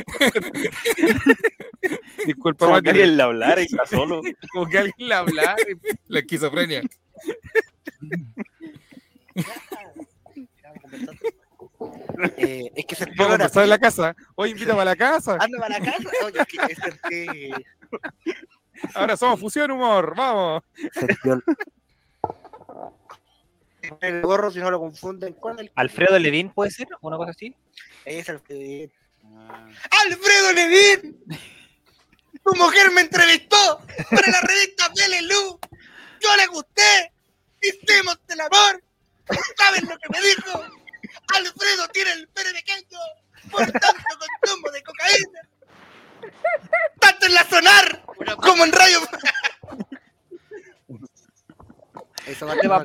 S3: Disculpa,
S6: Como
S3: Mati,
S6: que alguien le hablara y está solo.
S1: como que alguien le habla.
S3: la esquizofrenia.
S2: Eh, es que se
S1: Vamos
S2: explora.
S1: a conversar en la casa. Hoy invítame a la casa.
S2: Anda para la casa. Oye, es que es que-
S1: [laughs] Ahora somos Fusión Humor. Vamos.
S2: [laughs] el gorro, si no lo confunden con el.
S5: Alfredo Levin puede ser, una cosa así.
S2: Es Alfredo. ¡Alfredo Levin! ¡Tu mujer me entrevistó para la revista Pelelú! ¡Yo le gusté! ¡Hicimos el amor! ¿Saben lo que me dijo? ¡Alfredo tiene el pene pequeño! ¡Por tanto consumo de cocaína! ¡Tanto en la sonar! ¡Como en radio! Eso
S6: [laughs]
S2: va a
S5: va-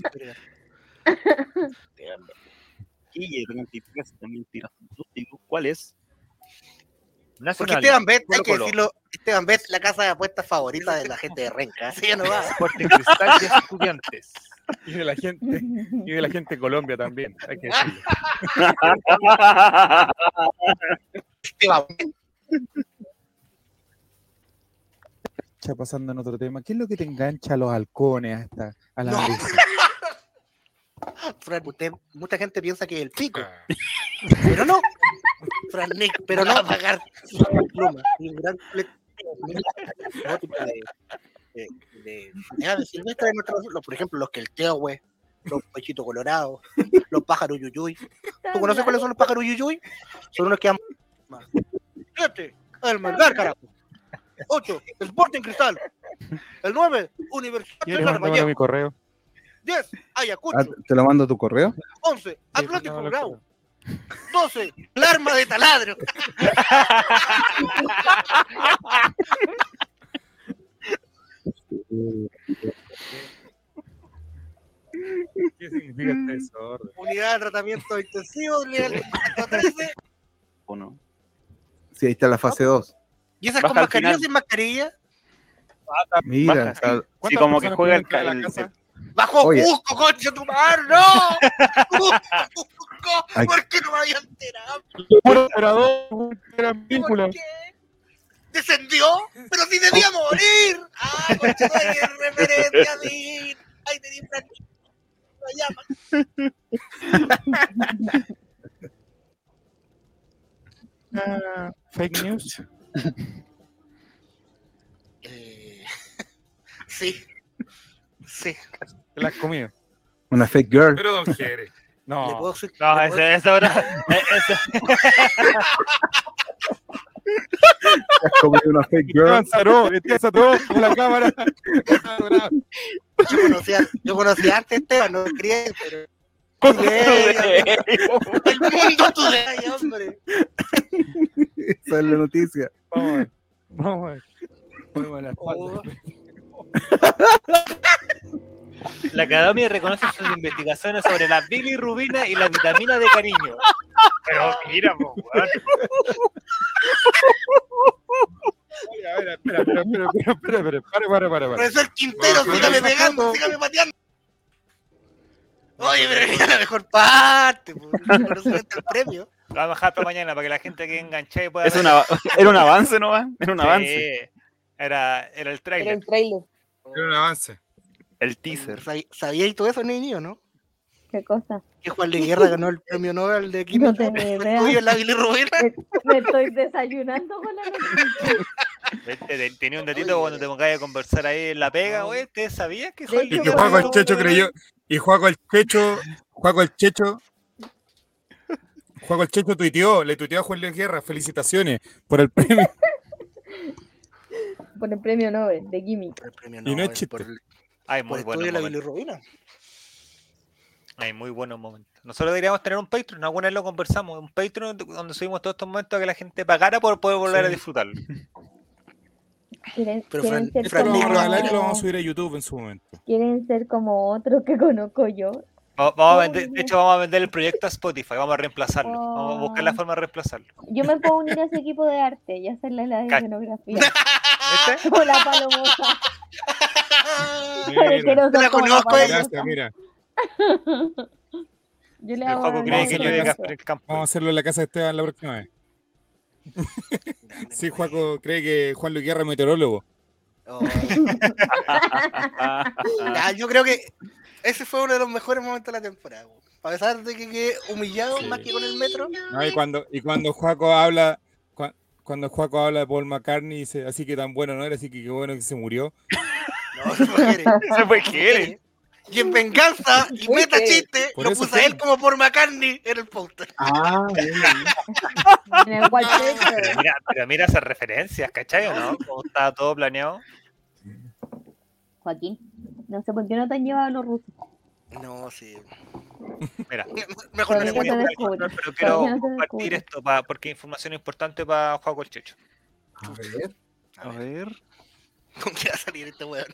S6: Guille, tengo antitrés, también tira. ¿Cuál es?
S2: Porque
S5: Nacional.
S2: Esteban Bet, hay que
S5: Colo-Colo.
S2: decirlo, Esteban Bet, la casa de apuestas favorita de la gente de
S5: [laughs]
S2: Renca. Así ya no va.
S5: Sporting Cristal y estudiantes.
S1: [laughs] Y de la gente. Y de la gente de Colombia también. Hay que decirlo.
S2: Esteban Bet.
S1: Ya pasando en otro tema. ¿Qué es lo que te engancha a los halcones hasta a la
S2: No.
S1: brisa?
S2: Fran, usted- mucha gente piensa que es el pico, pero no. Fran Nick, pero no. Pagar pluma. Y un gran eh, colectivo de- de- de- de aves silvestres de nuestro- los- por ejemplo, los quelteohue, los pechitos colorados, los pájaros yuyuy. ¿Tú conoces cuáles son los pájaros yuyuy? Son unos que han. Siete, el Melgar, carajo. Ocho, el Sporting Cristal. El nueve, Universidad
S1: Yo le
S2: César
S1: mando
S2: Vallejo.
S1: mi correo.
S2: Diez,
S4: Ah,
S2: Ayacucho.
S4: ¿Te lo mando a tu correo?
S2: 11, Atlético Grau. 12, el arma de taladro.
S1: ¿Qué significa este desorden?
S2: Unidad de tratamiento intensivo, nivel 13.
S6: ¿O no?
S4: Sí, ahí está la fase 2.
S2: [laughs] ¿Y esas
S6: Baja
S2: con mascarilla o
S6: al final.
S2: sin mascarilla?
S4: Mira,
S6: Baja,
S4: tal-
S6: Sí,
S1: ¿Cuántas
S6: como que
S1: personas
S6: juega el,
S1: pueden entrar a la
S6: el-
S1: casa?
S2: ¡Bajo
S4: Oye.
S2: Cusco, concha tu madre! ¡No! ¡Cusco, Cusco!
S4: Ay.
S2: ¿Por qué no me había enterado?
S1: Puro operador, güey, gran película.
S2: ¿Por qué? ¿Descendió? ¡Pero si debía
S4: Oh.
S2: morir! ¡Ah, concha tu madre,
S4: [laughs]
S2: reverente a mí! ¡Ay, te di Allá,
S1: Ah, Fake news.
S2: Eh, [laughs] sí. Sí.
S1: Te la has comido.
S4: una fake girl.
S3: Pero don Jere.
S2: ¿Le
S1: No.
S2: puedo su-
S5: No,
S2: le puedo-
S5: ese, ese ahora. eh, ese-
S4: Te has comido una
S1: [laughs]
S4: fake girl.
S1: Esteban Saró, Esteban Saró, con la cámara.
S2: Yo conocía, yo conocía antes a Esteban, no quería él, pero. El mundo tú de ay,
S4: [laughs]
S2: hombre.
S4: Esa es la noticia.
S1: Vamos a ver. Vamos a ver. Muy buena
S2: Oh,
S5: [laughs] La academia reconoce sus investigaciones sobre la bilirrubina y la vitamina de cariño. Pero mira, po, weón.
S1: Oye, a ver,
S12: Espera, espera, espera, espera, espera, espera, para, para, para, para.
S2: Profesor Quintero,
S12: Bueno,
S2: sígame
S12: pero-
S2: pegando, sígame pateando. Oye, pero era la mejor parte,
S9: [laughs]
S2: po. pero se mete el premio.
S5: Lo va a bajar para mañana para que la gente que enganchada y pueda.
S6: Es
S5: ver.
S6: una, [laughs] era un avance, ¿no? va? Era un
S5: Sí,
S6: avance.
S5: Era, era el
S9: Era
S5: trailer.
S9: el trailer.
S3: Era un avance.
S6: El teaser.
S2: Sabí- ¿Sabía y todo eso, niño, no?
S7: ¿Qué cosa?
S2: Que Juan de Guerra ganó el premio Nobel de
S7: [laughs] No
S2: Química.
S7: tenía idea. Eh,
S2: Estudio en la bilirrubina. [laughs]
S7: Me, me estoy desayunando con la noticia.
S5: Viste, te- Tenía un datito cuando te pongas a conversar ahí en la pega, oye, ¿ustedes sabían que
S7: De
S5: Hollywood
S3: Y
S7: hecho,
S3: que
S7: Yo-
S3: Juaco el
S7: yo-
S3: Checho creyó. Y Juaco el Checho. Juaco el Checho. Juaco el Checho tuiteó, le tuiteó a Juan Luis Guerra, felicitaciones por el [laughs] premio.
S7: Por el premio Nobel de química.
S2: El premio
S3: no es
S2: Nobel
S3: chiste.
S2: por el-
S5: Hay
S2: por
S5: muy
S2: estudio
S5: buenos
S2: de la
S5: momentos.
S2: bilirrubina.
S5: Hay muy buenos momentos. Nosotros deberíamos tener un Patreon, alguna vez lo conversamos, un Patreon donde subimos todos estos momentos que la gente pagara por poder volver a disfrutarlo.
S6: [laughs]
S7: Quieren,
S2: Pero
S7: quieren
S2: Fran-
S7: ser
S2: Fran
S3: Esto lo vamos a
S7: como,
S3: regalar y lo vamos a subir a YouTube en su momento.
S7: quieren ser como otro que [laughs] conozco yo.
S5: Va- vamos a
S7: Ay,
S5: vender- de
S7: no.
S5: hecho, vamos a vender el proyecto a Spotify, vamos a reemplazarlo. Vamos a buscar la
S7: Ay.
S5: forma de reemplazarlo.
S7: Yo me puedo unir a ese equipo de arte y hacerle la
S5: Ca-
S6: [laughs]
S7: escenografía.
S6: ¿Este?
S7: [laughs]
S5: ¿Viste?
S7: Con la palomosa.
S3: Mira,
S7: Quiero
S2: Te la
S7: ser como
S2: conozco,
S7: palomosa.
S3: gracias, mira.
S7: Yo le
S5: El
S7: hago
S5: Joaco
S7: la
S5: cree que yo
S7: palomosa.
S5: era Gaspar el Campo.
S3: Vamos a hacerlo en la casa de Esteban la próxima
S2: [laughs]
S3: vez. Sí, Juaco cree que Juan Luis Guerra es meteorólogo.
S2: Oh. [laughs] Ya, yo creo que ese fue uno de los mejores momentos de la temporada. po. A pesar de que quedé humillado
S3: Sí.
S2: más que con el metro.
S3: [laughs] No, y cuando, y cuando Juaco habla, cua- cuando Juaco habla de Paul McCartney, dice, así que tan bueno no era, así que qué bueno que se murió.
S2: [laughs] No, se fue
S5: [laughs]
S2: Jerez,
S6: Se fue
S2: se fue
S6: Jerez.
S2: Jerez. Y en venganza y
S9: Fue
S2: meta
S9: Jerez.
S2: chiste,
S3: Por
S2: lo
S3: eso
S2: puse
S3: fue.
S2: a él como por McCartney en el póster.
S4: Ah, bien, bien.
S7: En el White Paper.
S5: Pero mira, pero mira esas referencias, ¿cachai o
S2: [laughs]
S5: no? Como está todo planeado.
S7: Joaquín, no sé por qué no te han llevado a los rusos.
S2: No, sí.
S5: Mira.
S2: Me- [laughs] Mejor
S7: Todavía
S2: no le
S7: no
S2: voy
S7: te
S2: a
S7: descubro.
S5: Pero quiero
S7: Todavía no te
S5: compartir
S7: descubro.
S5: esto pa- porque es información importante para Juaco el Checho.
S4: A ver.
S6: A ver.
S2: [laughs] ¿Con qué va a salir este weón?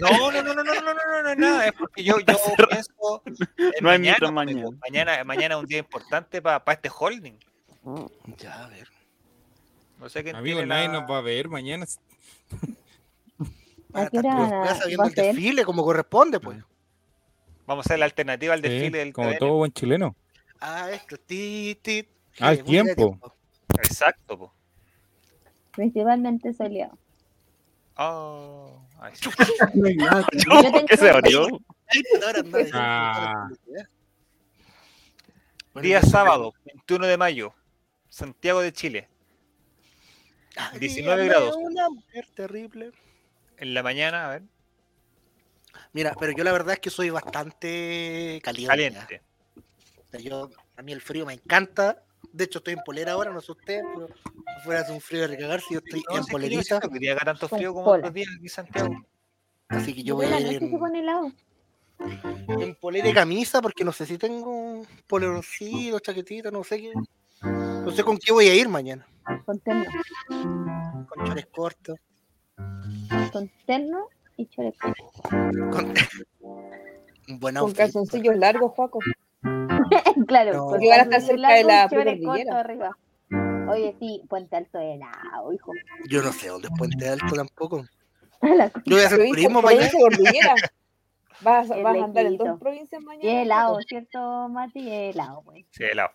S5: No, no, no, no, no, no, no, no, no, nada. Es porque yo, yo pienso. en
S6: No hay mitos
S5: pues,
S6: mañana.
S5: pues, mañana. Mañana es un día importante para este holding.
S2: Mm, Ya, a ver.
S5: No sé qué
S3: Amigo, nadie nos va a ver mañana.
S2: Van a
S7: ¿A qué
S2: estar todos
S7: hora
S2: los
S7: va
S2: días viendo
S7: a
S2: el
S7: ser?
S2: desfile como corresponde, pues.
S5: Vamos a hacer la alternativa al
S3: Sí,
S5: desfile del
S3: como
S5: TVN.
S3: todo buen chileno.
S2: Ah, esto. Ti, ti.
S3: Al
S2: Sí, muy bien,
S3: tiempo.
S5: Exacto, po.
S7: Principalmente soleado.
S5: Oh, ay, sí. [laughs]
S4: No hay
S6: [laughs]
S4: nada.
S6: ¿Por qué se abrió?
S2: Ahora no,
S3: Ah.
S2: Bueno,
S5: Día
S2: yo-
S5: sábado, 21 de mayo, Santiago de Chile.
S2: Ay,
S5: 19
S2: dígame
S5: grados.
S2: Una mujer terrible.
S5: En la mañana, a ver,
S2: Mira, pero yo la verdad es que soy bastante caliente.
S5: caliente.
S2: O sea, yo, a mí el frío me encanta. De hecho, estoy en polera ahora, no sé ustedes, pero si fuera hace un frío de recagar si yo estoy
S5: No,
S2: en
S5: sé que yo
S2: polerita.
S5: siento que día haga tanto
S7: Con
S5: frío como
S7: pola.
S5: otros días aquí en Santiago.
S2: Así que yo
S7: Yo
S2: voy
S7: la
S2: a
S7: noche
S2: ir
S7: se
S2: en,
S7: pone helado.
S2: en polera y camisa porque no sé si tengo un poleroncito, chaquetita, no sé qué. No sé con qué voy a ir mañana.
S7: Con terno.
S2: Con chores cortos.
S7: Con terno y chaleco.
S2: Con... [laughs] un buen
S9: Con
S2: outfit.
S9: calzoncillos largos, Juaco.
S7: claro.
S2: No.
S7: con
S9: Llegar hasta
S7: terno
S9: cerca de
S7: largo
S9: la
S7: y chaleco
S9: cordillera.
S7: corto arriba. Oye, sí, Puente Alto de helado, hijo.
S2: Yo no sé dónde es Puente Alto tampoco.
S7: La-
S2: Yo voy a hacer
S9: Provincia,
S2: turismo mañana.
S9: provincia cordillera. Vas,
S7: Qué
S9: vas a andar en
S7: lejito.
S9: dos provincias
S7: Y
S9: mañana.
S7: es helado, ¿cierto, Mati? Es helado, pues.
S5: Sí, helado.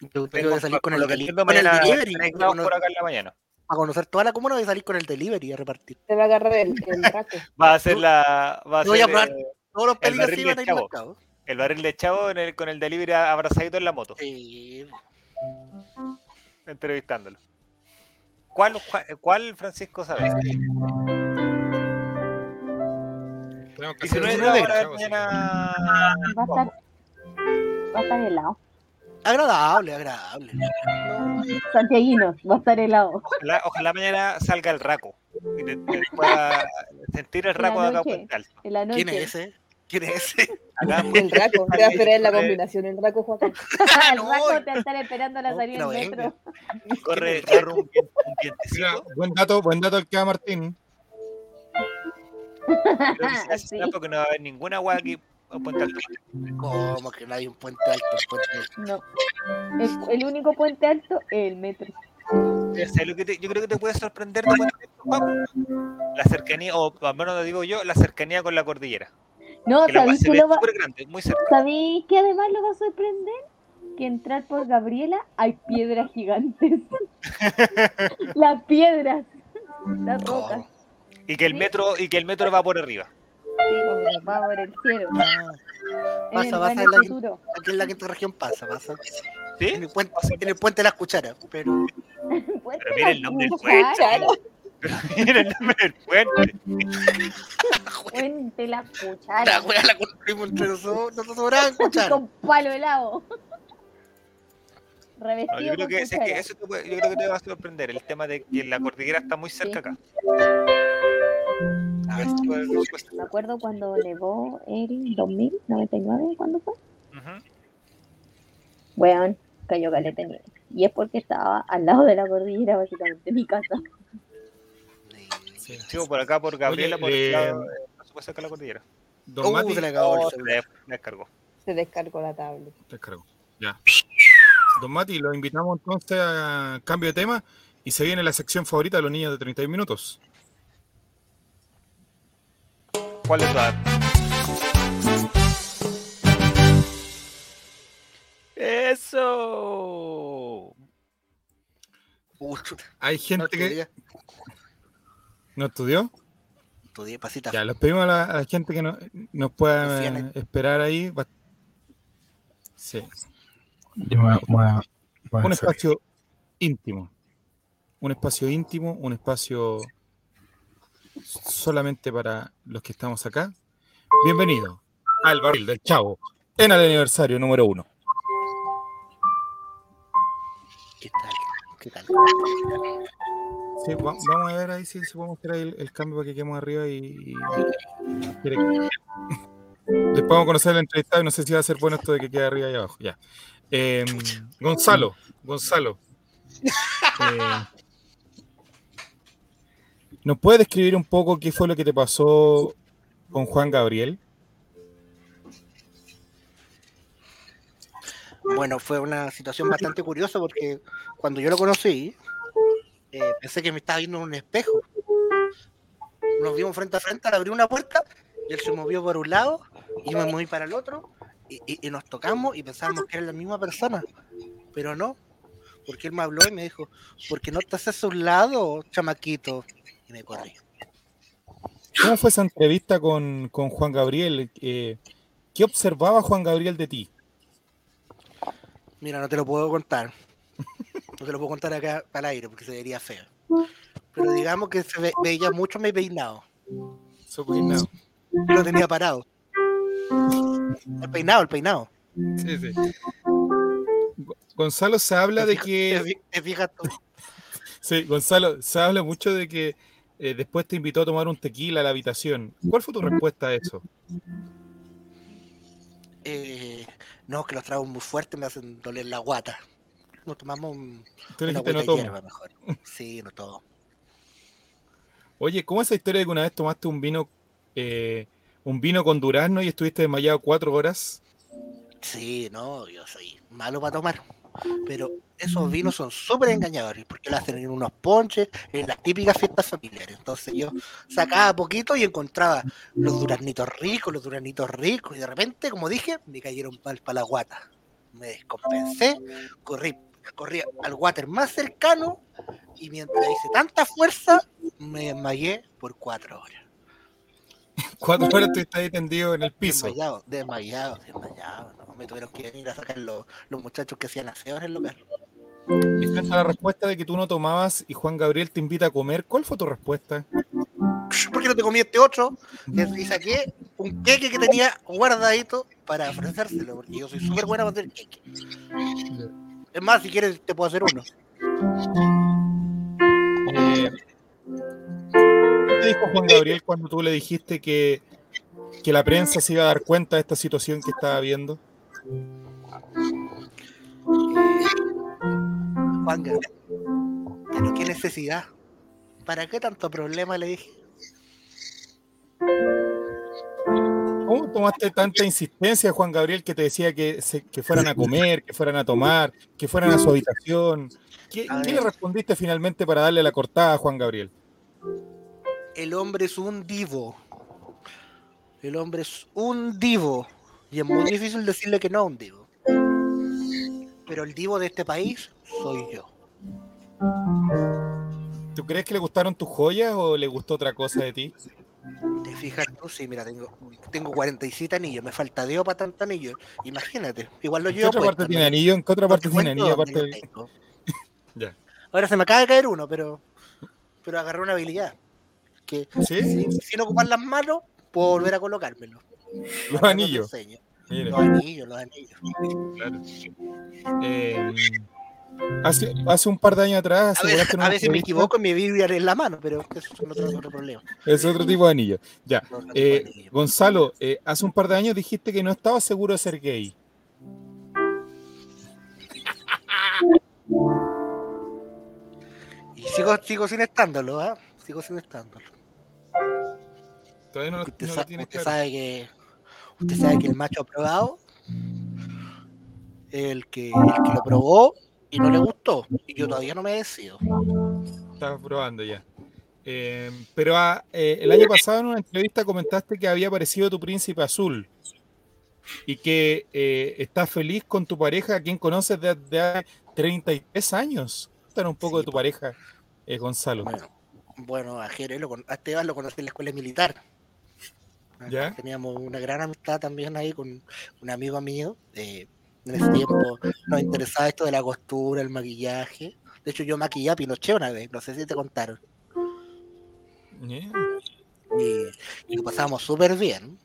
S2: Yo yo voy a salir con
S5: Por
S2: el,
S5: lo que
S2: deli-
S5: entiendo,
S2: con el
S5: mañana
S2: delivery.
S5: tres
S2: Para
S5: grados por
S2: cono-
S5: acá en la mañana.
S2: para conocer toda la comuna voy a salir con el delivery a repartir.
S9: Te va a agarrar el, el raco.
S5: Va a ser la. Va a
S2: Yo voy
S5: ser,
S2: a probar.
S5: eh,
S2: Todos los
S5: El
S2: peligros
S5: barril
S2: sí van a
S5: del
S2: ir
S5: chavo.
S2: marcados.
S5: el barril de chavo en el- con el delivery abrazadito en la moto,
S2: Sí.
S5: entrevistándolo. ¿Cuál, Juan- eh, cuál Francisco sabe?
S3: Tenemos que hacer
S5: 19
S3: un
S5: grados
S3: video,
S5: para
S3: chavos,
S5: mañana.
S2: Ah,
S7: Va a estar, va a estar helado.
S2: Agradable, agradable.
S7: Santiaguinos, va a estar
S2: [laughs]
S7: helado.
S5: Ojalá, ojalá mañana salga el raco y te, te pueda sentir el raco de acá a
S7: noche.
S5: Puente Alto.
S7: En la noche.
S2: ¿Quién es ese? ¿Quién es ese?
S5: Acá en
S9: [laughs] El
S5: Puente
S9: raco. Te va a esperar
S5: [laughs]
S9: en la combinación. El raco,
S7: [laughs]
S9: Juaco.
S7: el
S2: Ah, No,
S7: raco te va a estar esperando a la
S2: no,
S7: salida
S2: pero
S7: del metro.
S5: Alto corre, corre un, vien- un
S3: Mira,
S5: vientecito.
S3: buen dato, buen dato el que da Martín.
S7: [laughs]
S5: Creo que se hace
S9: [laughs]
S7: Sí.
S5: raco que no va a haber ninguna agua aquí en Puente Alto.
S2: ¿Cómo que no hay un puente alto? un puente alto?
S7: No. El, el único puente alto es el metro.
S5: Eh, ¿sabes lo que te- yo creo que te puede sorprender de cuando ves, Paco? la cercanía, o al menos lo digo yo, la cercanía con la cordillera.
S7: No,
S5: que la weá
S7: ¿sabéis
S5: se
S7: que
S5: ve
S7: lo va-
S5: súper grande, muy cerca.
S7: ¿Sabéis que además lo va a sorprender? Que entrar por Gabriela hay piedras
S5: [laughs]
S7: gigantes. Las piedras. Las rocas.
S5: Y que el metro, y que el metro va por arriba.
S7: Sí, va por el cielo. En el
S2: Pasa, pasa
S7: buen
S2: en la,
S7: futuro.
S2: aquí en la quinta región pasa, pasa.
S5: ¿Sí?
S2: En el puente, en el puente de las cucharas,
S9: [laughs]
S2: pero
S5: Pero mira el [laughs] nombre del
S7: Claro.
S5: puente. [laughs] Mira el nombre del puente.
S7: Puente la
S2: la
S7: cuchara.
S2: weá la construimos entre nosotros, nos sobraban cucharas.
S7: Con palo helado. Revestido
S5: No, yo creo
S7: con
S5: que, es
S7: cuchara.
S5: que eso te puede- yo creo que te va a sorprender el tema de que la cordillera está muy cerca acá. A ver si puede- si puede-
S7: Me acuerdo cuando nevó el 2099, ¿cuándo fue?
S5: Ujú.
S7: Weón, cayó caleta de nieve. Y es porque estaba al lado de la cordillera, básicamente, mi casa.
S5: Sí, o por acá, por Gabriela, por
S3: eh,
S5: el lado, eh, por supuesto acá la cordillera.
S3: Don
S2: Uh,
S3: Mati,
S2: se le acabó el
S5: Oh,
S2: celular.
S5: me descargó.
S9: Se descargó la tablet.
S3: descargo. Ya. [laughs] Don Mati, lo invitamos entonces a cambio de tema y se viene la sección favorita de los niños de 31 minutos.
S5: ¿Cuál es la?
S6: ¡Eso!
S2: Uh, chuta,
S3: Hay
S2: no
S3: gente que
S2: estudié,
S3: no estudió.
S2: estudié pasita.
S3: Ya, les pedimos a la, a la gente que no- nos pueda
S2: Confían en-
S3: eh, esperar ahí. Va- Sí.
S12: Yo me voy a- me voy a- me voy
S3: un
S12: a salir.
S3: espacio íntimo. Un espacio íntimo, un espacio solamente para los que estamos acá. Bienvenido al Ah, barril del chavo en el aniversario número uno.
S2: ¿Qué tal? ¿Qué tal?
S3: Sí, va- vamos a ver ahí si, si podemos hacer ahí el, el cambio para que quedemos arriba y. y- quiere- [laughs] Después vamos a conocer la entrevista y no sé si va a ser bueno esto de que quede arriba y abajo. Ya. Eh, Gonzalo, Gonzalo. eh, ¿Nos puedes describir un poco qué fue lo que te pasó con Juan Gabriel?
S2: Bueno, fue una situación bastante curiosa porque cuando yo lo conocí, eh, pensé que me estaba viendo en un espejo. Nos vimos frente a frente, al abrir una puerta, y él se movió por un lado, y yo me moví para el otro, y, y- y nos tocamos y pensábamos que era la misma persona, pero no, porque él me habló y me dijo, ¿por qué no estás a su lado, chamaquito? Y me corrí.
S3: ¿Cómo fue esa entrevista con, con Juan Gabriel? Eh, ¿Qué observaba Juan Gabriel de ti?
S2: Mira, no te lo puedo contar. No te lo puedo contar acá al aire porque se vería feo. Pero digamos que se ve- veía mucho mi peinado.
S3: Su peinado.
S2: lo tenía parado. El peinado, el peinado.
S3: Sí, sí. Go- Gonzalo se habla de
S2: Te
S3: que.
S2: fi- te fijas tú.
S3: [laughs] Sí, Gonzalo, se habla mucho de que eh, después te invitó a tomar un tequila a la habitación. ¿Cuál fue tu respuesta a eso?
S2: Eh, no, que los tragos muy fuertes me hacen doler la guata. Nos tomamos un,
S3: Tú le
S2: una guata
S3: dijiste no
S2: de
S3: tomo.
S2: hierba mejor. Sí, no todo.
S3: Oye, ¿cómo esa historia de que una vez tomaste un vino, eh, un vino con durazno y estuviste desmayado cuatro horas?
S2: Sí, no, yo soy malo para tomar. Pero esos vinos son súper engañadores porque lo hacen en unos ponches, en las típicas fiestas familiares. Entonces yo sacaba poquito y encontraba los duraznitos ricos, los duraznitos ricos. Y de repente, como dije, me cayeron pal para la guata. [laughs] Me descompensé, corrí, corrí al water más cercano y mientras hice tanta fuerza, me desmayé por cuatro horas.
S3: [laughs] Cuatro horas estuviste ahí tendido en el piso.
S2: Desmayado, desmayado, desmayado. ¿no? Me tuvieron que venir a sacar los, los muchachos que hacían aseo en el lugar.
S3: Y frente a la respuesta de que tú no tomabas y Juan Gabriel te invita a comer, ¿cuál fue tu respuesta?
S2: ¿por qué no te comí este otro? Y saqué un queque que tenía guardadito para ofrecérselo, porque yo soy súper buena para hacer queque. Es más, si quieres, te puedo hacer uno.
S3: Eh, ¿Qué te dijo Juan Gabriel cuando tú le dijiste que, que la prensa se iba a dar cuenta de esta situación que estaba viendo?
S2: Juan Gabriel, pero qué necesidad. ¿Para qué tanto problema? Le dije.
S3: ¿Cómo, razón tomaste tanta insistencia, Juan Gabriel, que te decía que, se- que fueran a comer, que fueran a tomar, que fueran a su habitación? ¿Qué,
S2: A
S3: qué
S2: ver.
S3: le respondiste finalmente para darle la cortada a Juan Gabriel?
S2: El hombre es un divo. El hombre es un divo. Y es muy difícil decirle que no a un divo. Pero el divo de este país soy yo.
S3: ¿Tú crees que le gustaron tus joyas o le gustó otra cosa de ti?
S2: ¿Te fijas tú? Sí, mira, tengo, tengo 47 anillos. Me falta Dios para tantos anillos. Imagínate. Igual lo
S3: ¿En qué
S2: llevo
S3: otra parte
S2: puesto.
S3: tiene anillo? ¿En qué otra parte tiene
S2: cuento
S3: anillo?
S2: dónde
S3: Aparte
S2: lo
S3: del-
S2: tengo.
S3: [laughs] Ya.
S2: Ahora se me acaba de caer uno, pero, pero agarré una habilidad. Que
S3: ¿Sí?
S2: sin, sin ocupar las manos, puedo volver a colocármelo.
S3: Los
S2: Ahora no te
S3: anillos.
S2: enseño.
S3: Mira,
S2: Los anillos, los anillos.
S3: claro. Eh, hace, hace un par de años atrás
S2: A veces,
S3: aseguraste en
S2: a
S3: una
S2: veces me
S3: entrevista-
S2: equivoco y me vi en la mano, pero eso es otro, otro problema.
S3: Es otro tipo de anillo. Ya.
S2: No, no,
S3: Eh,
S2: no, no.
S3: Gonzalo, eh, hace un par de años dijiste que no estabas seguro de ser gay.
S2: Y sigo, sigo sin estándolo, ¿ah? Sigo sin estándolo.
S3: Todavía no lo,
S2: Usted,
S3: no lo
S2: sa-
S3: tienes
S2: usted
S3: claro.
S2: sabe que usted sabe que el macho aprobado el que, el que lo probó y no le gustó. Y yo todavía no me decido.
S3: Estás probando ya. Eh, pero ah, eh, el año pasado en una entrevista comentaste que había aparecido tu príncipe azul y que eh, estás feliz con tu pareja, a quien conoces desde hace 33 años. Cuéntanos un poco
S2: Sí,
S3: de tu
S2: po.
S3: pareja, eh, Gonzalo.
S2: Bueno, bueno a Jerez lo con- a Esteban lo conocí en la escuela militar.
S3: ¿Ya?
S2: Teníamos una gran amistad también ahí con un amigo mío. eh, en ese tiempo nos interesaba esto de la costura, el maquillaje. De hecho, yo maquillé a Pinochet una vez, no sé si te contaron.
S3: Yeah.
S2: y, y lo pasábamos súper bien.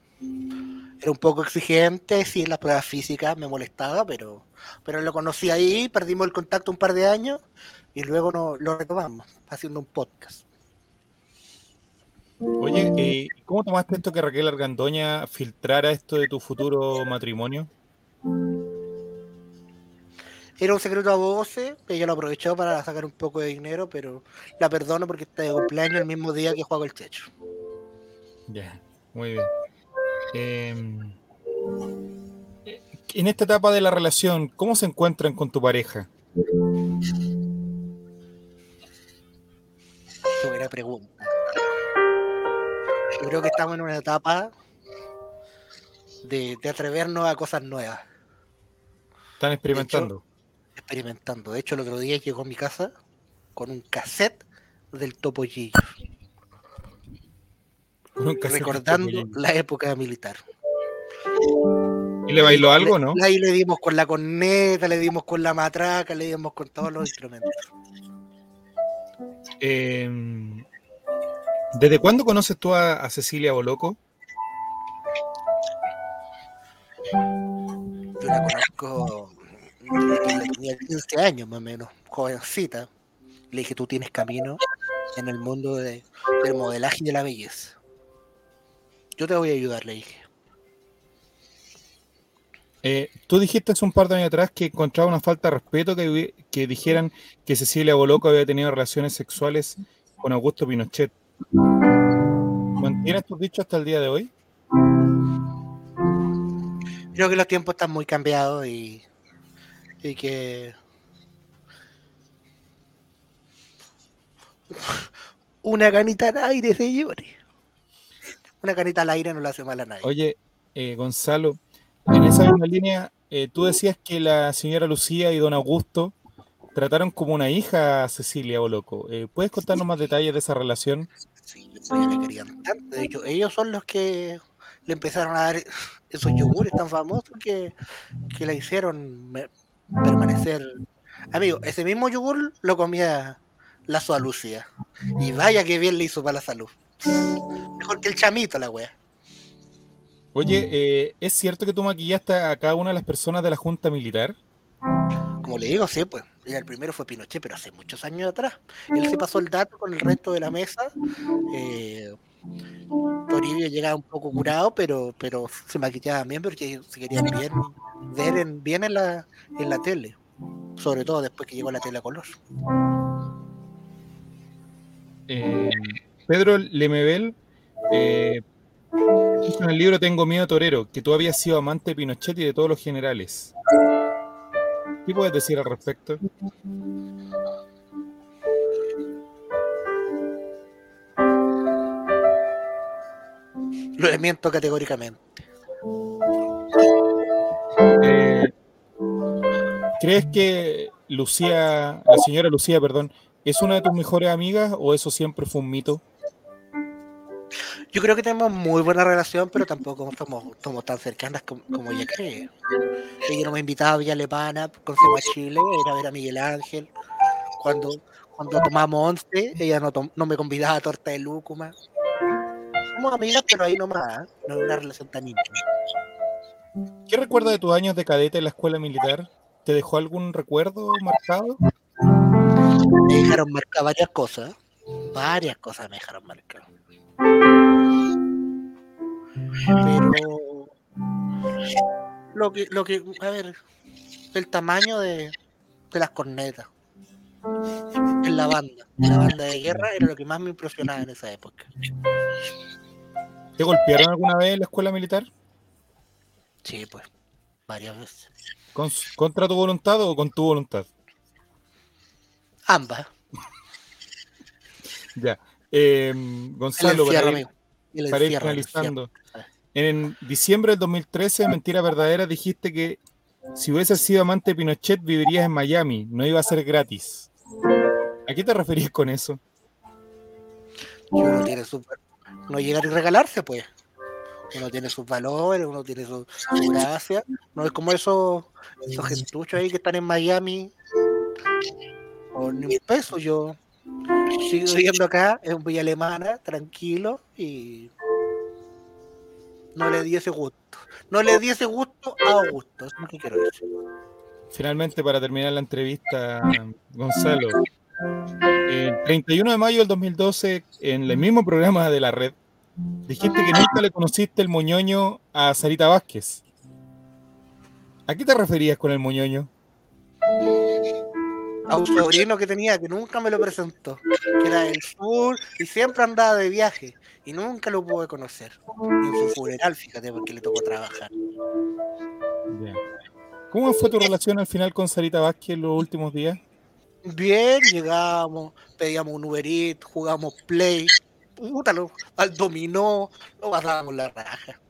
S2: Era un poco exigente, sí, en las pruebas físicas me molestaba, pero, pero lo conocí ahí, perdimos el contacto un par de años y luego no, lo retomamos haciendo un podcast.
S3: Oye, eh, ¿cómo tomaste esto que Raquel Argandoña filtrara esto de tu futuro matrimonio?
S2: Era un secreto a voces, ella lo aprovechó para sacar un poco de dinero, pero la perdono porque está de cumpleaños el mismo día que juego el checho.
S3: Ya, muy bien. Em, eh, en esta etapa de la relación, ¿cómo se encuentran con tu pareja?
S2: Qué buena pregunta. Yo creo que estamos en una etapa de, de atrevernos a cosas nuevas.
S3: ¿Están experimentando?
S2: experimentando. De hecho, el otro día llegó a mi casa con un cassette del Topollillo,
S3: Nunca se-
S2: recordando la época militar.
S3: ¿Y le bailó algo,
S2: Le-
S3: no?
S2: Ahí le dimos con la corneta, le dimos con la matraca, le dimos con todos los instrumentos.
S3: Em, ¿Desde cuándo conoces tú a, a Cecilia Boloco?
S2: Yo la conozco desde que tenía 15 años más o menos, jovencita. Le dije, tú tienes camino en el mundo de- del modelaje y de la belleza. Yo te voy a ayudar, le dije.
S3: Eh, tú dijiste hace un par de años atrás que encontraba una falta de respeto que, hubi- que dijeran que Cecilia Boloco había tenido relaciones sexuales con Augusto Pinochet. ¿Mantienes tus dichos hasta el día de hoy?
S2: creo que los tiempos están muy cambiados y, y que [laughs] una canita al aire, señores. Una canita al aire no le hace mal a nadie.
S3: Oye, eh, Gonzalo, en esa misma línea, eh, tú decías que la señora Lucía y don Augusto trataron como una hija a Cecilia Boloco. Eh, ¿Puedes contarnos más detalles de esa relación?
S2: Sí, ellos le querían tanto. De hecho, ellos son los que le empezaron a dar esos yogures tan famosos que, que la hicieron me- permanecer. Amigo, ese mismo yogur lo comía la Soa Lucía. Y vaya que bien le hizo para la salud. Mejor que el chamito, la wea.
S3: Oye, eh, ¿es cierto que tú maquillaste a cada una de las personas de la Junta Militar?
S2: Como le digo, sí, pues. y El primero fue Pinochet, pero hace muchos años atrás. Él se pasó el dato con el resto de la mesa. Eh, Toribio llegaba un poco curado, pero, pero se maquillaba bien porque se querían bien ver en, bien en la, en la tele. Sobre todo después que llegó la tele a color.
S3: Eh, Pedro Lemebel eh, dijo en el libro Tengo miedo torero, que tú habías sido amante de Pinochet y de todos los generales. ¿Qué puedes decir al respecto?
S2: Lo desmiento categóricamente.
S3: Eh, ¿Crees que Lucía, la señora Lucía, perdón, es una de tus mejores amigas o eso siempre fue un mito?
S2: Yo creo que tenemos muy buena relación, pero tampoco somos, somos tan cercanas como, como ella cree. Ella no me invitaba a Villa Alemana, conocemos a Chile, era a ver a Miguel Ángel. Cuando, cuando tomamos once, ella no, tom- no me convidaba a torta de lúcuma. Somos amigas, pero ahí nomás, ¿eh? no es una relación tan íntima.
S3: ¿Qué recuerda de tus años de cadete en la escuela militar? ¿Te dejó algún recuerdo marcado?
S2: Me dejaron marcar varias cosas, varias cosas me dejaron marcar. Pero lo que, lo que, a ver, el tamaño de, de las cornetas en la banda, la banda de guerra era lo que más me impresionaba en esa época.
S3: ¿Te golpearon alguna vez en la escuela militar?
S2: Sí, pues, varias veces.
S3: ¿Con- ¿Contra tu voluntad o con tu voluntad?
S2: Ambas.
S3: Ya. Eh, Gonzalo,
S2: encierro,
S3: para ir,
S2: amigo. El
S3: para ir
S2: encierro, el
S3: finalizando. En diciembre del 2013, Mentira Verdadera, dijiste que si hubieses sido amante de Pinochet, vivirías en Miami. No iba a ser gratis. ¿A qué te referís con eso?
S2: Uno tiene sus val- no llegar y regalarse, pues. Uno tiene sus valores, uno tiene su, su gracia. No es como esos, esos gentuchos ahí que están en Miami. Por ni un peso, yo sigo viviendo acá, en Villa Alemana, tranquilo, y no le di ese gusto. No le di ese gusto a Augusto, eso es lo que quiero decir.
S3: Finalmente, para terminar la entrevista, Gonzalo, el 31 de mayo del 2012, en el mismo programa de la red, dijiste que nunca le conociste el moñoño a Sarita Vázquez. ¿A qué te referías con el moñoño?
S2: a un sobrino que tenía que nunca me lo presentó, que era del sur y siempre andaba de viaje y nunca lo pude conocer. Y en su funeral, fíjate, porque le tocó trabajar.
S3: Ya. ¿Cómo fue tu relación al final con Sarita Vázquez en los últimos días?
S2: Bien, llegábamos, pedíamos un Uber Eats, jugábamos Play, puta, lo- al dominó, lo pasábamos la raja.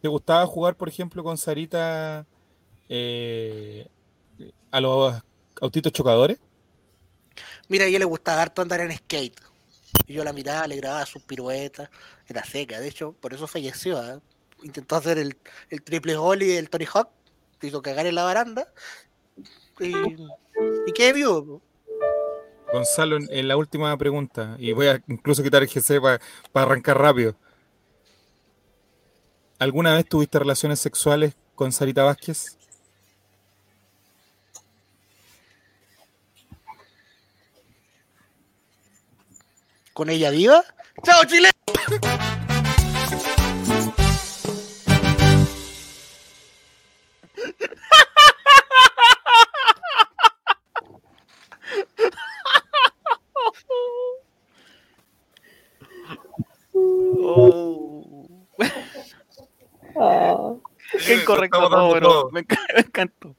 S3: ¿Te gustaba jugar, por ejemplo, con Sarita eh, a los autitos chocadores?
S2: Mira, a ella le gustaba harto andar en skate. Y yo la miraba, le grababa sus piruetas, era seca, de hecho, por eso falleció. ¿ah? Intentó hacer el, el triple ollie del Tony Hawk, se hizo cagar en la baranda. Y, y quedé vivo. po.
S3: Gonzalo, en, en la última pregunta, y voy a incluso quitar el GC para arrancar rápido. ¿Alguna vez tuviste relaciones sexuales con Sarita Vázquez?
S2: ¿Con ella viva? ¡Chao, Chile!
S6: Oh. Qué incorrecto todo, pero Me, enca- [laughs] me encantó.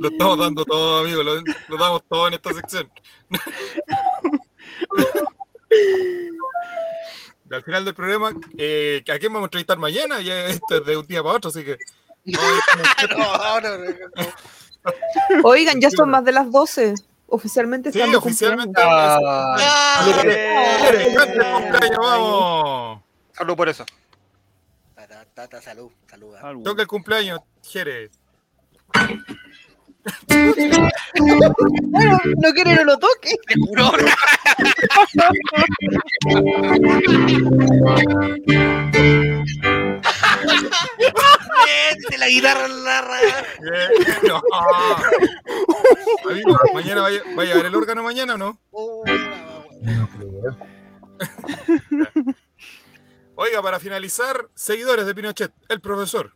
S3: Lo estamos dando todo, amigo. Lo, lo damos todo en esta sección. Y Al final del programa, eh, ¿a quién vamos a entrevistar mañana? Ya esto es de un día para otro, así que.
S2: No, no, no, no.
S9: Oigan, ya son más de las 12. Oficialmente
S3: Sí,
S9: están de
S3: oficialmente.
S9: cumpleaños.
S5: Ah.
S3: ¡Feliz cumpleaños, ¡Vamos!
S5: Salud por eso.
S2: Tata, tata, salud, salud. ah.
S6: Algo.
S3: Toca el cumpleaños, Jerez.
S9: Bueno, no quiere, no lo toque.
S2: Vete la guitarra en la raja.
S3: Eh, no. [laughs] Amigo, mañana vaya, vaya a ver el órgano mañana o no?
S2: Oh, la wea.
S3: Oiga, para finalizar, seguidores de Pinochet, el profesor,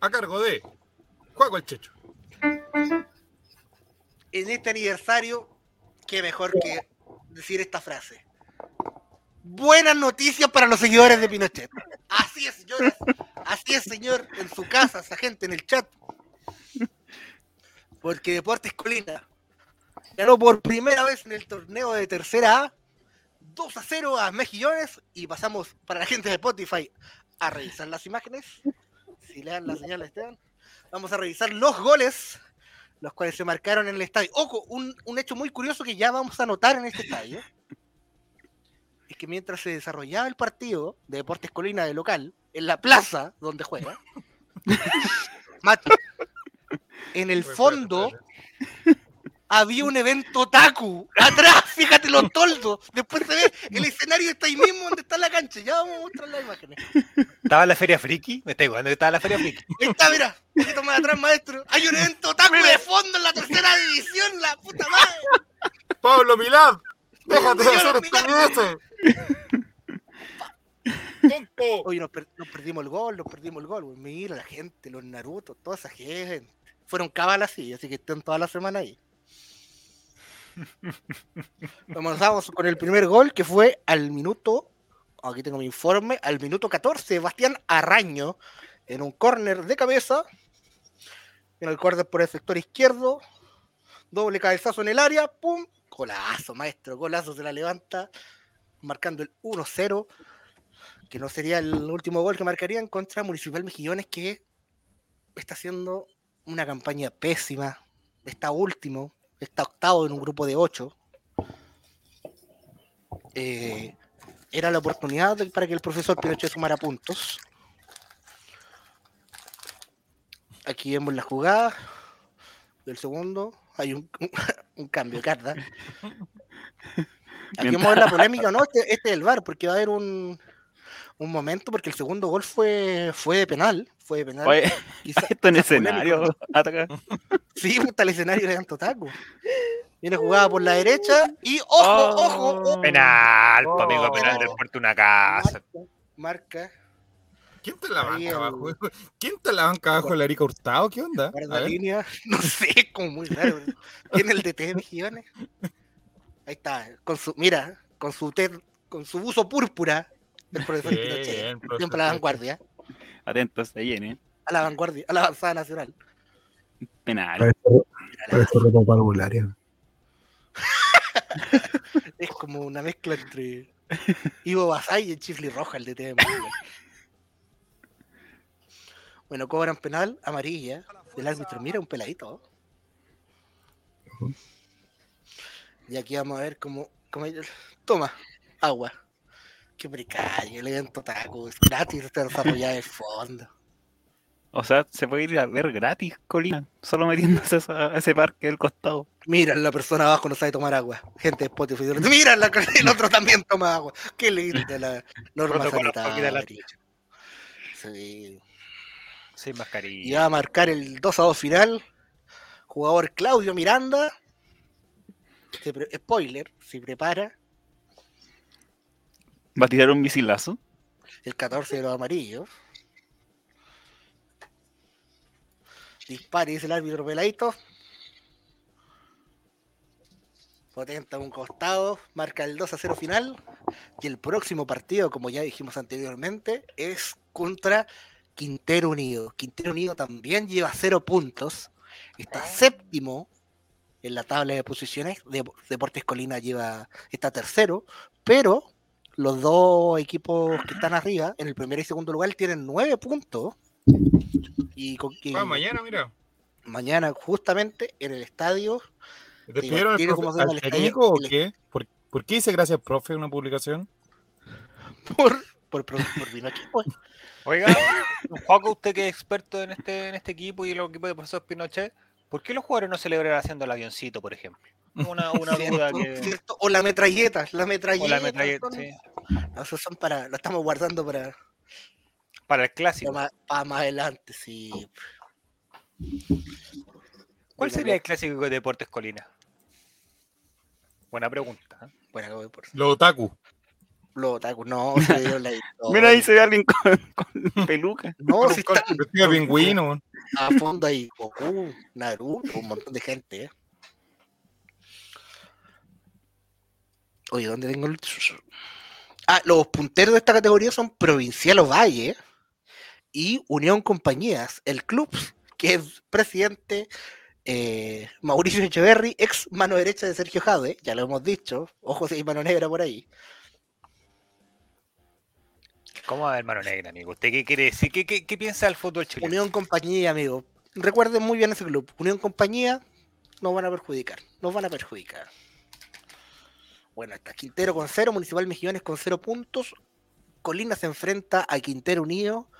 S3: a cargo de Juaco el Checho.
S2: en este aniversario, qué mejor que decir esta frase. Buenas noticias para los seguidores de Pinochet. Así es, señores. Así es, señor. En su casa, esa gente en el chat. Porque Deportes Colina ganó por primera vez en el torneo de tercera A 2 a 0 a Mejillones y pasamos para la gente de Spotify a revisar las imágenes. Si le dan la señal a Esteban, vamos a revisar los goles, los cuales se marcaron en el estadio. Ojo, un, un hecho muy curioso que ya vamos a notar en este estadio [laughs] es que mientras se desarrollaba el partido de Deportes Colina de local, en la plaza donde juega, Mati, en el fondo había un evento otaku atrás, fíjate los toldos. Después se ve el escenario está ahí mismo donde está la cancha. Ya vamos a mostrar las imágenes.
S5: ¿Estaba en la Feria Friki? Me estoy jugando que estaba en la Feria Friki.
S2: Ahí está, mira, un poquito más atrás, maestro. Hay un evento otaku de fondo en la tercera división, la puta madre.
S3: Pablo Milad, déjate de
S2: Señor
S3: hacer
S2: Milad.
S3: estupideces. Tonto.
S2: Oye, nos, per- nos perdimos el gol, nos perdimos el gol, güey. Mira la gente, los Naruto, toda esa gente. Fueron cabal así, así que están toda la semana ahí. Comenzamos con el primer gol que fue al minuto, aquí tengo mi informe, al minuto 14, Sebastián Arraño en un córner de cabeza, en el córner por el sector izquierdo, doble cabezazo en el área, pum, golazo maestro, golazo se la levanta, marcando el 1-0 que no sería el último gol que marcarían contra Municipal Mejillones, que está haciendo una campaña pésima. Está último, está octavo en un grupo de ocho. Eh, era la oportunidad de- para que el profesor Pinochet sumara puntos. Aquí vemos la jugada del segundo. Hay un, [laughs] un cambio,
S6: [laughs]
S2: Carda. [laughs] Aquí vamos a ver la polémica, ¿no? Este, este es el bar, porque va a haber un, un momento, porque el segundo gol fue, fue de penal. Fue de penal.
S6: Oye,
S2: Quizá-
S6: esto en
S2: quizá polémico,
S6: escenario.
S2: ¿no?
S6: [laughs] ataca.
S2: Sí, puta, el escenario era tanto taco. Viene jugada por la derecha y ojo,
S6: Oh.
S2: ojo, ojo.
S5: Penal, pa' amigo,
S2: Oh.
S5: penal del puerto de una casa.
S2: Marca, marca,
S3: ¿Quién te la
S2: Ahí
S3: banca
S2: el-
S3: abajo? ¿Quién te la banca abajo? ¿El Arica Hurtado? ¿Qué onda? A
S2: guarda
S3: ver.
S2: línea. [laughs] No sé, como muy raro. bro. Tiene el DT de Mejillones. Ahí está, con su, mira, con su ter- con su buzo púrpura, el profesor
S3: Bien,
S2: Pinochet.
S3: profesor
S2: Siempre a la vanguardia,
S6: Atentos,
S3: este
S6: ahí viene.
S2: a la vanguardia, a la avanzada nacional.
S6: Penal.
S4: Parece, parece ropa parvularia.
S2: Es como una mezcla entre Ivo Basay y el Chifli Roja, el DT de Mejillones. Bueno, cobran penal, amarilla, del árbitro. Mira, un peladito. Y aquí vamos a ver cómo. cómo ellos- Toma, agua. Qué precario, el evento taco. Es gratis, está desarrollado de fondo.
S6: O sea, se puede ir a ver gratis, Colina. Solo metiéndose a, esa- a ese parque del costado.
S2: Mira, la persona abajo no sabe tomar agua. Gente de Spotify. Mira, la- el otro también toma agua. Qué linda la norma
S5: Protocolo,
S2: sanitaria.
S5: poquita la
S2: Sí.
S5: Sin
S2: Y
S5: mascarilla.
S2: va a marcar el 2 a 2 final. Jugador Claudio Miranda. Se pre- spoiler, se prepara.
S6: Va a tirar un misilazo.
S2: El 14 de los amarillos. Dispara, dice el árbitro peladito. Potenta a un costado, marca el 2 a 0 final. Y el próximo partido, como ya dijimos anteriormente, es contra Quintero Unido. Quintero Unido también lleva 0 puntos. Está séptimo en la tabla de posiciones. Dep- Deportes Colina lleva, está tercero, pero los dos equipos que están arriba, en el primer y segundo lugar, tienen nueve puntos. Y con que
S3: Ah, mañana, mira.
S2: mañana, justamente, en el estadio,
S3: ¿Despidieron al,
S2: tiene como
S3: profe-
S2: hacer
S3: al
S2: el
S3: técnico o
S2: estadio-
S3: qué? ¿Por, por qué dice gracias, profe, en una publicación?
S2: por, por, por, por
S3: [laughs]
S2: Pinochet, pues.
S5: Oiga, Juaco, usted que es experto en este, en este equipo y el equipo de profesor Pinochet, ¿por qué los jugadores no celebran haciendo el avioncito, por ejemplo? Una,
S2: [laughs]
S5: una duda
S2: ¿Cierto?
S5: que.
S2: ¿Cierto? O la metralleta, la metralleta.
S5: O la metralleta,
S2: son-
S5: sí,
S2: No, esos son para, lo estamos guardando para,
S5: Para
S2: para,
S5: el clásico.
S2: más, para más adelante, sí.
S5: ¿Cuál
S2: Oiga,
S5: sería
S2: lo-
S5: el clásico de Deportes Colina? Buena pregunta. ¿eh?
S2: Bueno, acabo de por
S3: Los otaku.
S2: Los otaku, no, se dio
S5: [laughs]
S2: la historia.
S6: Mira, ahí se ve alguien con, con peluca.
S2: No, si está
S3: Vestido de pingüino.
S2: a fondo ahí Goku, Naruto, un montón de gente, ¿eh? Oye, ¿dónde tengo el...? Ah, los punteros de esta categoría son Provincial Ovalle y Unión Compañías, el club que es presidente eh, Mauricio Echeverry, ex mano derecha de Sergio Jade, ya lo hemos dicho, ojos y mano negra por ahí.
S5: ¿Cómo va hermano negra, amigo? ¿Usted qué quiere decir? ¿Qué, qué, qué piensa del fútbol chileno?
S2: Unión Compañía, amigo. Recuerden muy bien ese club. Unión Compañía nos van a perjudicar. Nos van a perjudicar. Bueno, está Quintero con cero, Municipal Mejillones con cero puntos. Colina se enfrenta a Quintero Unido.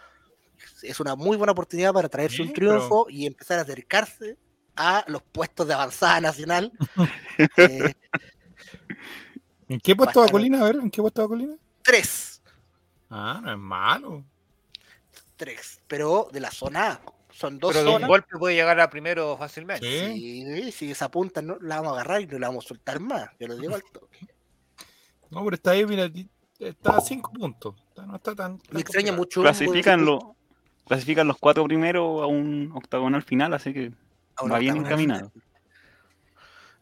S2: Es una muy buena oportunidad para traerse
S3: Sí,
S2: un triunfo y empezar a acercarse a los puestos de avanzada nacional. [laughs] Eh,
S3: ¿En qué puesto va
S2: Bastante.
S3: Colina? A ver, ¿en qué puesto va Colina?
S2: tres,
S3: Ah, no es malo.
S2: tres, pero de la zona A. Son dos
S5: Pero de un
S2: zonas.
S5: golpe puede llegar a primero fácilmente.
S3: Sí.
S2: Y si esa punta no, la vamos a agarrar y no la vamos a soltar más. Yo lo digo al toque.
S3: [laughs] No, pero está ahí, mira, ti- está a cinco puntos. Está- No está tan. tan
S2: Me extraña mucho.
S3: complicado.
S6: Clasifican, lo- clasifican los cuatro primero a un octagonal final, así que
S2: a una
S6: va bien
S2: octava.
S6: encaminado.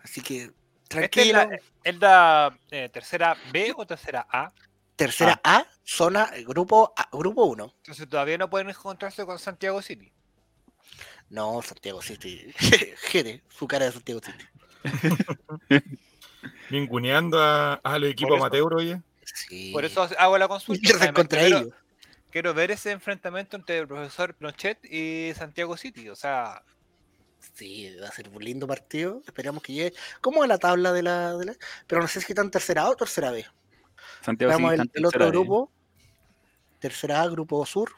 S2: Así que
S5: Este es
S2: tranquilo.
S5: la, es la, eh, tercera B o tercera A.
S2: Tercera
S3: Ah.
S2: A, zona, eh, grupo A- grupo 1.
S5: Entonces todavía no pueden encontrarse con Santiago City.
S2: No, Santiago City. [laughs] Jere, su cara de Santiago City.
S3: Bien cuneando a, a los equipos
S5: Por eso.
S3: amateur, oye.
S2: Sí.
S5: Por eso hago la consulta.
S2: Pierden
S5: Además,
S2: contra
S5: quiero-
S2: ellos.
S5: Quiero ver ese enfrentamiento entre el profesor Planchet y Santiago City. O sea,
S2: Sí, va a ser un lindo partido. Esperamos que llegue. ¿Cómo es la tabla de la, de la- Pero no sé si están tercera A o tercera B.
S6: Santiago
S2: Veamos
S6: sí
S2: el,
S6: está en
S2: el otro
S6: tercera B.
S2: grupo. Tercera A, grupo sur.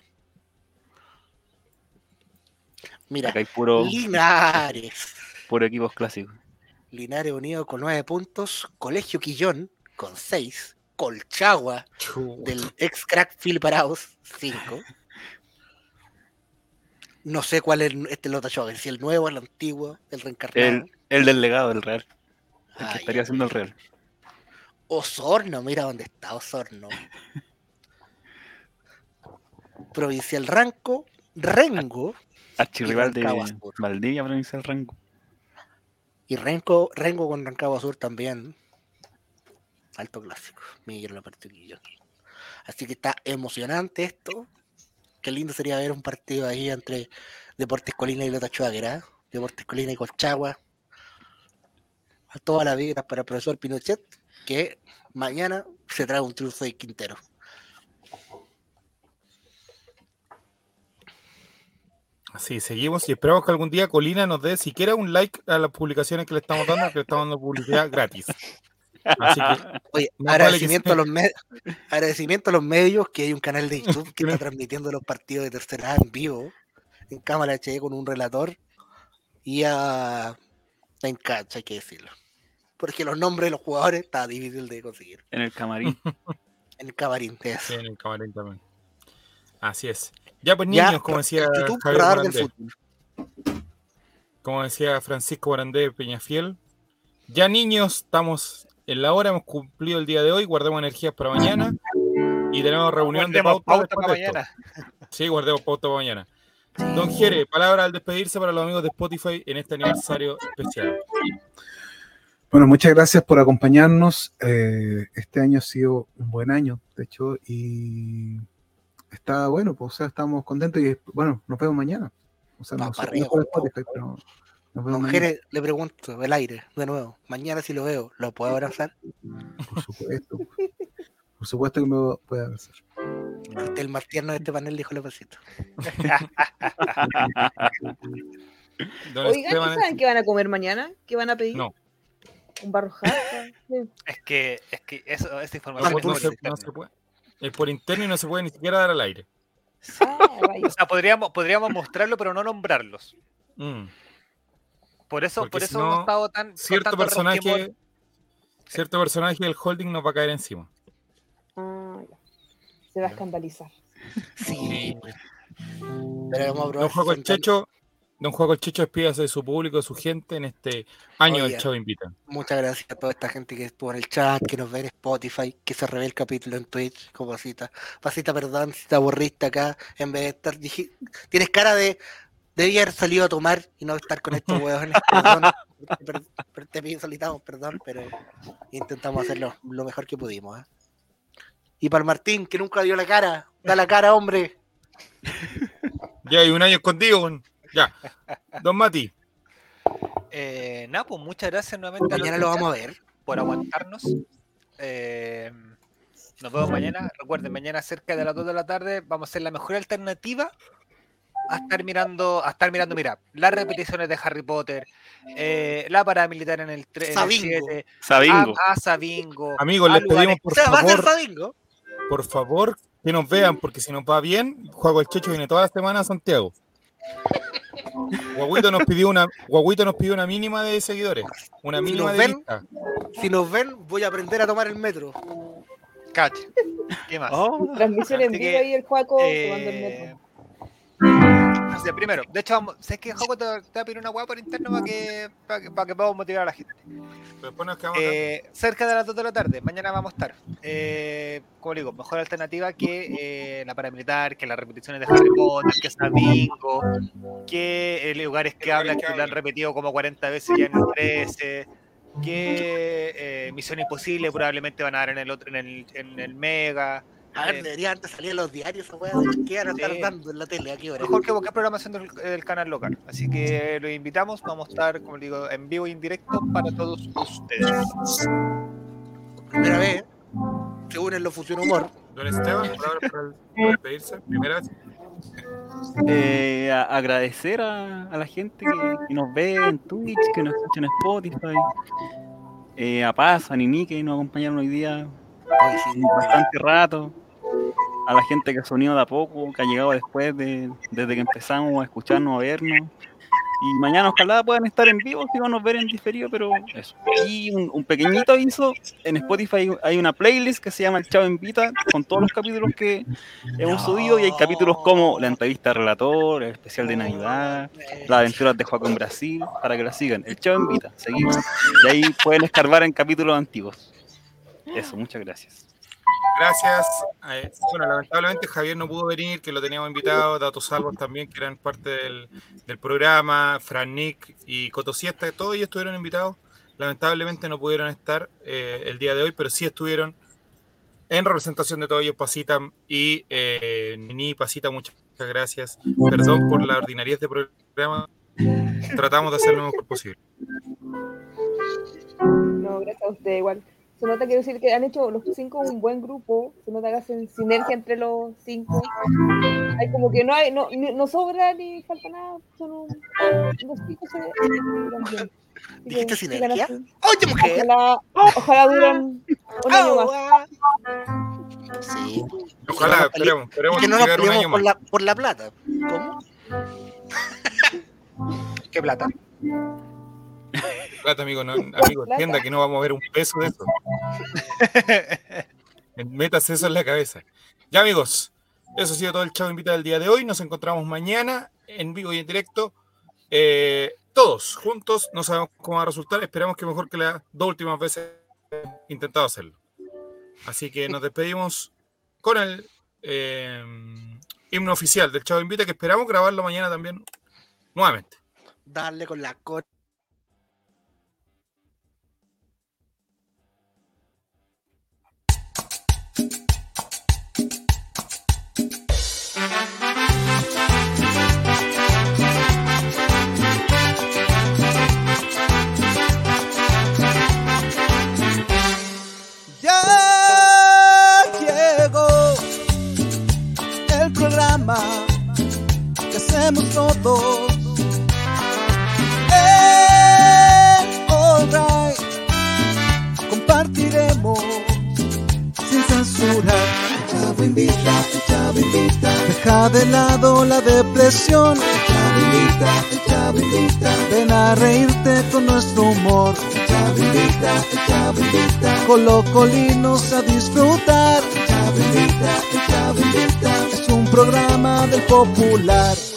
S2: Mira,
S6: Acá hay puro,
S2: Linares.
S6: puro equipos clásicos.
S2: Linares Unido con nueve puntos. Colegio Quillón con seis. Colchagua del ex crack Philip Arauz, 5. No sé cuál es este Lota Shogun, si el nuevo, el antiguo, el reencarnado.
S6: El, el del legado del Real, el
S2: Ah,
S6: que
S2: ya.
S6: estaría haciendo el Real.
S2: Osorno, mira dónde está Osorno. Provincial Ranco, Rengo,
S6: Archirrival de
S2: Rancagua Sur.
S6: Valdivia, provincia del Rango.
S2: y Renco, Rengo con Rancagua Sur también. Alto clásico, Miguel la Quillón. Así que está emocionante esto. Qué lindo sería ver un partido ahí entre Deportes Colina y Lota Chuaguera. Deportes Colina y Colchagua. A toda la vida para el profesor Pinochet, que mañana se trae un triunfo de Quintero.
S3: Así, seguimos y esperamos que algún día Colina nos dé siquiera un like a las publicaciones que le estamos dando, que le estamos dando publicidad gratis. Así [laughs] que,
S2: [laughs] Oye,
S3: Más vale que
S2: agradecimiento,
S3: sea.
S2: a los me- agradecimiento a los medios que hay un canal de YouTube
S3: [laughs]
S2: que está transmitiendo los partidos de tercera A en vivo, en cámara HD con un relator y a en cancha, hay que decirlo. Porque los nombres de los jugadores está difícil de conseguir.
S6: En el camarín.
S2: En el camarín, eso.
S3: sí, en el camarín también. Así es. Ya pues
S2: Ya,
S3: niños, como decía
S2: YouTube,
S3: Javier
S2: radar del
S3: Morandé.
S2: fútbol.
S3: como decía Francisco Barandé de Peñafiel. Ya niños, estamos en la hora, hemos cumplido el día de hoy, guardemos energías para mañana y tenemos reunión de
S5: guardemos
S3: pauta,
S5: pauta
S3: después
S5: para
S3: de esto.
S5: mañana.
S3: Sí, guardemos pauta para mañana. Don Jere, palabra al despedirse para los amigos de Spotify en este aniversario especial.
S4: Bueno, muchas gracias por acompañarnos. Eh, este año ha sido un buen año, de hecho, y está bueno, pues, o sea, estamos contentos y bueno, nos vemos mañana. O sea,
S2: Va
S4: no sé,
S2: para arriba,
S4: no por
S2: va para
S4: Spotify, pero nos vemos
S2: Don
S4: mañana,
S2: Jere, le pregunto, el aire, de nuevo. Mañana si lo veo, ¿lo
S3: [laughs]
S2: puedo abrazar?
S4: por supuesto. Por supuesto que me puede abrazar.
S3: Ah.
S2: Usted el más tierno de este panel dijo Lepacito.
S5: Ah.
S3: Don
S9: Oigan, ¿no
S3: Esteban,
S9: saben qué van a comer mañana? ¿Qué van a pedir?
S3: No.
S9: Un barrojado.
S5: Es que, es que eso, esa
S3: no
S5: información
S3: se-
S5: es
S3: no
S5: muy
S3: se-
S5: interna.
S3: no se puede. Es por interno y no se puede ni siquiera dar al aire.
S9: ah,
S5: O
S9: rayos.
S5: sea, podríamos, podríamos mostrarlo, pero no nombrarlos.
S3: Mm.
S5: Por eso,
S3: Porque
S5: por
S3: si
S5: eso
S3: no,
S5: hemos estado tan. con
S3: Cierto
S5: tanto resquemor.
S3: personaje, cierto personaje del holding nos va a caer encima.
S9: Ah, ya. Se va a escandalizar.
S2: Sí. pues. Pero vamos a probar
S3: Don Juan
S2: si son tan-
S3: Colchecho, don Juan Colchecho, despídase de su público, de su gente en este año
S2: Oye.
S3: del Chavo Invita.
S2: Muchas gracias a toda esta gente que estuvo en el chat, que nos ve en Spotify, que se revé el capítulo en Twitch, como cita. Pasita, perdón, si te aburriste acá, en vez de estar. dije- Tienes cara de. Debía haber salido a tomar y no estar con estos
S3: [laughs]
S2: huevones. Perdón, per- per- te pido solitado, perdón, pero intentamos hacer lo, lo mejor que pudimos. ¿eh? Y para el Martín, que nunca dio la cara. Da la cara, hombre.
S3: Ya hay un año escondido. weón. Ya. Don Mati.
S5: Eh, nada, pues muchas gracias nuevamente. a los
S2: Mañana lo vamos a ver.
S5: por aguantarnos. Eh, nos vemos mañana. Recuerden, mañana cerca de las 2 de la tarde vamos a ser la mejor alternativa a estar mirando, a estar mirando, mira, las repeticiones de Harry Potter, eh, la paramilitar en el 3,
S2: Sabingo.
S6: Sabingo.
S5: a, a Sabingo.
S3: Amigos,
S5: a
S3: les pedimos
S5: lugares-
S3: por
S2: O sea, va a ser
S3: favor,
S2: Sabingo.
S3: por favor, que nos vean, porque si nos va bien, Juan el Checho viene toda la semana a Santiago. Guaguito nos pidió una, Guaguito nos pidió una mínima de seguidores, una
S2: Si
S3: mínima
S2: nos
S3: de
S2: ven.
S3: lista.
S2: Si nos ven, voy a aprender a tomar el metro.
S5: Cacha. ¿Qué más?
S6: Oh,
S9: Transmisión en
S5: Así
S9: vivo
S5: que,
S9: ahí el Juaco tomando el
S5: Eh,
S9: metro.
S5: o sea, Eh, primero, de hecho, vamos, ¿sabes qué, Joco? Te, te voy a pedir una hueá por interno para que, para, que, para que podamos motivar a la gente.
S3: Después nos quedamos acá.
S5: Eh, cerca de las 2 de la tarde, mañana vamos a estar. Eh, como digo, mejor alternativa que eh, la paramilitar, que las repeticiones de Harry Potter, que Sabingo, que eh, lugares que hablan que lo han repetido como 40 veces ya en el 13, que eh, Misión Imposible probablemente van a dar en el otro, en el, en el Mega.
S2: A ver,
S5: Eh,
S2: debería antes salir en los diarios esa weá de qué van a estar
S5: Sí.
S2: dando en la tele aquí ahora.
S5: Mejor que buscar programación del, del canal local. Así que los invitamos, vamos a estar, como digo, en vivo y en directo para todos ustedes.
S2: Primera vez, se unen los fusión humor.
S3: Don Esteban, palabras para para despedirse. Primera vez.
S6: Eh, a- agradecer a, a la gente que, que nos ve en Twitch, que nos escucha en Spotify, eh, a Paz, a Nini que nos acompañaron hoy día bastante rato, a la gente que ha sonido de a poco, que ha llegado después de, desde que empezamos a escucharnos, a vernos. Y mañana ojalá puedan estar en vivo, si van a ver en diferido, pero eso. Y un, un pequeñito aviso, en Spotify hay una playlist que se llama El Chavo Invita, con todos los capítulos que hemos subido, y hay capítulos como la entrevista al relator, el especial de Navidad, las aventuras de Joaquín Brasil, para que la sigan. El Chavo Invita, seguimos. Y ahí pueden escarbar en capítulos antiguos. Eso, muchas gracias.
S3: Gracias. Eh, bueno, lamentablemente Javier no pudo venir, que lo teníamos invitado, Datos Salvos también, que eran parte del, del programa, Fran Nick y Coto Siesta, todos ellos estuvieron invitados. Lamentablemente no pudieron estar eh, el día de hoy, pero sí estuvieron en representación de todos ellos, Pasita y eh, Nini, Pasita, muchas gracias. Perdón por la ordinariedad de programa. Tratamos de hacer lo mejor posible.
S9: No, gracias a usted igual. Se nota, quiero decir que han hecho los cinco un buen grupo. Se nota que hacen sinergia entre los cinco. Hay como que no hay, no, ni- no sobra ni falta nada. Son un- los cinco se. duran bien. Así que
S2: ¿Dijiste
S9: sigan
S2: sinergia?
S9: así.
S2: ¡Oye, mujer!
S9: Ojalá, ojalá duran un año
S8: Oh,
S9: más.
S2: Sí. Y que no
S3: Ojalá, esperemos, esperemos
S2: que no nos
S3: llegar un
S2: peleemos
S3: año
S2: por
S3: más.
S2: la, por la plata. ¿Cómo?
S5: Qué plata.
S3: Plata, amigo, no, amigo,
S9: Plata.
S3: entienda que no vamos a ver un peso de eso. Metas eso en la cabeza. Ya, amigos, eso ha sido todo el Chavo Invita del día de hoy. Nos encontramos mañana en vivo y en directo. Eh, todos juntos, no sabemos cómo va a resultar. Esperamos que mejor que las dos últimas veces he intentado hacerlo. Así que nos despedimos con el eh, himno oficial del Chavo Invita, que esperamos grabarlo mañana también nuevamente.
S2: Darle con la cor.
S1: Ya llegó el programa que hacemos todos. En All Right compartiremos sin censura. El chavo invita, el chavo invita. Deja de lado la depresión. El chavo invita, el chavo invita. Ven a reírte con nuestro humor. El chavo invita, el chavo invita. Con locolinos a disfrutar. El chavo invita, el chavo invita. Es un programa del popular.